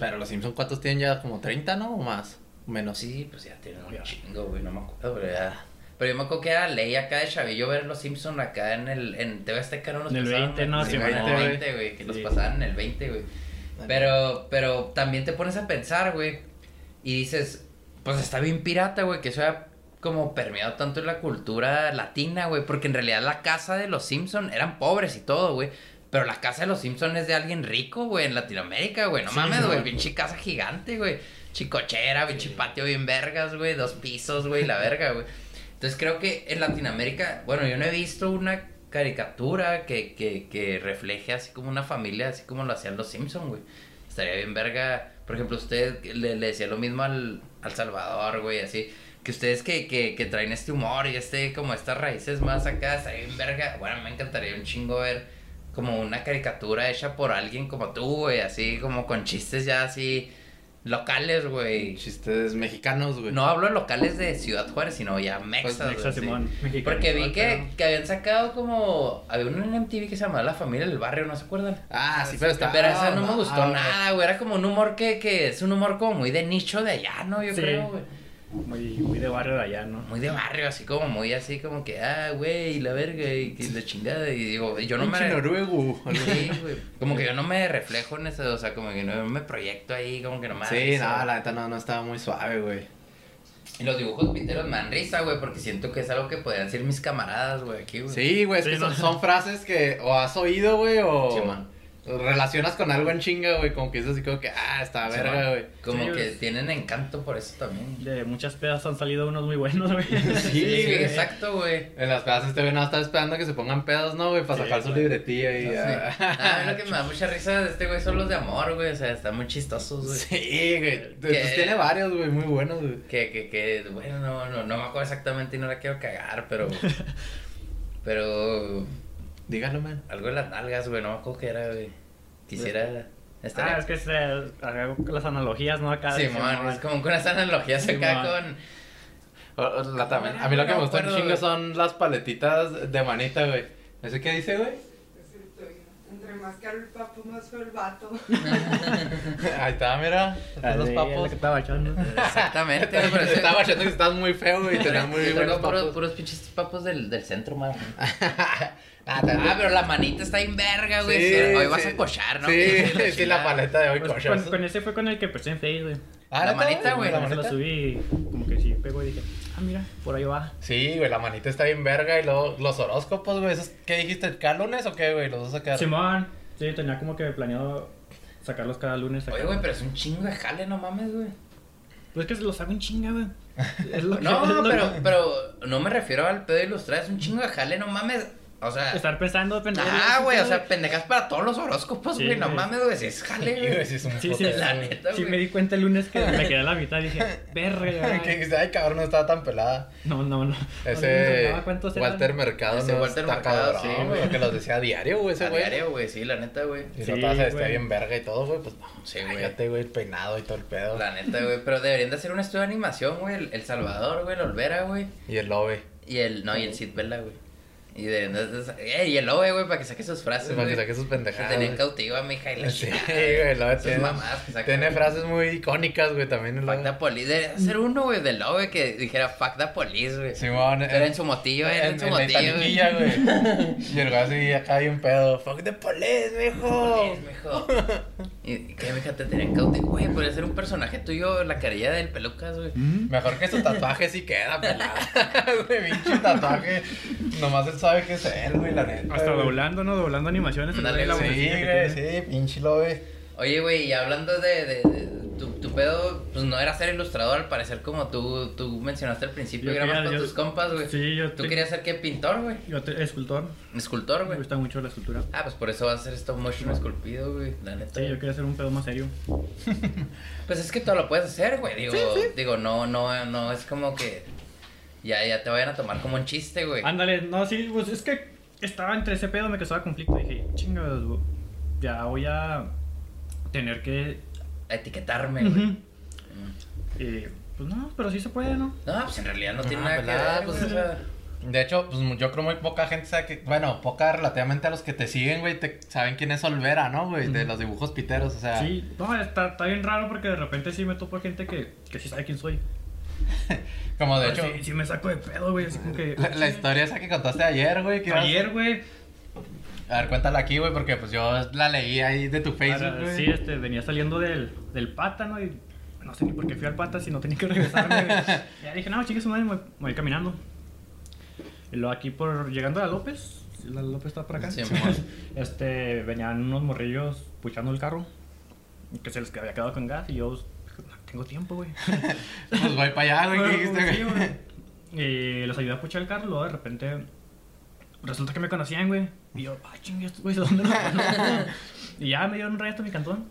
[SPEAKER 7] Pero los Simpsons, ¿cuántos tienen ya? ¿Como 30, no? ¿O más? Menos.
[SPEAKER 5] Sí, pues ya tiene un chingo, güey. No me acuerdo, güey. ya. Pero yo me acuerdo que era ley acá de chavillo ver los Simpsons acá en el... En TV Azteca no los
[SPEAKER 6] En el
[SPEAKER 5] pasaban,
[SPEAKER 6] 20, ¿no?
[SPEAKER 5] güey. Sí,
[SPEAKER 7] Simón,
[SPEAKER 5] en el
[SPEAKER 7] güey.
[SPEAKER 5] 20, güey. Que los
[SPEAKER 6] Sí.
[SPEAKER 5] pasaban en el 20, güey. Pero, pero también te pones a pensar, güey. Y dices, pues está bien pirata, güey, que eso haya como permeado tanto en la cultura latina, güey. Porque en realidad la casa de los Simpson eran pobres y todo, güey. Pero la casa de los Simpson es de alguien rico, güey, en Latinoamérica, güey. No
[SPEAKER 6] Sí,
[SPEAKER 5] mames,
[SPEAKER 6] no.
[SPEAKER 5] güey. Pinche casa gigante, güey. Chicochera, pinche patio bien vergas, güey. Dos pisos, güey, la verga, güey. Entonces creo que en Latinoamérica, bueno, yo no he visto una caricatura que, que, que refleje así como una familia, así como lo hacían los Simpson, güey. Estaría bien verga. Por ejemplo, usted le, le decía lo mismo al, al Salvador, güey, así. Que ustedes que, que, que traen este humor y este, como estas raíces más acá, estaría bien verga. Bueno, me encantaría un chingo ver como una caricatura hecha por alguien como tú, güey, así como con chistes ya así locales, güey.
[SPEAKER 7] Chistes mexicanos, güey.
[SPEAKER 5] No hablo locales de Ciudad Juárez, sino ya mexas, güey,
[SPEAKER 6] Nexa
[SPEAKER 5] sí.
[SPEAKER 6] Simón, mexicano.
[SPEAKER 5] Porque vi que,
[SPEAKER 6] Pero-
[SPEAKER 5] que habían sacado como. Había uno en MTV que se llamaba La Familia del Barrio, ¿no se acuerdan?
[SPEAKER 7] Ah, sí, pero está.
[SPEAKER 5] Pero esa no me
[SPEAKER 7] ah,
[SPEAKER 5] gustó
[SPEAKER 7] güey.
[SPEAKER 5] nada, güey. Era como un humor que, que es un humor como muy de nicho de allá, ¿no? Yo
[SPEAKER 6] Sí.
[SPEAKER 5] creo, güey.
[SPEAKER 6] Muy, muy de barrio de allá, ¿no?
[SPEAKER 5] Muy de barrio, así como muy así, como que, ah, güey, la verga, y que la chingada. Y digo, yo no me.
[SPEAKER 7] Pinche noruego.
[SPEAKER 5] Sí, güey. Como que yo no me reflejo en eso, o sea, como que no me proyecto ahí, como que nomás.
[SPEAKER 7] Sí,
[SPEAKER 5] eso.
[SPEAKER 7] no, la neta no, no estaba muy suave, güey.
[SPEAKER 5] Y los dibujos pinteros me dan risa, güey, porque siento que es algo que podrían ser mis camaradas, güey, aquí, güey.
[SPEAKER 7] Sí, güey, es
[SPEAKER 6] Sí,
[SPEAKER 7] que
[SPEAKER 6] no.
[SPEAKER 7] son, son frases que o has oído, güey, o.
[SPEAKER 5] Simón.
[SPEAKER 1] relacionas con algo en chinga, güey. Como que es así como que, ah, está
[SPEAKER 5] Sí,
[SPEAKER 1] verga,
[SPEAKER 5] ¿no?
[SPEAKER 1] güey.
[SPEAKER 5] Como
[SPEAKER 6] Sí,
[SPEAKER 5] que
[SPEAKER 6] güey.
[SPEAKER 5] tienen encanto por eso también.
[SPEAKER 6] De muchas pedas han salido unos muy buenos, güey.
[SPEAKER 5] Sí,
[SPEAKER 1] Sí, güey.
[SPEAKER 5] exacto, güey.
[SPEAKER 1] En las plazas este güey nada está esperando que se pongan pedos, ¿no, güey? Para
[SPEAKER 6] Sí,
[SPEAKER 1] sacar su
[SPEAKER 6] güey.
[SPEAKER 1] libretilla y
[SPEAKER 5] Sí.
[SPEAKER 1] ya.
[SPEAKER 5] Ah, a mí lo que me da mucha risa de este güey son los de amor, güey. O sea, están muy chistosos, güey.
[SPEAKER 1] Sí, güey.
[SPEAKER 5] ¿Qué?
[SPEAKER 1] Pues tiene varios, güey, muy buenos, güey.
[SPEAKER 5] Que, que, que, bueno, no, no, no me acuerdo exactamente y no la quiero cagar, pero. pero.
[SPEAKER 1] Dígalo, man.
[SPEAKER 5] Algo de las nalgas, güey, no me acuerdo qué era, güey. Quisiera.
[SPEAKER 6] Ah,
[SPEAKER 5] Estaría.
[SPEAKER 6] es que se, hago las analogías, ¿no? Acá.
[SPEAKER 5] Simón, es como que unas analogías acá
[SPEAKER 6] Simón.
[SPEAKER 5] con.
[SPEAKER 1] O- o la también. A mí lo que
[SPEAKER 5] No
[SPEAKER 1] me
[SPEAKER 5] me
[SPEAKER 1] gustan
[SPEAKER 5] acuerdo,
[SPEAKER 1] chingo
[SPEAKER 5] güey.
[SPEAKER 1] son las paletitas de manita, güey. ¿Eso qué dice, güey?
[SPEAKER 8] Entonces, estoy, Entre más caro el papo, más fue el vato.
[SPEAKER 1] Ahí está, mira.
[SPEAKER 6] Ah,
[SPEAKER 1] Están los papos.
[SPEAKER 6] que estaba echando.
[SPEAKER 5] Exactamente, güey,
[SPEAKER 1] Te
[SPEAKER 5] pero ese-
[SPEAKER 1] estaba echando que estás muy feo, güey. Tenías
[SPEAKER 5] Yo
[SPEAKER 1] muy
[SPEAKER 5] tengo
[SPEAKER 1] buenos
[SPEAKER 5] puros,
[SPEAKER 1] papos.
[SPEAKER 5] puros pinches papos del, del centro, man. ah, pero la manita está en verga, güey.
[SPEAKER 1] Sí,
[SPEAKER 5] Hoy vas
[SPEAKER 1] sí.
[SPEAKER 5] a cochar, ¿no?
[SPEAKER 1] Sí, sí, la paleta de hoy,
[SPEAKER 6] Pues,
[SPEAKER 1] cochas.
[SPEAKER 6] con, con ese fue con el que empecé en Facebook, güey.
[SPEAKER 1] Ah,
[SPEAKER 5] La
[SPEAKER 1] ¿neta,
[SPEAKER 5] manita, güey,
[SPEAKER 1] La
[SPEAKER 5] no
[SPEAKER 6] Se lo
[SPEAKER 1] manita.
[SPEAKER 6] subí y como que sí, pegó y dije, ah, mira, por ahí va.
[SPEAKER 1] Sí, güey, la manita está bien verga y luego los horóscopos, güey, ¿esos qué dijiste? ¿Cada lunes o qué, güey? Los vas a sacar.
[SPEAKER 6] Simón, sí, tenía como que planeado sacarlos cada lunes.
[SPEAKER 5] Oye,
[SPEAKER 6] acá.
[SPEAKER 5] güey, pero es un chingo de jale, no mames, güey.
[SPEAKER 6] Pues es que se los hago en chinga, güey. Es lo que- es
[SPEAKER 5] No,
[SPEAKER 6] lo
[SPEAKER 5] pero,
[SPEAKER 6] que-
[SPEAKER 5] pero no me refiero al pedo ilustrado, es un chingo de jale, no mames. O sea,
[SPEAKER 6] Estar pensando, pendejo.
[SPEAKER 5] ah, güey, o sea, pendejas para todos los horóscopos,
[SPEAKER 6] Sí,
[SPEAKER 5] güey, no
[SPEAKER 6] güey.
[SPEAKER 5] mames, güey, si es jale,
[SPEAKER 1] Sí, güey,
[SPEAKER 5] güey.
[SPEAKER 1] sí, es un
[SPEAKER 6] Sí, sí,
[SPEAKER 1] putero,
[SPEAKER 5] la
[SPEAKER 1] güey.
[SPEAKER 5] neta,
[SPEAKER 6] Sí,
[SPEAKER 5] güey.
[SPEAKER 6] me di cuenta el lunes que me quedé a la mitad y dije, verga.
[SPEAKER 1] Que dice, ay, cabrón, no estaba tan pelada.
[SPEAKER 6] No, no, no.
[SPEAKER 1] Ese
[SPEAKER 6] No, no, ¿cuántos eran?
[SPEAKER 1] Walter Mercado,
[SPEAKER 5] Ese
[SPEAKER 1] no
[SPEAKER 5] Walter
[SPEAKER 1] está
[SPEAKER 5] Mercado,
[SPEAKER 1] cabrón,
[SPEAKER 5] sí,
[SPEAKER 1] güey, que los decía a diario, güey, ese
[SPEAKER 5] A
[SPEAKER 1] güey.
[SPEAKER 5] diario, güey, sí, la neta, güey.
[SPEAKER 1] Y
[SPEAKER 6] Sí,
[SPEAKER 1] no todas está
[SPEAKER 6] güey.
[SPEAKER 1] bien verga y todo, güey, pues no.
[SPEAKER 5] Sí, güey.
[SPEAKER 1] Fíjate, güey, el peinado y todo el pedo.
[SPEAKER 5] La neta, güey. Pero deberían de hacer un estudio de animación, güey. El, El Salvador, güey, el Olvera, güey.
[SPEAKER 1] Y el lobe.
[SPEAKER 5] Y el, no, y el Sid Vela, güey. Y de, de- de- eh, y el Ove, güey, para que saque sus frases,
[SPEAKER 1] Para
[SPEAKER 5] güey.
[SPEAKER 1] que saque sus
[SPEAKER 5] Que
[SPEAKER 1] pendejadas.
[SPEAKER 5] tenían
[SPEAKER 1] güey.
[SPEAKER 5] cautiva, mija, y la
[SPEAKER 1] Sí,
[SPEAKER 5] chingada,
[SPEAKER 1] güey, el lobe
[SPEAKER 5] Sus
[SPEAKER 1] tiene,
[SPEAKER 5] mamás que sacan.
[SPEAKER 1] tiene frases muy icónicas, güey, también el
[SPEAKER 5] Fuck
[SPEAKER 1] lobe.
[SPEAKER 5] the police. Debería hacer uno, güey, del Ove que dijera fuck the police, güey.
[SPEAKER 1] Simón,
[SPEAKER 5] Era
[SPEAKER 1] eh,
[SPEAKER 5] en su motillo, era en, su
[SPEAKER 1] la
[SPEAKER 5] motillo, güey.
[SPEAKER 1] italiquilla, güey. Y el güey así acá hay un pedo. Fuck the police, mijo.
[SPEAKER 5] Police, mijo. Y que mija te tenían cautivo, güey, podría ser un personaje tuyo, la carilla del pelucas, güey.
[SPEAKER 1] Mejor que su tatuaje sí queda pelado. Güey, pinche tatuaje. Nomás él sabe que es él, güey, la neta.
[SPEAKER 6] Hasta
[SPEAKER 1] güey.
[SPEAKER 6] doblando, ¿no? Doblando animaciones.
[SPEAKER 5] Ándale,
[SPEAKER 6] güey, la
[SPEAKER 5] sí,
[SPEAKER 6] vocecilla
[SPEAKER 1] Sí,
[SPEAKER 6] que
[SPEAKER 1] güey,
[SPEAKER 6] tiene.
[SPEAKER 1] sí, pinche lobe.
[SPEAKER 5] Oye, güey, y hablando de, de- de- tu, tu pedo, pues no era ser ilustrador, al parecer como tú, tú mencionaste al principio,
[SPEAKER 6] Yo
[SPEAKER 5] grabas
[SPEAKER 6] quería-
[SPEAKER 5] con
[SPEAKER 6] yo-
[SPEAKER 5] tus compas, güey.
[SPEAKER 6] Sí, Pues yo
[SPEAKER 5] Tú
[SPEAKER 6] te-
[SPEAKER 5] querías ser qué pintor, güey.
[SPEAKER 6] Yo te- escultor.
[SPEAKER 5] Ah, Escultor,
[SPEAKER 6] Me
[SPEAKER 5] güey.
[SPEAKER 6] gusta mucho la escultura.
[SPEAKER 5] Ah, pues por eso vas a hacer stop motion esculpido, güey. La neta.
[SPEAKER 6] Sí, yo quería hacer un pedo más serio.
[SPEAKER 5] Pues es que tú lo puedes hacer, güey. Digo, digo, no, no, no, es como que ya, ya te vayan a tomar como un chiste, güey.
[SPEAKER 1] Ah,
[SPEAKER 6] Ándale, no, sí, pues es que estaba entre ese pedo, me causaba conflicto. Dije, chingados, güey, ya voy a tener que.
[SPEAKER 5] A etiquetarme, güey.
[SPEAKER 6] Ujú. Y, pues no, pero sí se puede, ¿no?
[SPEAKER 5] No, pues en realidad no tiene
[SPEAKER 1] Ah,
[SPEAKER 5] nada que
[SPEAKER 1] pelada,
[SPEAKER 5] ver, pues,
[SPEAKER 1] pues,
[SPEAKER 5] o sea,
[SPEAKER 1] De hecho, pues yo creo muy poca gente sabe que. Bueno, poca relativamente a los que te siguen, güey, te saben quién es Olvera, ¿no, güey? De
[SPEAKER 6] Ujú.
[SPEAKER 1] los dibujos piteros, o sea.
[SPEAKER 6] Sí, no, está, está bien raro porque de repente sí me topo gente que, que sí sabe quién soy.
[SPEAKER 1] Como de
[SPEAKER 6] Pero
[SPEAKER 1] hecho.
[SPEAKER 6] Pues sí, sí me saco de pedo, güey. Así como que.
[SPEAKER 1] La, la historia esa que contaste ayer, güey. que ibas-
[SPEAKER 6] Ayer, güey.
[SPEAKER 1] A ver, cuéntala aquí, güey, porque pues yo la leí ahí de tu Facebook,
[SPEAKER 6] para-
[SPEAKER 1] güey.
[SPEAKER 6] Sí, este, venía saliendo del, del pata, ¿no? Y no sé ni por qué fui al pata si no tenía que regresarme. güey. ya dije, no, chicas, madre, me, voy- me voy caminando. Y luego aquí por llegando a la López. La López está para acá.
[SPEAKER 5] Sí, mamá.
[SPEAKER 6] este, venían unos morrillos puchando el carro. Que se les había quedado con gas y yo no tengo tiempo, güey.
[SPEAKER 1] Pues voy para allá, güey. ¿qué
[SPEAKER 6] Bueno, pues,
[SPEAKER 1] dijiste,
[SPEAKER 6] sí,
[SPEAKER 1] güey?
[SPEAKER 6] güey. Y los ayudé a puchar el carro, luego de repente resulta que me conocían, güey. Y yo, ah, chingue, estos güeyes, ¿de dónde los conozco?" Y ya me dieron un rayazo a mi cantón.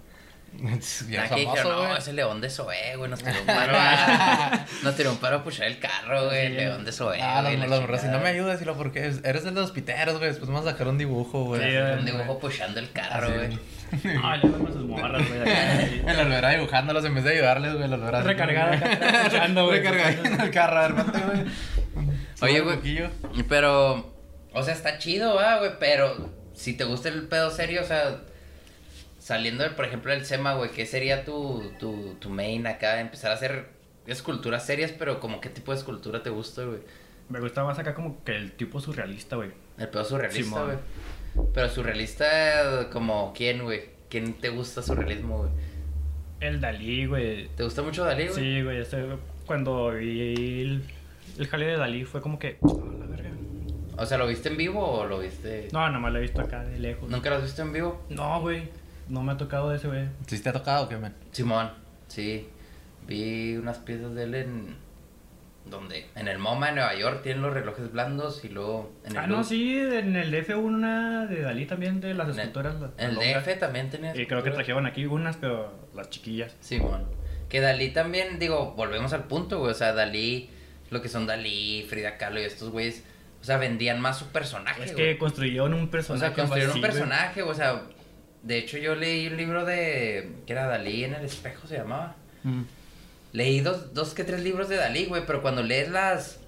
[SPEAKER 1] Bien
[SPEAKER 5] aquí dijeron,
[SPEAKER 1] famoso,
[SPEAKER 5] Ah, no,
[SPEAKER 1] güey.
[SPEAKER 5] ese León de Soe, güey, nos tiró un paro. a- nos tiró un paro a puchar el carro, güey,
[SPEAKER 6] Sí.
[SPEAKER 5] León de Soe.
[SPEAKER 1] Ah,
[SPEAKER 5] güey,
[SPEAKER 1] los,
[SPEAKER 5] la
[SPEAKER 1] los morros, si no
[SPEAKER 5] chingada.
[SPEAKER 1] me ayudas, y lo porque eres de los piteros, güey. Después me vas a sacar un dibujo, güey.
[SPEAKER 6] Sí,
[SPEAKER 1] Así,
[SPEAKER 6] güey.
[SPEAKER 5] Un dibujo puchando el carro,
[SPEAKER 1] Así.
[SPEAKER 5] güey.
[SPEAKER 6] Ah, le con sus morras, güey. acá, sí.
[SPEAKER 1] El Olvera dibujándolos en vez de ayudarles, güey. El Olvera. así,
[SPEAKER 6] Recargado
[SPEAKER 1] güey.
[SPEAKER 6] acá, escuchando, güey.
[SPEAKER 1] Recargado en el carro, de repente, güey. Sube
[SPEAKER 5] Oye,
[SPEAKER 1] un
[SPEAKER 5] güey.
[SPEAKER 1] poquillo.
[SPEAKER 5] Pero, o sea, está chido, va, güey, pero si te gusta el pedo serio, o sea, saliendo, por ejemplo, del SEMA, güey, ¿qué sería tu, tu, tu main acá? Empezar a hacer esculturas serias, pero como qué tipo de escultura te gusta, güey.
[SPEAKER 6] Me gusta más acá como que el tipo surrealista, güey.
[SPEAKER 5] El pedo surrealista,
[SPEAKER 6] Simón.
[SPEAKER 5] güey. Pero surrealista, como quién, güey. ¿Quién te gusta surrealismo, güey?
[SPEAKER 6] El Dalí, güey.
[SPEAKER 5] ¿Te gusta mucho Dalí, güey?
[SPEAKER 6] Sí, güey, este, ese- cuando vi el, el jale de Dalí fue como que, "Ah, la verga.
[SPEAKER 5] O sea, ¿lo viste en vivo o lo viste...?
[SPEAKER 6] No, nomás lo he visto acá de lejos.
[SPEAKER 5] ¿Nunca lo has visto en vivo?
[SPEAKER 6] No, güey. No me ha tocado ese, güey.
[SPEAKER 7] ¿Sí te ha tocado o qué, men?
[SPEAKER 5] Simón, sí. Vi unas piezas de él en... ¿Dónde? En el MoMA en Nueva York tienen los relojes blandos y luego... En el
[SPEAKER 6] Ah, no,
[SPEAKER 5] Louvre.
[SPEAKER 6] sí, en el DF hubo una de Dalí también, de las
[SPEAKER 5] En el-
[SPEAKER 6] esculturas. las-
[SPEAKER 5] En el
[SPEAKER 6] las longas.
[SPEAKER 5] DF también tenía...
[SPEAKER 6] Y creo que
[SPEAKER 5] esculturas.
[SPEAKER 6] trajeron aquí unas, pero las chiquillas.
[SPEAKER 5] Simón. Que Dalí también, digo, volvemos al punto, güey. O sea, Dalí, lo que son Dalí, Frida Kahlo y estos güeyes, o sea, vendían más su personaje,
[SPEAKER 6] Es
[SPEAKER 5] güey.
[SPEAKER 6] que construyeron un
[SPEAKER 5] O
[SPEAKER 6] personaje.
[SPEAKER 5] sea, construyeron
[SPEAKER 6] así,
[SPEAKER 5] un
[SPEAKER 6] güey.
[SPEAKER 5] personaje, o sea. De hecho, yo leí un libro de. que era Dalí en el espejo, se llamaba.
[SPEAKER 6] Mm.
[SPEAKER 5] Leí dos, dos que tres libros de Dalí, güey, pero cuando lees las.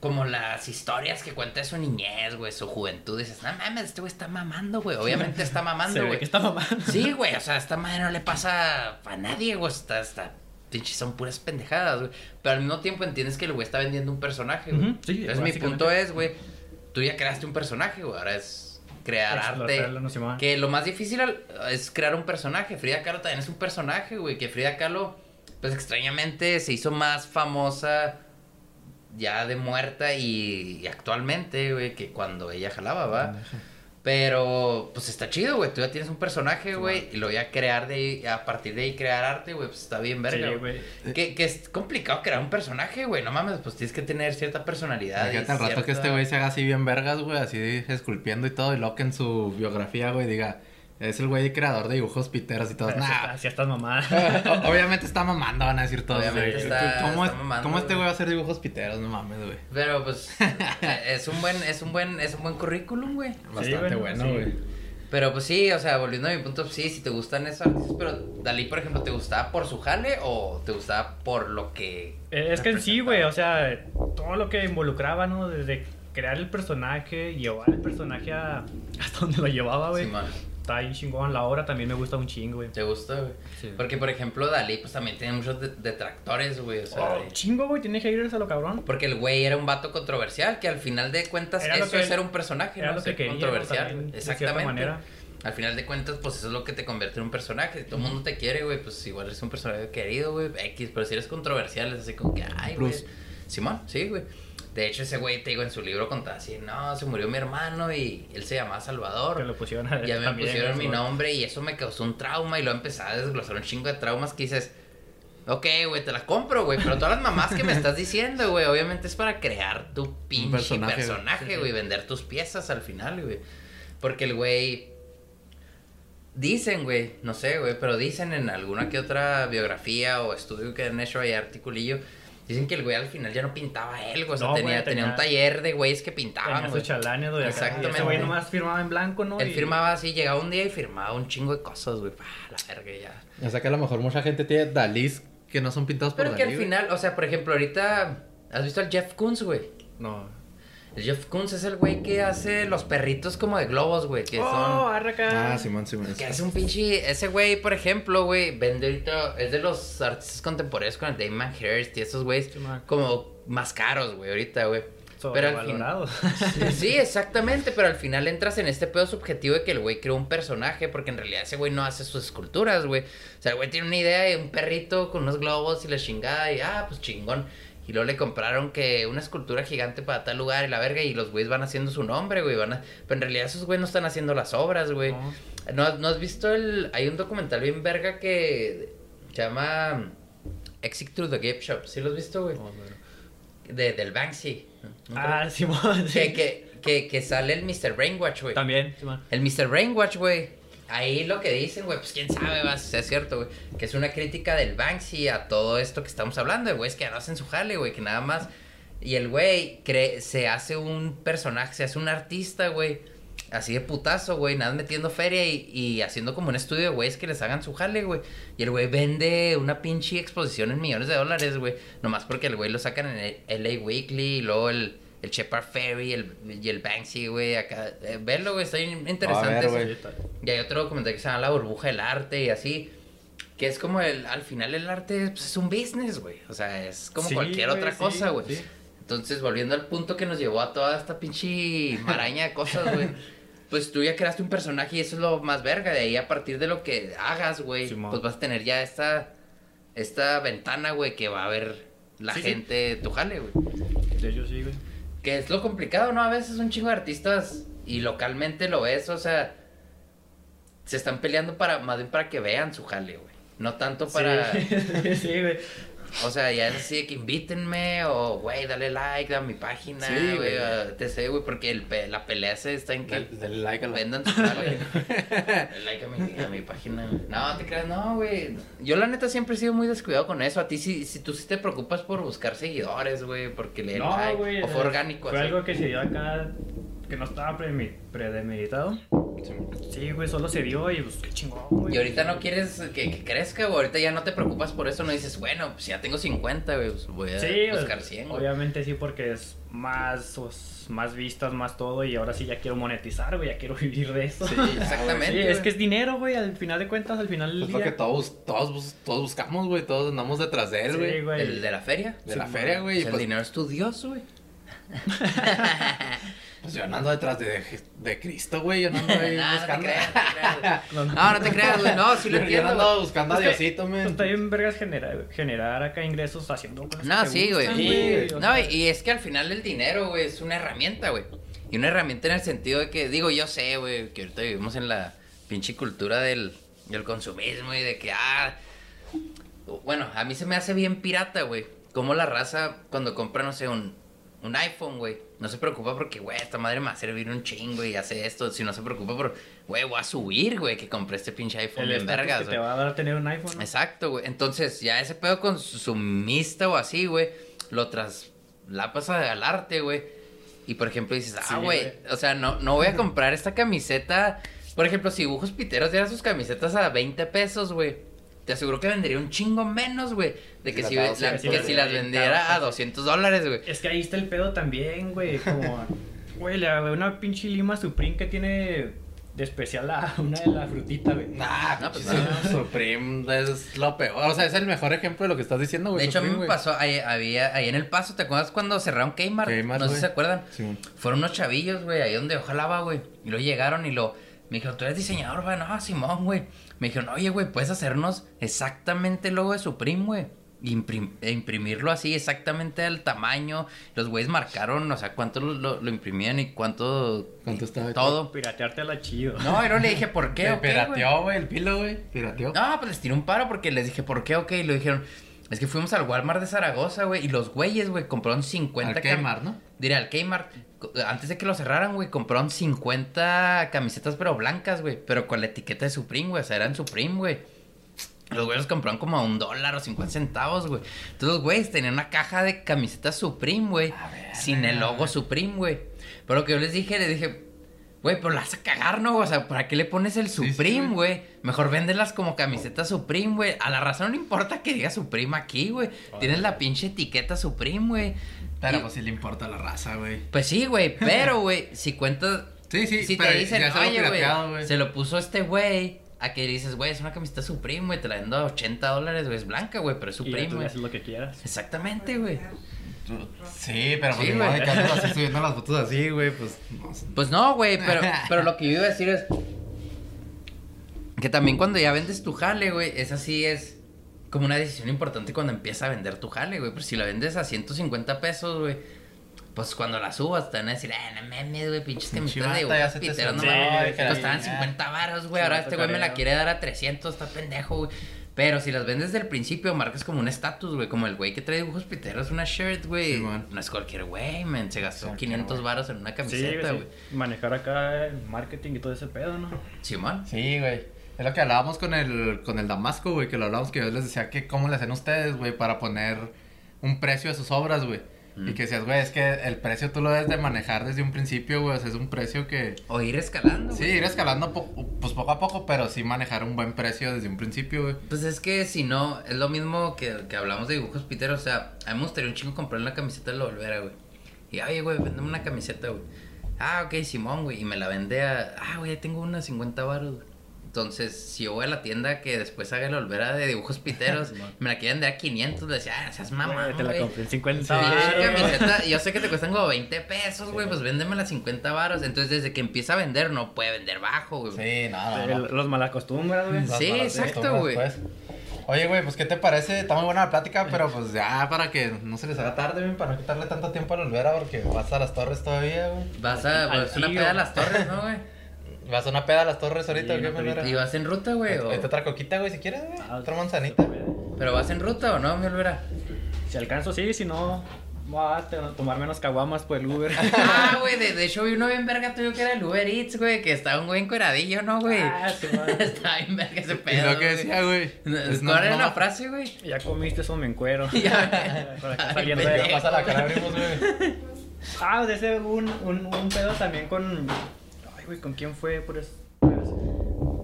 [SPEAKER 5] Como las historias que cuenta de su niñez, güey, su juventud, dices, no mames, este güey está mamando, güey. Obviamente está
[SPEAKER 6] Se
[SPEAKER 5] mamando,
[SPEAKER 6] ve
[SPEAKER 5] güey.
[SPEAKER 6] que está mamando.
[SPEAKER 5] Sí, güey, o sea, esta madre no le pasa a nadie, güey. Está, está, pinche, son puras pendejadas, güey. Pero al mismo tiempo entiendes que el güey está vendiendo un personaje, güey.
[SPEAKER 6] Ujú, sí,
[SPEAKER 5] Entonces, mi
[SPEAKER 6] básicamente.
[SPEAKER 5] punto es, güey, tú ya creaste un personaje, güey. Ahora es crear
[SPEAKER 6] Explotarlo,
[SPEAKER 5] arte.
[SPEAKER 6] no se llama.
[SPEAKER 5] Que lo más difícil al- es crear un personaje. Frida Kahlo también es un personaje, güey. Que Frida Kahlo, pues extrañamente, se hizo más famosa ya de muerta y, y actualmente, güey, que cuando ella jalaba, va. Pero, pues está chido, güey. Tú ya tienes un personaje, güey. Y lo voy a crear de ahí, a partir de ahí crear arte, güey. Pues está bien verga,
[SPEAKER 6] Sí,
[SPEAKER 5] güey.
[SPEAKER 6] güey.
[SPEAKER 5] que, que es complicado crear un personaje, güey. No mames, pues tienes que tener cierta personalidad. y
[SPEAKER 7] Fíjate al rato que este
[SPEAKER 5] cierta-
[SPEAKER 7] güey se haga así bien vergas, güey, así esculpiendo y todo, y loco en su biografía, güey, diga, es el güey creador de dibujos piteros y todo.
[SPEAKER 6] Así
[SPEAKER 7] Nah.
[SPEAKER 6] Pues está- así estás mamada.
[SPEAKER 7] O- Obviamente está mamando, van a decir todos.
[SPEAKER 5] Obviamente
[SPEAKER 7] güey.
[SPEAKER 5] está-
[SPEAKER 7] ¿Cómo,
[SPEAKER 5] está mamando,
[SPEAKER 7] ¿Cómo este
[SPEAKER 5] güey.
[SPEAKER 7] güey va a hacer dibujos piteros? No mames, güey.
[SPEAKER 5] Pero, pues, es un buen, es un buen, es un buen currículum, güey.
[SPEAKER 7] Bastante
[SPEAKER 6] bueno,
[SPEAKER 7] bueno,
[SPEAKER 6] sí.
[SPEAKER 7] güey.
[SPEAKER 5] Pero, pues sí, o sea, volviendo a mi punto, sí, si te gustan esos artistas. Pero, Dalí, por ejemplo, ¿te gustaba por su jale o te gustaba por lo que
[SPEAKER 6] Eh, Es que en sí, güey, o sea, todo lo que involucraba, ¿no? Desde crear el personaje, llevar el personaje a, hasta donde lo llevaba, Ah, güey.
[SPEAKER 5] Simón,
[SPEAKER 6] Está ahí chingón. La obra también me gusta un chingo, güey.
[SPEAKER 5] te gusta, güey? Porque, por ejemplo, Dalí, pues también tiene muchos de- detractores, güey. O sea,
[SPEAKER 6] Oh,
[SPEAKER 5] de-
[SPEAKER 6] chingo, güey, tiene haters a lo cabrón.
[SPEAKER 5] Porque el güey era un vato controversial, que al final de cuentas
[SPEAKER 6] Era lo
[SPEAKER 5] eso
[SPEAKER 6] que-
[SPEAKER 5] es ser un personaje,
[SPEAKER 6] Era
[SPEAKER 5] ¿no?
[SPEAKER 6] lo
[SPEAKER 5] Ser
[SPEAKER 6] que quería. ¿no?
[SPEAKER 5] controversial.
[SPEAKER 6] También, de cierta
[SPEAKER 5] Exactamente.
[SPEAKER 6] manera.
[SPEAKER 5] Al final de cuentas, pues eso es lo que te convierte en un personaje. Si todo el mundo te quiere, güey, pues igual eres un personaje querido, güey. X, pero si eres controversial, es así como que, ay, güey.
[SPEAKER 7] Plus.
[SPEAKER 5] Simón, sí, güey. De hecho, ese güey, te digo, en su libro contaba así, no, se murió mi hermano y él se llamaba Salvador.
[SPEAKER 6] Que lo pusieron a
[SPEAKER 5] Ya me
[SPEAKER 6] también,
[SPEAKER 5] pusieron
[SPEAKER 6] güey.
[SPEAKER 5] mi nombre y eso me causó un trauma y lo empezaba a desglosar un chingo de traumas que dices, ok, güey, te la compro, güey, pero todas las mamás que me estás diciendo, güey, obviamente es para crear tu pinche
[SPEAKER 7] personaje,
[SPEAKER 5] personaje,
[SPEAKER 7] güey.
[SPEAKER 5] güey, vender tus piezas al final, güey. Porque el güey, dicen, güey, no sé, güey, pero dicen en alguna que otra biografía o estudio que han hecho ahí, articulillo. Dicen que el güey al final ya no pintaba él, güey. O sea,
[SPEAKER 6] No, güey,
[SPEAKER 5] tenía, tenía un
[SPEAKER 6] tenía-
[SPEAKER 5] taller de güeyes que pintaban,
[SPEAKER 6] Tenía
[SPEAKER 5] Ah, güey.
[SPEAKER 6] su chaláneo de acá.
[SPEAKER 5] Exactamente.
[SPEAKER 6] Y ese güey nomás firmaba en blanco, ¿no?
[SPEAKER 5] Él
[SPEAKER 6] Y-
[SPEAKER 5] firmaba así, llegaba un día y firmaba un chingo de cosas, güey. Pa, la verga ya.
[SPEAKER 7] O sea que a lo mejor mucha gente tiene Dalís que no son pintados por
[SPEAKER 5] Pero que al
[SPEAKER 7] Dalí, güey.
[SPEAKER 5] final, o sea, por ejemplo, ahorita. ¿Has visto al Jeff Koons, güey?
[SPEAKER 6] No.
[SPEAKER 5] El Jeff Koons es el güey que hace los perritos como de globos, güey. Que
[SPEAKER 6] Oh,
[SPEAKER 5] son.
[SPEAKER 6] arraca.
[SPEAKER 7] Ah, Simón, Simón.
[SPEAKER 5] Que hace un pinche. Ese güey, por ejemplo, güey, vende ahorita. Es de los artistas contemporáneos con el Damon Hirst y esos güeyes
[SPEAKER 6] Simón.
[SPEAKER 5] como más caros, güey, ahorita, güey. Pero al final.
[SPEAKER 6] Sobrevalorado.
[SPEAKER 5] Pues Sí, exactamente, pero al final entras en este pedo subjetivo de que el güey creó un personaje, porque en realidad ese güey no hace sus esculturas, güey. O sea, el güey tiene una idea de un perrito con unos globos y la chingada, y ah, pues chingón. Y luego le compraron que una escultura gigante para tal lugar y la verga, y los güeyes van haciendo su nombre, güey. Van a... Pero en realidad esos güeyes no están haciendo las obras, güey.
[SPEAKER 6] No.
[SPEAKER 5] ¿No, no has visto el. Hay un documental bien verga que se llama Exit Through the Gift Shop. ¿Sí lo has visto, güey? De, del Banksy. ¿Nunca
[SPEAKER 6] Ah, Simón.
[SPEAKER 5] que, que, que, que sale el Mr. Brainwatch, güey.
[SPEAKER 6] También, Simón.
[SPEAKER 5] El Mr. Brainwatch, güey. Ahí lo que dicen, güey, pues quién sabe, va, si sea cierto, güey. Que es una crítica del Banksy a todo esto que estamos hablando, de güeyes que no hacen su jale, güey, que nada más. Y el güey cre- se hace un personaje, se hace un artista, güey. Así de putazo, güey, nada más metiendo feria y, y haciendo como un estudio de güeyes que les hagan su jale, güey. Y el güey vende una pinche exposición en millones de dólares, güey. Nomás porque el güey lo sacan en el LA Weekly y luego el, el Shepard Ferry el, y el Banksy, güey. Acá, Eh, verlo, güey, está bien interesante.
[SPEAKER 7] ver,
[SPEAKER 5] eso.
[SPEAKER 7] güey.
[SPEAKER 5] Y hay otro documental que se llama La burbuja del arte y así. Que es como el, al final el arte pues, es un business, güey. O sea, es como
[SPEAKER 6] Sí,
[SPEAKER 5] cualquier
[SPEAKER 6] güey,
[SPEAKER 5] otra
[SPEAKER 6] sí,
[SPEAKER 5] cosa, güey.
[SPEAKER 6] sí.
[SPEAKER 5] Entonces, volviendo al punto que nos llevó a toda esta pinche maraña de cosas, güey. Pues tú ya creaste un personaje y eso es lo más verga. De ahí a partir de lo que hagas, güey,
[SPEAKER 6] Simón.
[SPEAKER 5] pues vas a tener ya esta, esta ventana, güey, que va a ver la
[SPEAKER 6] Sí, sí.
[SPEAKER 5] gente tu jale, güey.
[SPEAKER 6] De hecho, sí, güey.
[SPEAKER 5] Que es lo complicado, ¿no? A veces un chingo de artistas y localmente lo ves, o sea, se están peleando para, más bien para que vean su jale, güey. No tanto para,
[SPEAKER 6] Sí, sí, güey.
[SPEAKER 5] o sea, ya es así de que invítenme o, güey, dale like a mi página,
[SPEAKER 1] Sí,
[SPEAKER 5] güey,
[SPEAKER 1] güey.
[SPEAKER 5] a- te sé, güey, porque el pe- la pelea se está en que...
[SPEAKER 7] Dale, dale like a la-
[SPEAKER 5] Vendan tu jale. Dale like a mi, a mi página. No, te creas, no, güey. Yo la neta siempre he sido muy descuidado con eso. A ti sí, si tú sí te preocupas por buscar seguidores, güey, porque le
[SPEAKER 6] No,
[SPEAKER 5] like.
[SPEAKER 6] güey.
[SPEAKER 5] o fue orgánico,
[SPEAKER 6] Fue
[SPEAKER 5] así.
[SPEAKER 6] algo que se dio acá que no estaba premi- premeditado. Sí, güey, solo se dio y pues qué chingón, güey.
[SPEAKER 5] Y ahorita no quieres que, que crezca, güey. Ahorita ya no te preocupas por eso. No dices, bueno, pues ya tengo 50, güey. Pues voy a
[SPEAKER 6] Sí,
[SPEAKER 5] buscar
[SPEAKER 6] pues,
[SPEAKER 5] 100, güey.
[SPEAKER 6] obviamente sí, porque es más, pues, más vistas, más todo. Y ahora sí ya quiero monetizar, güey, ya quiero vivir de eso. Sí,
[SPEAKER 5] Exactamente.
[SPEAKER 6] es
[SPEAKER 5] güey.
[SPEAKER 6] que es dinero, güey, al final de cuentas, al final del
[SPEAKER 7] Es Pues lo que
[SPEAKER 6] día.
[SPEAKER 7] todos, todos, bus- todos buscamos, güey. Todos andamos detrás de él, güey.
[SPEAKER 6] Sí, güey.
[SPEAKER 5] El de la feria.
[SPEAKER 7] de la feria, güey. y
[SPEAKER 5] el
[SPEAKER 7] Pues,
[SPEAKER 5] dinero es tu Dios, güey.
[SPEAKER 7] pues yo no ando detrás de, de Cristo, güey. Yo no ando ahí
[SPEAKER 5] no, no te
[SPEAKER 7] buscando.
[SPEAKER 5] creas, no te creas, güey.
[SPEAKER 6] No, no.
[SPEAKER 5] No, no te creas, güey. No, sí
[SPEAKER 7] Yo- yo
[SPEAKER 5] lo
[SPEAKER 7] no
[SPEAKER 5] entiendo.
[SPEAKER 7] ando buscando a
[SPEAKER 6] Es que-
[SPEAKER 7] Diosito,
[SPEAKER 6] Pues,
[SPEAKER 7] men.
[SPEAKER 6] Está bien, vergas, generar, generar acá ingresos haciendo cosas.
[SPEAKER 5] No,
[SPEAKER 6] que te
[SPEAKER 5] sí, güey.
[SPEAKER 6] gustan,
[SPEAKER 7] Sí,
[SPEAKER 6] o
[SPEAKER 5] No,
[SPEAKER 6] sea,
[SPEAKER 5] y- y es que al final el dinero, güey, es una herramienta, güey. Y una herramienta en el sentido de que, digo, yo sé, güey, que ahorita vivimos en la pinche cultura del, del consumismo y de que, ah. Bueno, a mí se me hace bien pirata, güey. Como la raza, cuando compra, no sé, un, un iPhone, güey, no se preocupa porque, güey, esta madre me va a servir un chingo y hace esto. Si no se preocupa por, güey, voy a subir, güey, que compré este pinche iPhone
[SPEAKER 6] El
[SPEAKER 5] bien
[SPEAKER 6] estatus
[SPEAKER 5] vergas,
[SPEAKER 6] que
[SPEAKER 5] güey.
[SPEAKER 6] te va a dar a tener un iPhone. ¿no?
[SPEAKER 5] Exacto, güey. Entonces, ya ese pedo consumista o así, güey, lo traslapas a- al arte, güey. Y por ejemplo dices,
[SPEAKER 6] Sí,
[SPEAKER 5] ah, güey, o sea, no, no voy a comprar esta camiseta. Por ejemplo, si Dibujos Piteros diera sus camisetas a 20 pesos, güey. Te aseguro que vendería un chingo menos, güey. De que
[SPEAKER 7] Sí,
[SPEAKER 5] si,
[SPEAKER 7] la-
[SPEAKER 5] ve-
[SPEAKER 7] sí,
[SPEAKER 5] la-
[SPEAKER 6] sí,
[SPEAKER 5] que
[SPEAKER 6] sí,
[SPEAKER 5] si
[SPEAKER 6] sí,
[SPEAKER 5] las
[SPEAKER 6] sí,
[SPEAKER 5] vendiera
[SPEAKER 6] claro.
[SPEAKER 5] a 200 dólares, güey.
[SPEAKER 6] Es que ahí está el pedo también, güey. Como, güey, la- una pinche lima supreme que tiene de especial la, una de la frutita, güey.
[SPEAKER 7] Nah,
[SPEAKER 5] No, pues,
[SPEAKER 7] pinche Supreme es lo peor. O sea, es el mejor ejemplo de lo que estás diciendo, güey.
[SPEAKER 5] De hecho, a mí
[SPEAKER 7] Supreme,
[SPEAKER 5] me
[SPEAKER 7] güey.
[SPEAKER 5] pasó, ahí, había, ahí en El Paso, ¿te acuerdas cuando cerraron Kmart?
[SPEAKER 7] Kmart,
[SPEAKER 5] no sé
[SPEAKER 7] güey.
[SPEAKER 5] si se acuerdan.
[SPEAKER 7] Simón.
[SPEAKER 5] Fueron unos chavillos, güey, ahí donde ojalá va, güey. Y luego llegaron y lo. Me dijeron, ¿tú eres diseñador, güey? No, Simón, güey. Me dijeron, oye, güey, puedes hacernos exactamente el logo de Supreme, güey. Y imprim- e imprimirlo así, exactamente al tamaño. Los güeyes marcaron, o sea, cuánto lo, lo- lo imprimían y cuánto.
[SPEAKER 7] ¿Cuánto estaba?
[SPEAKER 5] Todo.
[SPEAKER 6] Piratearte a la chido.
[SPEAKER 5] No, y no le dije, ¿por qué?
[SPEAKER 7] Te
[SPEAKER 5] o qué, güey?"
[SPEAKER 7] pirateó, güey, el pilo, güey. Pirateó.
[SPEAKER 5] No, pues les tiré un paro porque les dije, ¿por qué? Ok, y lo dijeron, es que fuimos al Walmart de Zaragoza, güey, y los güeyes, güey, compraron 50
[SPEAKER 7] Al
[SPEAKER 5] cam-
[SPEAKER 7] Kmart, ¿no?
[SPEAKER 5] Diré, al Kmart, co- antes de que lo cerraran, güey, compraron 50 camisetas, pero blancas, güey, pero con la etiqueta de Supreme, güey, o sea, eran Supreme, güey. Los güeyes los compraron como a un dólar o 50 centavos, güey. Entonces los güeyes tenían una caja de camisetas Supreme, güey. Sin el logo Supreme, güey. Pero lo que yo les dije, les dije, güey, pero las vas a cagar, ¿no? O sea, ¿para qué le pones el
[SPEAKER 7] sí,
[SPEAKER 5] Supreme, güey? Mejor véndelas como camisetas Supreme, güey. A la razón no importa que diga Supreme aquí, güey. Tienes la pinche etiqueta Supreme, güey.
[SPEAKER 7] Pero
[SPEAKER 5] Y-
[SPEAKER 7] pues sí le importa la raza, güey.
[SPEAKER 5] pues sí, güey, pero, güey, si cuentas...
[SPEAKER 7] Sí, sí,
[SPEAKER 5] si
[SPEAKER 7] pero
[SPEAKER 5] te dicen,
[SPEAKER 7] ya se lo
[SPEAKER 5] oye,
[SPEAKER 7] pirateado,
[SPEAKER 5] güey,
[SPEAKER 7] güey".
[SPEAKER 5] se lo puso este güey, a que dices, güey, es una camiseta Supreme, güey, te la vendo a 80 dólares, güey, es blanca, güey, pero es
[SPEAKER 6] Y ya
[SPEAKER 5] Supreme,
[SPEAKER 6] tú
[SPEAKER 5] güey.
[SPEAKER 6] haces lo que quieras.
[SPEAKER 5] Exactamente, güey.
[SPEAKER 7] Sí, pero pues
[SPEAKER 5] Sí,
[SPEAKER 7] ni modo de
[SPEAKER 5] güey.
[SPEAKER 7] que andas así subiendo las fotos así, güey, pues no sé.
[SPEAKER 5] Pues no, güey, pero, pero lo que yo iba a decir es que también cuando ya vendes tu jale, güey, es así, es como una decisión importante cuando empieza a vender tu jale, güey. Pero si la vendes a 150 pesos, güey, pues cuando la subas te van a decir, ah, no mames, güey, pinches que me
[SPEAKER 7] Pinche
[SPEAKER 5] estás de
[SPEAKER 7] bata, ya se te
[SPEAKER 5] pitero, no
[SPEAKER 7] subió,
[SPEAKER 5] mames,
[SPEAKER 7] hija de
[SPEAKER 5] Costaban
[SPEAKER 7] la
[SPEAKER 5] 50 varos, güey,
[SPEAKER 6] Se
[SPEAKER 5] ahora
[SPEAKER 6] me
[SPEAKER 5] este güey me la
[SPEAKER 6] tocaría.
[SPEAKER 5] quiere dar a 300, está pendejo, güey. Pero si las vendes desde el principio, marcas como un estatus, güey. Como el güey que trae dibujos piteros, una shirt, güey.
[SPEAKER 7] Simón.
[SPEAKER 5] no es cualquier güey, man. Se gastó
[SPEAKER 7] Cualquier
[SPEAKER 5] 500
[SPEAKER 7] güey.
[SPEAKER 5] varos en una
[SPEAKER 6] Sí,
[SPEAKER 5] camiseta,
[SPEAKER 6] güey,
[SPEAKER 5] güey.
[SPEAKER 6] sí. Manejar acá el marketing y todo ese pedo, ¿no?
[SPEAKER 5] Simón.
[SPEAKER 7] Sí, güey. Es lo que hablábamos con el, con el Damasco, güey, que lo hablábamos que yo les decía que cómo le hacen ustedes, güey, para poner un precio a sus obras, güey.
[SPEAKER 1] Mm.
[SPEAKER 7] Y que decías, güey, es que el precio tú lo debes de manejar desde un principio, güey, o sea, es un precio que...
[SPEAKER 5] O ir escalando.
[SPEAKER 7] Sí,
[SPEAKER 5] güey.
[SPEAKER 7] ir escalando po- pues poco a poco, pero sí manejar un buen precio desde un principio, güey.
[SPEAKER 5] Pues es que si no, es lo mismo que, que hablamos de dibujos Peter. O sea, a mí me gustaría un chingo comprar una camiseta de la Olvera, güey. Y, oye, güey, vendeme una camiseta, güey. Ah, ok, Simón, güey. Y me la vende a. Ah, güey, ya tengo una 50 baros, güey. Entonces, si yo voy a la tienda que después haga la Olvera de dibujos piteros, me la quieren vender a 500, le decía, ah, seas mamá.
[SPEAKER 6] Güey, te la
[SPEAKER 5] güey.
[SPEAKER 6] compré en 50
[SPEAKER 5] Sí,
[SPEAKER 6] varos, güey.
[SPEAKER 5] camiseta, yo sé que te cuestan como 20 pesos, güey, pues véndeme las 50 varos. Entonces, desde que empieza a vender, no puede vender bajo, güey.
[SPEAKER 7] Sí, nada,
[SPEAKER 6] El- Los malacostumbras, güey.
[SPEAKER 5] Sí, exacto, güey.
[SPEAKER 1] pues. Oye, güey, pues ¿qué te parece? Está muy buena la plática, pero pues ya para que no se les haga tarde, güey, para no quitarle tanto tiempo a la Olvera porque vas a las torres todavía, güey.
[SPEAKER 5] Vas a,
[SPEAKER 6] Al
[SPEAKER 5] vas a una
[SPEAKER 6] tío.
[SPEAKER 5] peda a las torres, ¿no, güey?
[SPEAKER 1] Vas a una peda a las torres ahorita,
[SPEAKER 6] Sí,
[SPEAKER 1] ¿qué,
[SPEAKER 6] una pedita.
[SPEAKER 5] Y vas en ruta, güey. o-
[SPEAKER 1] Esta otra coquita, güey, si quieres, güey.
[SPEAKER 6] Ah,
[SPEAKER 1] Otra manzanita.
[SPEAKER 5] Pero vas en ruta o no, mi Olvera.
[SPEAKER 6] Si alcanzo, sí, si no, voy a te- tomar menos caguamas por el Uber.
[SPEAKER 5] Ah, güey, de, de hecho vi uno bien verga tuyo que era el Uber Eats, güey, que estaba un güey encueradillo, ¿no, güey?
[SPEAKER 6] Ah, sí, madre.
[SPEAKER 5] estaba bien verga ese
[SPEAKER 1] Y
[SPEAKER 5] pedo,
[SPEAKER 1] lo que
[SPEAKER 5] güey.
[SPEAKER 1] decía, güey.
[SPEAKER 5] No,
[SPEAKER 1] es no-
[SPEAKER 5] ¿Cuál era
[SPEAKER 1] no
[SPEAKER 5] la
[SPEAKER 1] va-
[SPEAKER 5] frase, güey?
[SPEAKER 6] ya comiste eso, me encuero.
[SPEAKER 5] Ya.
[SPEAKER 6] Por acá
[SPEAKER 5] Ay,
[SPEAKER 6] saliendo de-
[SPEAKER 1] Ya pasa la cara, abrimos, güey.
[SPEAKER 6] Ah, de ese un, un, un pedo también con. Ay, güey, ¿con quién fue? Por, es- por ese-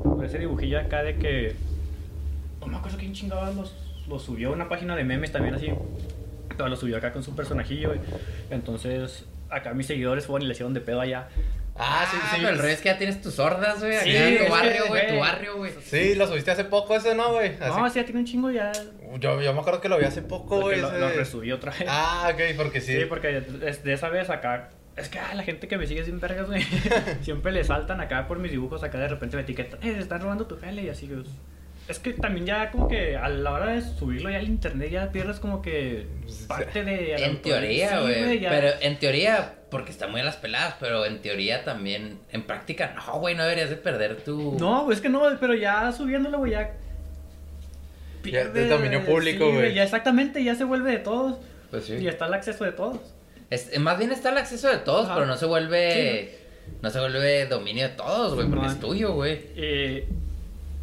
[SPEAKER 6] por ese dibujillo acá de que. No me acuerdo quién chingados los, los subió a una página de memes también así. Pero lo subió acá con su personajillo, güey. Entonces, acá mis seguidores fueron y le hicieron de pedo allá.
[SPEAKER 1] Ah, sí, sí.
[SPEAKER 5] pero el rey es que ya tienes tus hordas, güey. Acá
[SPEAKER 6] Sí,
[SPEAKER 5] en
[SPEAKER 6] es
[SPEAKER 5] tu
[SPEAKER 6] que,
[SPEAKER 5] barrio, güey, tu
[SPEAKER 6] güey.
[SPEAKER 5] barrio, güey.
[SPEAKER 1] Sí, lo subiste hace poco ese, ¿no, güey? Así-
[SPEAKER 6] No, sí, ya tiene un chingo ya.
[SPEAKER 1] Yo, yo me acuerdo que lo vi hace poco, güey.
[SPEAKER 6] porque Lo,
[SPEAKER 1] ese-
[SPEAKER 6] lo resubí otra vez.
[SPEAKER 1] Ah, ok, porque sí.
[SPEAKER 6] Sí, porque desde esa vez acá. Es que ah, la gente que me sigue sin vergas, güey. siempre le saltan acá por mis dibujos. Acá de repente me etiquetan, eh, te están robando tu pele y así. pues. Es que también ya, como que a la hora de subirlo ya al internet, ya pierdes como que parte de.
[SPEAKER 5] En teoría,
[SPEAKER 6] Sí,
[SPEAKER 5] güey.
[SPEAKER 6] ya.
[SPEAKER 5] pero en teoría, porque está muy a las peladas, pero en teoría también, en práctica, no, güey, no deberías de perder tu...
[SPEAKER 6] No, güey, es que no, pero ya subiéndolo, güey, ya.
[SPEAKER 1] Ya es
[SPEAKER 6] pierde,
[SPEAKER 1] dominio
[SPEAKER 6] sí,
[SPEAKER 1] público, güey.
[SPEAKER 6] Ya exactamente, ya se vuelve de todos.
[SPEAKER 5] Pues sí.
[SPEAKER 6] Y está el acceso de todos.
[SPEAKER 5] Es- eh, más bien está el acceso de todos,
[SPEAKER 6] Ajá.
[SPEAKER 5] pero no se vuelve... No se vuelve dominio de todos, güey, porque
[SPEAKER 6] Simón.
[SPEAKER 5] es tuyo, güey.
[SPEAKER 6] Eh,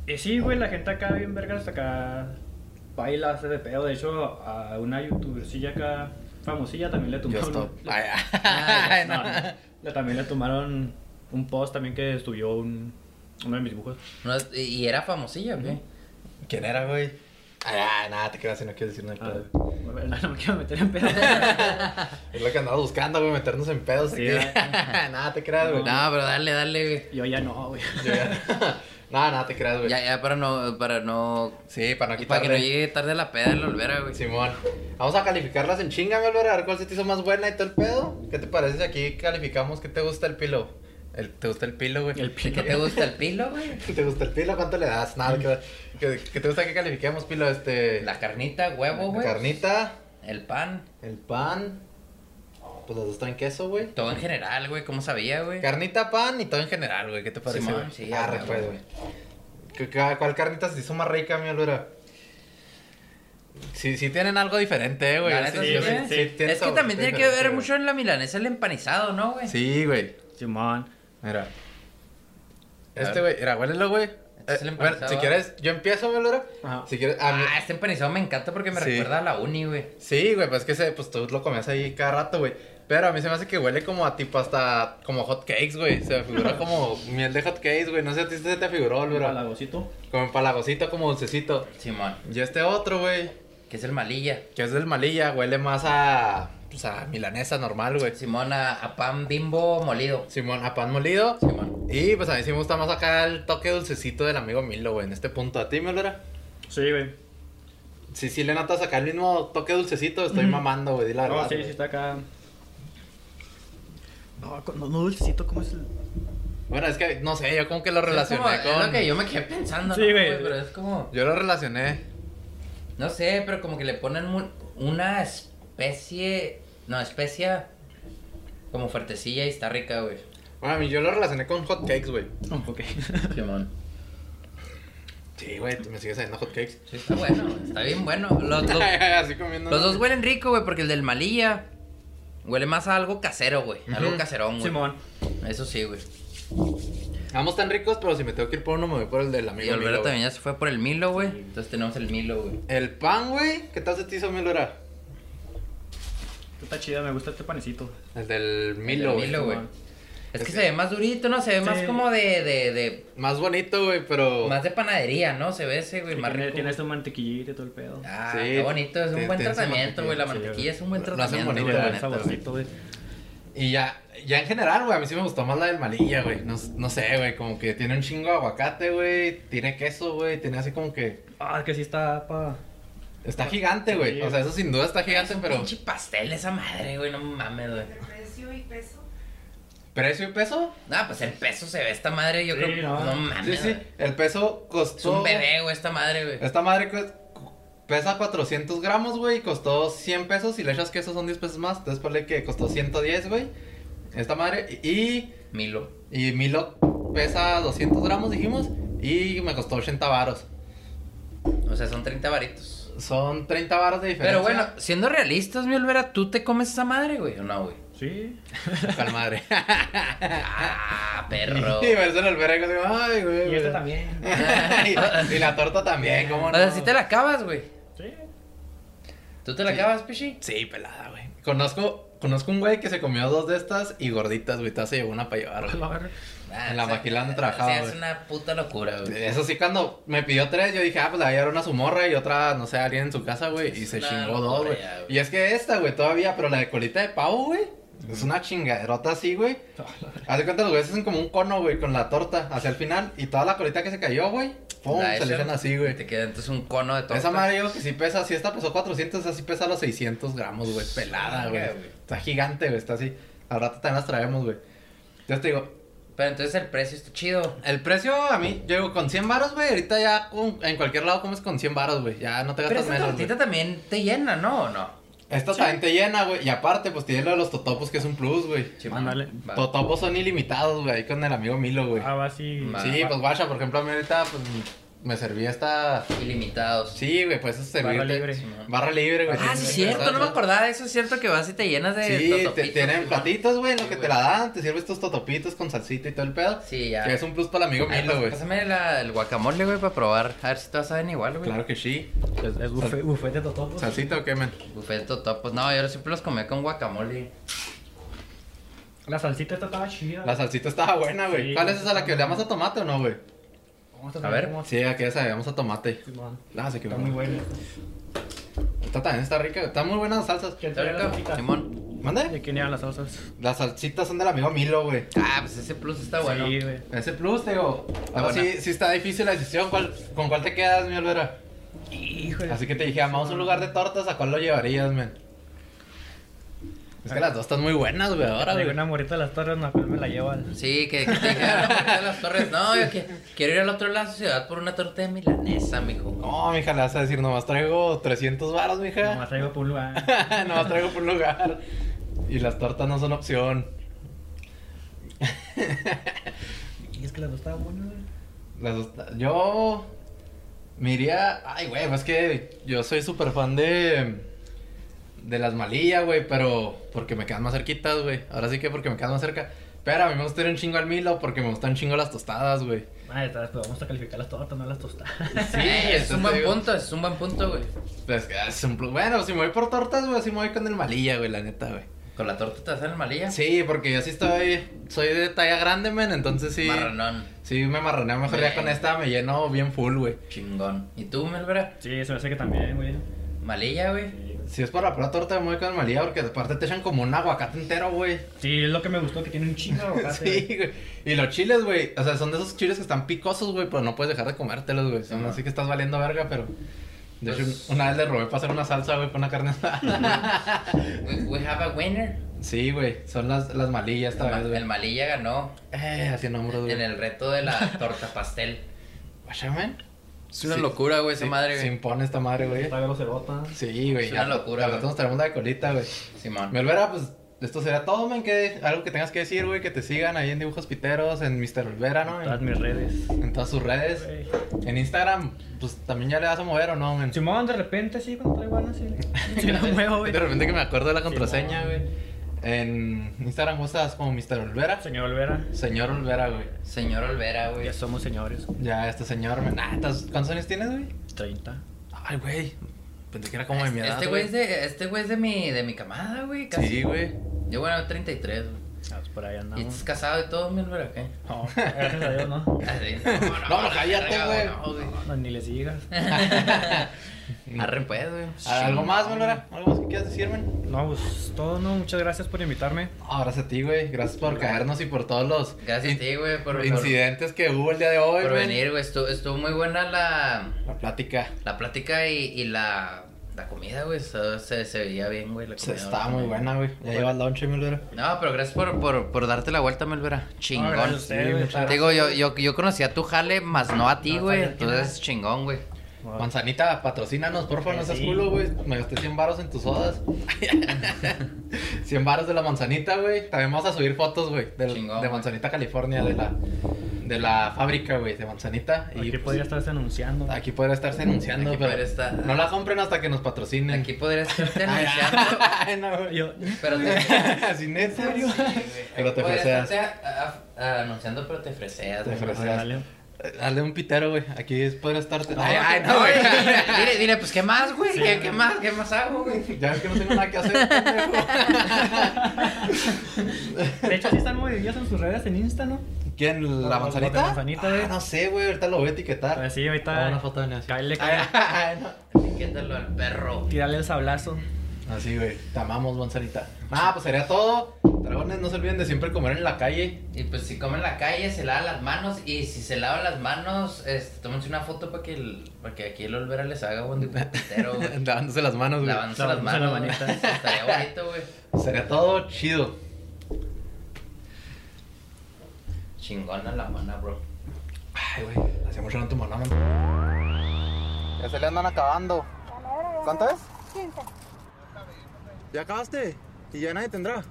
[SPEAKER 6] eh, sí, güey, la gente acá bien vergas acá baila, hace de pedo. De hecho, a una youtubercilla acá famosilla también le
[SPEAKER 1] Yo
[SPEAKER 6] tumbaron.
[SPEAKER 1] stop.
[SPEAKER 6] le-
[SPEAKER 1] Ay, ah.
[SPEAKER 6] no, no, le- también le tomaron un post también que subió un, uno de mis dibujos.
[SPEAKER 5] No, y- y era famosilla, güey.
[SPEAKER 1] ¿Quién era, güey? Ay, ah, nada, te creas si no quiero decir nada.
[SPEAKER 6] Ah,
[SPEAKER 1] pero-
[SPEAKER 6] bueno, no, me quiero meter en pedo.
[SPEAKER 1] Es lo que andaba buscando, güey, meternos en pedos.
[SPEAKER 6] Sí,
[SPEAKER 1] aquí.
[SPEAKER 6] ¿verdad?
[SPEAKER 1] nada, te creas, güey.
[SPEAKER 6] No.
[SPEAKER 5] No, pero dale, dale, güey.
[SPEAKER 6] Yo ya no, güey.
[SPEAKER 1] Yo ya- Nada, nada, te creas, güey.
[SPEAKER 5] Ya, ya, para no, para no,
[SPEAKER 1] Sí, para no
[SPEAKER 5] para que no
[SPEAKER 1] quitarle.
[SPEAKER 5] llegue tarde la peda en la olvera, güey.
[SPEAKER 1] Simón. Vamos a calificarlas en chinga, mi Olvera, a ver cuál se te hizo más buena y todo el pedo. ¿Qué te parece si aquí calificamos qué te gusta el pilo? El, ¿Te gusta el pilo, güey?
[SPEAKER 6] El
[SPEAKER 5] ¿Qué
[SPEAKER 6] pilo.
[SPEAKER 5] te gusta el pilo, güey?
[SPEAKER 1] ¿Te gusta el pilo? ¿Cuánto le das? Nada, que, que- que te gusta que califiquemos pilo, este...
[SPEAKER 5] La carnita, huevo, güey.
[SPEAKER 1] carnita,
[SPEAKER 5] El pan.
[SPEAKER 1] el pan, pues los dos traen queso, güey.
[SPEAKER 5] Todo en general, güey. ¿Cómo sabía, güey?
[SPEAKER 1] Carnita, pan y todo en general, güey. ¿Qué te parece,
[SPEAKER 5] Simón,
[SPEAKER 1] güey?
[SPEAKER 5] sí,
[SPEAKER 1] Arre,
[SPEAKER 5] ya,
[SPEAKER 1] pues,
[SPEAKER 5] güey.
[SPEAKER 1] güey. ¿Cu- cu- ¿Cuál carnita se te hizo más rica, mi Olvera? Sí, sí tienen algo diferente, eh, güey.
[SPEAKER 5] La neta,
[SPEAKER 6] sí,
[SPEAKER 1] yo
[SPEAKER 6] güey.
[SPEAKER 1] tienen
[SPEAKER 5] Es que
[SPEAKER 1] sabor
[SPEAKER 5] también tiene que
[SPEAKER 1] diferente,
[SPEAKER 5] ver
[SPEAKER 1] güey.
[SPEAKER 5] mucho en la milanesa el empanizado, ¿no, güey?
[SPEAKER 1] Sí, güey.
[SPEAKER 6] Simón.
[SPEAKER 1] Mira.
[SPEAKER 5] A
[SPEAKER 1] Este,
[SPEAKER 5] ver.
[SPEAKER 1] güey. Mira, huélelo, güey.
[SPEAKER 5] Este es el
[SPEAKER 1] Eh,
[SPEAKER 5] empanizado,
[SPEAKER 1] bueno, si
[SPEAKER 5] ¿va?
[SPEAKER 1] quieres, yo empiezo, mi Olvera.
[SPEAKER 6] Ajá.
[SPEAKER 1] Si quieres... a mí-
[SPEAKER 5] Ah, este empanizado me encanta porque me
[SPEAKER 1] Sí.
[SPEAKER 5] recuerda a la uni, güey.
[SPEAKER 1] Sí, güey, pues es que se, pues tú lo comías ahí cada rato, güey. Pero a mí se me hace que huele como a tipo hasta como hot cakes, güey. Se me figura como miel de hot cakes, güey. No sé a ti se te figuró, Olvera.
[SPEAKER 6] Palagocito.
[SPEAKER 1] Como empalagosito, como dulcecito.
[SPEAKER 5] Simón.
[SPEAKER 1] Y este otro, güey,
[SPEAKER 5] Que es el malilla.
[SPEAKER 1] que es del Malilla, huele más a pues a milanesa normal, güey.
[SPEAKER 5] Simón a, a pan bimbo molido.
[SPEAKER 1] Simón, a pan molido.
[SPEAKER 5] Simón.
[SPEAKER 1] Y pues a mí sí me gusta más acá el toque dulcecito del amigo Milo, güey. En este punto, a ti, mi Olvera.
[SPEAKER 6] Sí, güey.
[SPEAKER 1] Sí, sí, le notas acá el mismo toque dulcecito. Estoy mamando, güey, di la
[SPEAKER 6] No,
[SPEAKER 1] verdad.
[SPEAKER 6] sí, sí,
[SPEAKER 1] Ah, güey.
[SPEAKER 6] está acá. No, con- no, no, dulcecito, ¿cómo es el.?
[SPEAKER 1] Bueno, es que no sé, yo como que lo relacioné
[SPEAKER 5] es como-
[SPEAKER 1] con.
[SPEAKER 5] es lo que yo me quedé pensando,
[SPEAKER 6] Sí,
[SPEAKER 5] ¿no,
[SPEAKER 6] güey.
[SPEAKER 5] güey? Pero es como...
[SPEAKER 1] Yo lo relacioné.
[SPEAKER 5] No sé, pero como que le ponen mu- una especie... No, especia... Como fuertecilla y está rica, güey.
[SPEAKER 1] Bueno, a mí yo lo relacioné con hot cakes, güey.
[SPEAKER 6] Ok.
[SPEAKER 5] Simón.
[SPEAKER 1] Sí, güey, tú me sigues haciendo hot cakes.
[SPEAKER 5] Sí, está bueno, güey, está bien bueno. Los, los-
[SPEAKER 1] Así comiendo.
[SPEAKER 5] los dos huelen rico, güey, porque el del malilla huele más a algo casero, güey. Algo
[SPEAKER 1] Ujú.
[SPEAKER 5] caserón, güey.
[SPEAKER 6] Simón.
[SPEAKER 5] Eso sí, güey.
[SPEAKER 1] Ambos tan ricos, pero si me tengo que ir por uno, me voy por el del
[SPEAKER 5] Y
[SPEAKER 1] amigo.
[SPEAKER 5] Olvera
[SPEAKER 1] Milo,
[SPEAKER 5] también
[SPEAKER 1] güey.
[SPEAKER 5] ya se fue por el Milo, güey. Entonces tenemos el Milo, güey.
[SPEAKER 1] El pan, güey. ¿Qué tal se te hizo, Milo? Era?
[SPEAKER 6] Está chida, me gusta este panecito.
[SPEAKER 1] El del
[SPEAKER 5] El
[SPEAKER 1] Milo,
[SPEAKER 5] del
[SPEAKER 1] güey.
[SPEAKER 5] Milo, güey.
[SPEAKER 6] Simón.
[SPEAKER 5] Es que
[SPEAKER 1] Es
[SPEAKER 5] se ve más durito, ¿no? Se ve más
[SPEAKER 6] Sí.
[SPEAKER 5] como de, de, de...
[SPEAKER 1] Más bonito, güey, pero.
[SPEAKER 5] Más de panadería, ¿no? Se ve ese, güey,
[SPEAKER 6] Y
[SPEAKER 5] más
[SPEAKER 6] tiene,
[SPEAKER 5] rico.
[SPEAKER 6] tiene este mantequillita y todo el pedo.
[SPEAKER 5] Ah,
[SPEAKER 1] Sí,
[SPEAKER 5] qué bonito, es un
[SPEAKER 1] te-
[SPEAKER 5] buen
[SPEAKER 1] te hace
[SPEAKER 5] tratamiento, güey. La
[SPEAKER 6] mantequilla,
[SPEAKER 5] mantequilla es un buen
[SPEAKER 1] Lo- lo hacen
[SPEAKER 5] tratamiento.
[SPEAKER 1] bonito,
[SPEAKER 5] güey,
[SPEAKER 1] güey,
[SPEAKER 5] la
[SPEAKER 6] el
[SPEAKER 5] neta, güey.
[SPEAKER 6] saborcito, güey.
[SPEAKER 1] Y ya, ya en general, güey, a mí sí me gustó más la del Malilla, güey. No, no sé, güey, como que tiene un chingo de aguacate, güey. Tiene queso, güey. Tiene así como que.
[SPEAKER 6] Ah, que sí está pa.
[SPEAKER 1] Está gigante, güey.
[SPEAKER 6] Sí.
[SPEAKER 1] O sea, eso sin duda está gigante, pero.
[SPEAKER 5] Pinche pastel esa madre, güey, no mames, güey.
[SPEAKER 8] El precio y peso.
[SPEAKER 1] ¿Precio y peso?
[SPEAKER 5] No, pues el peso se ve esta madre, yo
[SPEAKER 6] Sí,
[SPEAKER 5] creo. No,
[SPEAKER 6] no.
[SPEAKER 5] mames.
[SPEAKER 1] Sí, sí.
[SPEAKER 5] güey.
[SPEAKER 1] El peso costó.
[SPEAKER 5] Es un bebé, güey, esta madre, güey.
[SPEAKER 1] Esta madre cu- Pesa 400 gramos, güey, y costó 100 pesos. Y le echas queso son 10 pesos más. Entonces ponle que costó 110, güey. Esta madre. Y,
[SPEAKER 5] Milo.
[SPEAKER 1] y Milo pesa 200 gramos, dijimos. Y me costó 80 varos.
[SPEAKER 5] O sea, son 30 varitos.
[SPEAKER 1] Son 30 varos de diferencia.
[SPEAKER 5] Pero bueno, siendo realistas, mi Olvera, ¿tú te comes esa madre, güey? ¿O no, güey?
[SPEAKER 6] Sí.
[SPEAKER 1] Tal madre.
[SPEAKER 5] Ah, perro.
[SPEAKER 1] Y verse el verga, digo, ay, güey.
[SPEAKER 6] Y esta
[SPEAKER 1] güey.
[SPEAKER 6] también.
[SPEAKER 1] y, y la torta también, ¿cómo
[SPEAKER 5] O
[SPEAKER 1] no?
[SPEAKER 5] sea, si te la acabas, güey.
[SPEAKER 6] Sí.
[SPEAKER 5] ¿Tú te la acabas, Pichi?
[SPEAKER 1] Sí, pelada, güey. Conozco, conozco un güey que se comió dos de estas y gorditas, güey. Te se llevó una para llevar, güey.
[SPEAKER 5] Ah,
[SPEAKER 1] En la
[SPEAKER 5] o sea,
[SPEAKER 1] Maquilán
[SPEAKER 5] o sea,
[SPEAKER 1] trabajaba,
[SPEAKER 5] es
[SPEAKER 1] güey. Eh,
[SPEAKER 5] una puta locura, güey.
[SPEAKER 1] Eso sí, cuando me pidió tres, yo dije, ah, pues le voy a dar una a su morra y otra, no sé, a alguien en su casa, güey. Y
[SPEAKER 5] Es
[SPEAKER 1] se
[SPEAKER 5] una
[SPEAKER 1] chingó
[SPEAKER 5] locura
[SPEAKER 1] dos, güey.
[SPEAKER 5] ya, güey.
[SPEAKER 1] Y es que esta, güey, todavía, pero la de colita de pavo, güey. Es una chingaderota así, güey. Haz de cuenta, los güeyes hacen como un cono, güey, con la torta hacia el final. Y toda la colita que se cayó, güey, pum,
[SPEAKER 5] La
[SPEAKER 1] se le
[SPEAKER 5] echan,
[SPEAKER 1] echan así, güey.
[SPEAKER 5] Te queda entonces un cono de torta.
[SPEAKER 1] Esa madre, yo creo que sí pesa, si esta pesó 400, esa sí pesa los 600 gramos, güey, pelada,
[SPEAKER 5] Verga,
[SPEAKER 1] güey.
[SPEAKER 5] güey.
[SPEAKER 1] Está gigante, güey, está así. Al rato también las traemos, güey. Entonces te digo,
[SPEAKER 5] Pero entonces el precio está chido.
[SPEAKER 1] el precio a mí, yo digo, con 100 varos, güey, ahorita ya con- en cualquier lado comes con 100 varos, güey. Ya no te
[SPEAKER 5] Pero
[SPEAKER 1] gastas
[SPEAKER 5] esa
[SPEAKER 1] menos, güey.
[SPEAKER 5] tortita también te llena, ¿no? ¿O no?
[SPEAKER 1] Esta también te llena, güey. Y aparte, pues tiene lo de los totopos, que es un plus, güey.
[SPEAKER 6] Ándale.
[SPEAKER 5] Va.
[SPEAKER 1] Totopos son ilimitados, güey, ahí con el amigo Milo, güey.
[SPEAKER 6] Ah, va así.
[SPEAKER 5] Va.
[SPEAKER 1] sí, pues guacha, por ejemplo, a mí ahorita, pues, me servía esta...
[SPEAKER 5] Ilimitados.
[SPEAKER 1] Sí, güey, pues eso servirte...
[SPEAKER 6] Barra libre.
[SPEAKER 5] Simón.
[SPEAKER 1] Barra libre, güey.
[SPEAKER 5] Ah, sí, es cierto, no me acordaba de eso. Es cierto que vas y te llenas de.
[SPEAKER 1] Sí, te-
[SPEAKER 5] totopitos,
[SPEAKER 1] tienen
[SPEAKER 5] Simón.
[SPEAKER 1] platitos, güey, en lo
[SPEAKER 5] Sí,
[SPEAKER 1] que te
[SPEAKER 5] güey.
[SPEAKER 1] la dan, te sirves tus totopitos con salsita y todo el pedo.
[SPEAKER 5] Sí, ya.
[SPEAKER 1] Que es un plus para el amigo
[SPEAKER 5] Ay,
[SPEAKER 1] Milo,
[SPEAKER 5] pas-
[SPEAKER 1] güey.
[SPEAKER 5] Pásame la- el guacamole, güey, para probar. A ver si todas saben igual, güey.
[SPEAKER 1] Claro que sí.
[SPEAKER 6] Es, es buffet, buffet de totopos.
[SPEAKER 1] ¿Salsita o qué, men?
[SPEAKER 5] Buffet totopos. No, yo siempre los comía con guacamole.
[SPEAKER 6] La salsita esta estaba chida.
[SPEAKER 1] La salsita estaba buena, güey.
[SPEAKER 6] Sí.
[SPEAKER 1] ¿Cuál es esa la que olía más a tomate o no, güey?
[SPEAKER 6] ¿Cómo está?
[SPEAKER 5] A ver.
[SPEAKER 6] ¿Cómo Oh, está?
[SPEAKER 1] Sí, aquella sabíamos a tomate.
[SPEAKER 6] Simón.
[SPEAKER 1] Ah, se quedó.
[SPEAKER 6] Está muy buena.
[SPEAKER 1] Esta también está rica, güey. Están muy buenas las salsas.
[SPEAKER 6] ¿Quién
[SPEAKER 5] ¿Está
[SPEAKER 6] trae la
[SPEAKER 5] rica?
[SPEAKER 6] salsita?
[SPEAKER 5] Simón.
[SPEAKER 1] ¿Mande?
[SPEAKER 6] ¿De quién eran las salsas?
[SPEAKER 1] Las salsitas son del amigo Milo, güey.
[SPEAKER 5] Ah, pues ese plus está bueno.
[SPEAKER 6] Sí, güey.
[SPEAKER 1] Ese plus, te digo. Ahora
[SPEAKER 5] buena.
[SPEAKER 1] sí, sí está difícil la decisión. ¿Cuál- ¿Con cuál te quedas, mi Olvera?
[SPEAKER 6] Híjole.
[SPEAKER 1] Así que te dije, vamos a un lugar de tortas, ¿a cuál lo llevarías, men? Es que las dos están muy buenas, güey, ahora,
[SPEAKER 6] Traigo
[SPEAKER 1] güey.
[SPEAKER 6] una morita de las torres, no, pero me la llevo al.
[SPEAKER 5] Sí, que, que te dijeron de las torres. No, yo que- quiero ir al otro lado de la ciudad por una torta de milanesa, mijo.
[SPEAKER 1] No, mija, le vas a decir, nomás traigo 300 varos,
[SPEAKER 6] Nomás
[SPEAKER 1] mija.
[SPEAKER 6] traigo por un lugar.
[SPEAKER 1] nomás traigo por un lugar. Y las tortas no son opción.
[SPEAKER 6] Y es que las dos estaban buenas, güey.
[SPEAKER 1] Las dos- Yo me iría... Ay, güey, pues es que yo soy súper fan de... De las malillas, güey, pero porque me quedan más cerquitas, güey. Ahora sí que porque me quedan más cerca. Pero a mí me gusta ir un chingo al Milo porque me gustan un chingo las tostadas, güey.
[SPEAKER 6] Madre, tal Ah, vez, pero vamos a calificar las tortas, no las tostadas.
[SPEAKER 1] Sí,
[SPEAKER 5] Eh, es un
[SPEAKER 1] entonces
[SPEAKER 5] buen
[SPEAKER 1] te digo,
[SPEAKER 5] punto, es un buen punto, güey.
[SPEAKER 1] pues, que es un plus. Bueno, si me voy por tortas, güey, si me voy con el malilla, güey, la neta, güey.
[SPEAKER 5] Con la torta te hacen el malilla.
[SPEAKER 1] Sí, porque yo sí estoy. Soy de talla grande, men, entonces sí.
[SPEAKER 5] Marranón.
[SPEAKER 1] Sí, me marroneo mejor ya con
[SPEAKER 5] Bien.
[SPEAKER 1] esta, me lleno bien full, güey.
[SPEAKER 5] Chingón. ¿Y tú, Melvera?
[SPEAKER 6] Sí, eso me hace que también, güey.
[SPEAKER 5] Malilla, güey.
[SPEAKER 1] Si es para la pura torta, me voy con el malilla, porque aparte te echan como un aguacate entero, güey.
[SPEAKER 6] Sí, es lo que me gustó, que tiene un chingo de aguacate.
[SPEAKER 1] Sí, güey. Y los chiles, güey. O sea, son de esos chiles que están picosos, güey, pero no puedes dejar de comértelos, güey. Son
[SPEAKER 5] Ajá.
[SPEAKER 1] así que estás valiendo verga, pero. De hecho,
[SPEAKER 5] Pues-
[SPEAKER 1] una vez le robé para hacer una salsa, güey, para una carne asada.
[SPEAKER 5] We, we have a winner.
[SPEAKER 1] sí, güey. Son las, las malillas esta
[SPEAKER 5] El, ma-
[SPEAKER 1] vez, güey.
[SPEAKER 5] el malilla ganó
[SPEAKER 1] Eh, así nombres, güey.
[SPEAKER 5] en el reto de la torta pastel.
[SPEAKER 1] Guacha, men.
[SPEAKER 5] Es una
[SPEAKER 1] Sí.
[SPEAKER 5] locura, güey, esa
[SPEAKER 1] Sí,
[SPEAKER 5] madre,
[SPEAKER 1] Se
[SPEAKER 5] güey.
[SPEAKER 1] impone esta madre, güey.
[SPEAKER 6] Todavía no se bota.
[SPEAKER 1] Sí, güey.
[SPEAKER 5] Es una
[SPEAKER 1] ya-
[SPEAKER 5] locura,
[SPEAKER 1] Al rato
[SPEAKER 5] güey.
[SPEAKER 1] nos traemos la de colita, güey.
[SPEAKER 5] Simón.
[SPEAKER 1] Melvera, pues esto será todo, men. Que, algo que tengas que decir, güey. Que te sigan ahí en Dibujos Piteros, en Mr. Olvera, ¿no?
[SPEAKER 6] Todas
[SPEAKER 1] En,
[SPEAKER 6] mis redes.
[SPEAKER 1] en todas sus redes.
[SPEAKER 6] Güey.
[SPEAKER 1] En Instagram, pues también ya le vas a mover o no, men.
[SPEAKER 6] Simón, de repente, sí, cuando traigo ganas, sí. Sí, la muevo, güey.
[SPEAKER 1] De repente que me acuerdo de la contraseña,
[SPEAKER 6] Simón.
[SPEAKER 1] güey. En Instagram, ¿cómo estás? Como Mr. Olvera.
[SPEAKER 6] Señor Olvera,
[SPEAKER 1] Señor Olvera, güey.
[SPEAKER 5] Señor Olvera, güey.
[SPEAKER 6] ya somos señores.
[SPEAKER 1] Ya, este señor, men. Ah, ¿estás- ¿cuántos años tienes, güey?
[SPEAKER 6] 30.
[SPEAKER 1] Ay, güey. Pensé que era como de mi edad.
[SPEAKER 5] Este güey es de, este güey es de mi, de mi camada, güey, casi.
[SPEAKER 1] Sí, güey.
[SPEAKER 5] Yo, bueno, 33, güey.
[SPEAKER 6] Ah, pues por ahí
[SPEAKER 5] ¿Y estás
[SPEAKER 6] andamos.
[SPEAKER 5] casado y todo, mi Olvera, qué?
[SPEAKER 6] No, gracias a Dios, no.
[SPEAKER 5] Así, No,
[SPEAKER 1] No, no, cállate,
[SPEAKER 5] verga,
[SPEAKER 1] güey.
[SPEAKER 5] no, güey.
[SPEAKER 6] No, ni les digas.
[SPEAKER 5] Arre, pues, güey.
[SPEAKER 1] ¿Algo más, Melora? ¿Algo más que quieras decir, men?
[SPEAKER 6] No, pues todo, no. Muchas gracias por invitarme.
[SPEAKER 1] Abrazo a ti, güey. Gracias por caernos y por todos los
[SPEAKER 5] Gracias a
[SPEAKER 1] in-
[SPEAKER 5] ti, güey, por, por,
[SPEAKER 1] incidentes que hubo el día de hoy,
[SPEAKER 5] por
[SPEAKER 1] men.
[SPEAKER 5] venir, güey. Estuvo, estuvo muy buena la,
[SPEAKER 1] La plática.
[SPEAKER 5] la plática y, y la, la comida, güey. Se, se, se veía bien, güey. la
[SPEAKER 1] Se-
[SPEAKER 5] comida.
[SPEAKER 1] estaba muy buena, güey. Ya lleva el lonche, Melora.
[SPEAKER 5] No, pero gracias por, por, por darte la vuelta, Melvera.
[SPEAKER 6] No,
[SPEAKER 5] Chingón.
[SPEAKER 6] gracias a ustedes, güey.
[SPEAKER 5] Te digo, yo, yo, yo conocí a tu jale, más no a ti,
[SPEAKER 6] No,
[SPEAKER 5] güey.
[SPEAKER 6] sabía quién
[SPEAKER 5] Entonces, chingón, güey.
[SPEAKER 6] Wow.
[SPEAKER 1] Manzanita, patrocínanos, porfa, no seas
[SPEAKER 6] Sí.
[SPEAKER 1] culo, güey. Me gasté 100 baros en tus sodas. 100 baros de la manzanita, güey. También vamos a subir fotos, güey. del-
[SPEAKER 5] Chingón,
[SPEAKER 1] De
[SPEAKER 5] güey.
[SPEAKER 1] Manzanita, California, de la, de la fábrica, güey, de manzanita.
[SPEAKER 6] Aquí
[SPEAKER 1] pues,
[SPEAKER 6] podría estarse anunciando.
[SPEAKER 1] Aquí podría estarse anunciando,
[SPEAKER 5] Aquí
[SPEAKER 1] pero
[SPEAKER 5] podría estar-
[SPEAKER 1] no la compren hasta que nos patrocinen.
[SPEAKER 5] Aquí podrías estarte
[SPEAKER 1] Ah,
[SPEAKER 5] anunciando,
[SPEAKER 1] Ay, no, güey.
[SPEAKER 6] Yo,
[SPEAKER 5] pero te...
[SPEAKER 1] Sin en serio. Pero te
[SPEAKER 5] Podrías
[SPEAKER 1] freseas.
[SPEAKER 5] estarte a- a- a- anunciando, pero te freseas.
[SPEAKER 1] Te
[SPEAKER 5] güey.
[SPEAKER 1] freseas.
[SPEAKER 6] dale.
[SPEAKER 1] Dale Eh, un pitero, güey. Aquí es poder estarte. Ay, ay,
[SPEAKER 5] No,
[SPEAKER 1] no,
[SPEAKER 5] güey.
[SPEAKER 1] güey.
[SPEAKER 5] Dile, dile, pues, ¿qué más, güey? ¿Qué, qué más? ¿Qué más hago, güey?
[SPEAKER 1] Ya ves que no tengo nada que hacer.
[SPEAKER 6] De hecho, sí están muy vividas en sus redes en Insta, ¿no?
[SPEAKER 1] ¿Quién? ¿La
[SPEAKER 6] Los-
[SPEAKER 1] manzanita?
[SPEAKER 6] los de manzanita, güey.
[SPEAKER 1] Ah, no sé, güey. Ahorita lo voy a etiquetar.
[SPEAKER 6] Pues sí, ahorita-
[SPEAKER 1] Ah, Una foto de Ah. Nancy.
[SPEAKER 6] Cáele,
[SPEAKER 1] Ay,
[SPEAKER 6] cáele.
[SPEAKER 1] ay, no.
[SPEAKER 5] Quítalo al perro.
[SPEAKER 6] Tirarle el sablazo.
[SPEAKER 1] Así, güey. Te amamos, manzanita. Ah, pues sería todo. Dragones, no se olviden de siempre comer en la calle.
[SPEAKER 5] Y pues si comen en la calle, se lavan las manos. Y si se lavan las manos, este, tómense una foto para que, el- para que aquí el Olvera les haga un diputero, güey.
[SPEAKER 1] Lavándose las manos, güey.
[SPEAKER 5] Lavándose las
[SPEAKER 6] Lavándose
[SPEAKER 5] manos.
[SPEAKER 6] las
[SPEAKER 5] güey.
[SPEAKER 6] manitas.
[SPEAKER 5] Estaría bonito, güey.
[SPEAKER 1] Sería todo chido.
[SPEAKER 5] Chingona la mana, bro.
[SPEAKER 1] Ay, güey. Hacía mucho no tomaba nada. Ya se le andan acabando. ¿Cuánto es?
[SPEAKER 9] 15.
[SPEAKER 1] ¿Ya acabaste? ¿Y ya nadie tendrá?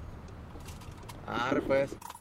[SPEAKER 1] Ah, pues.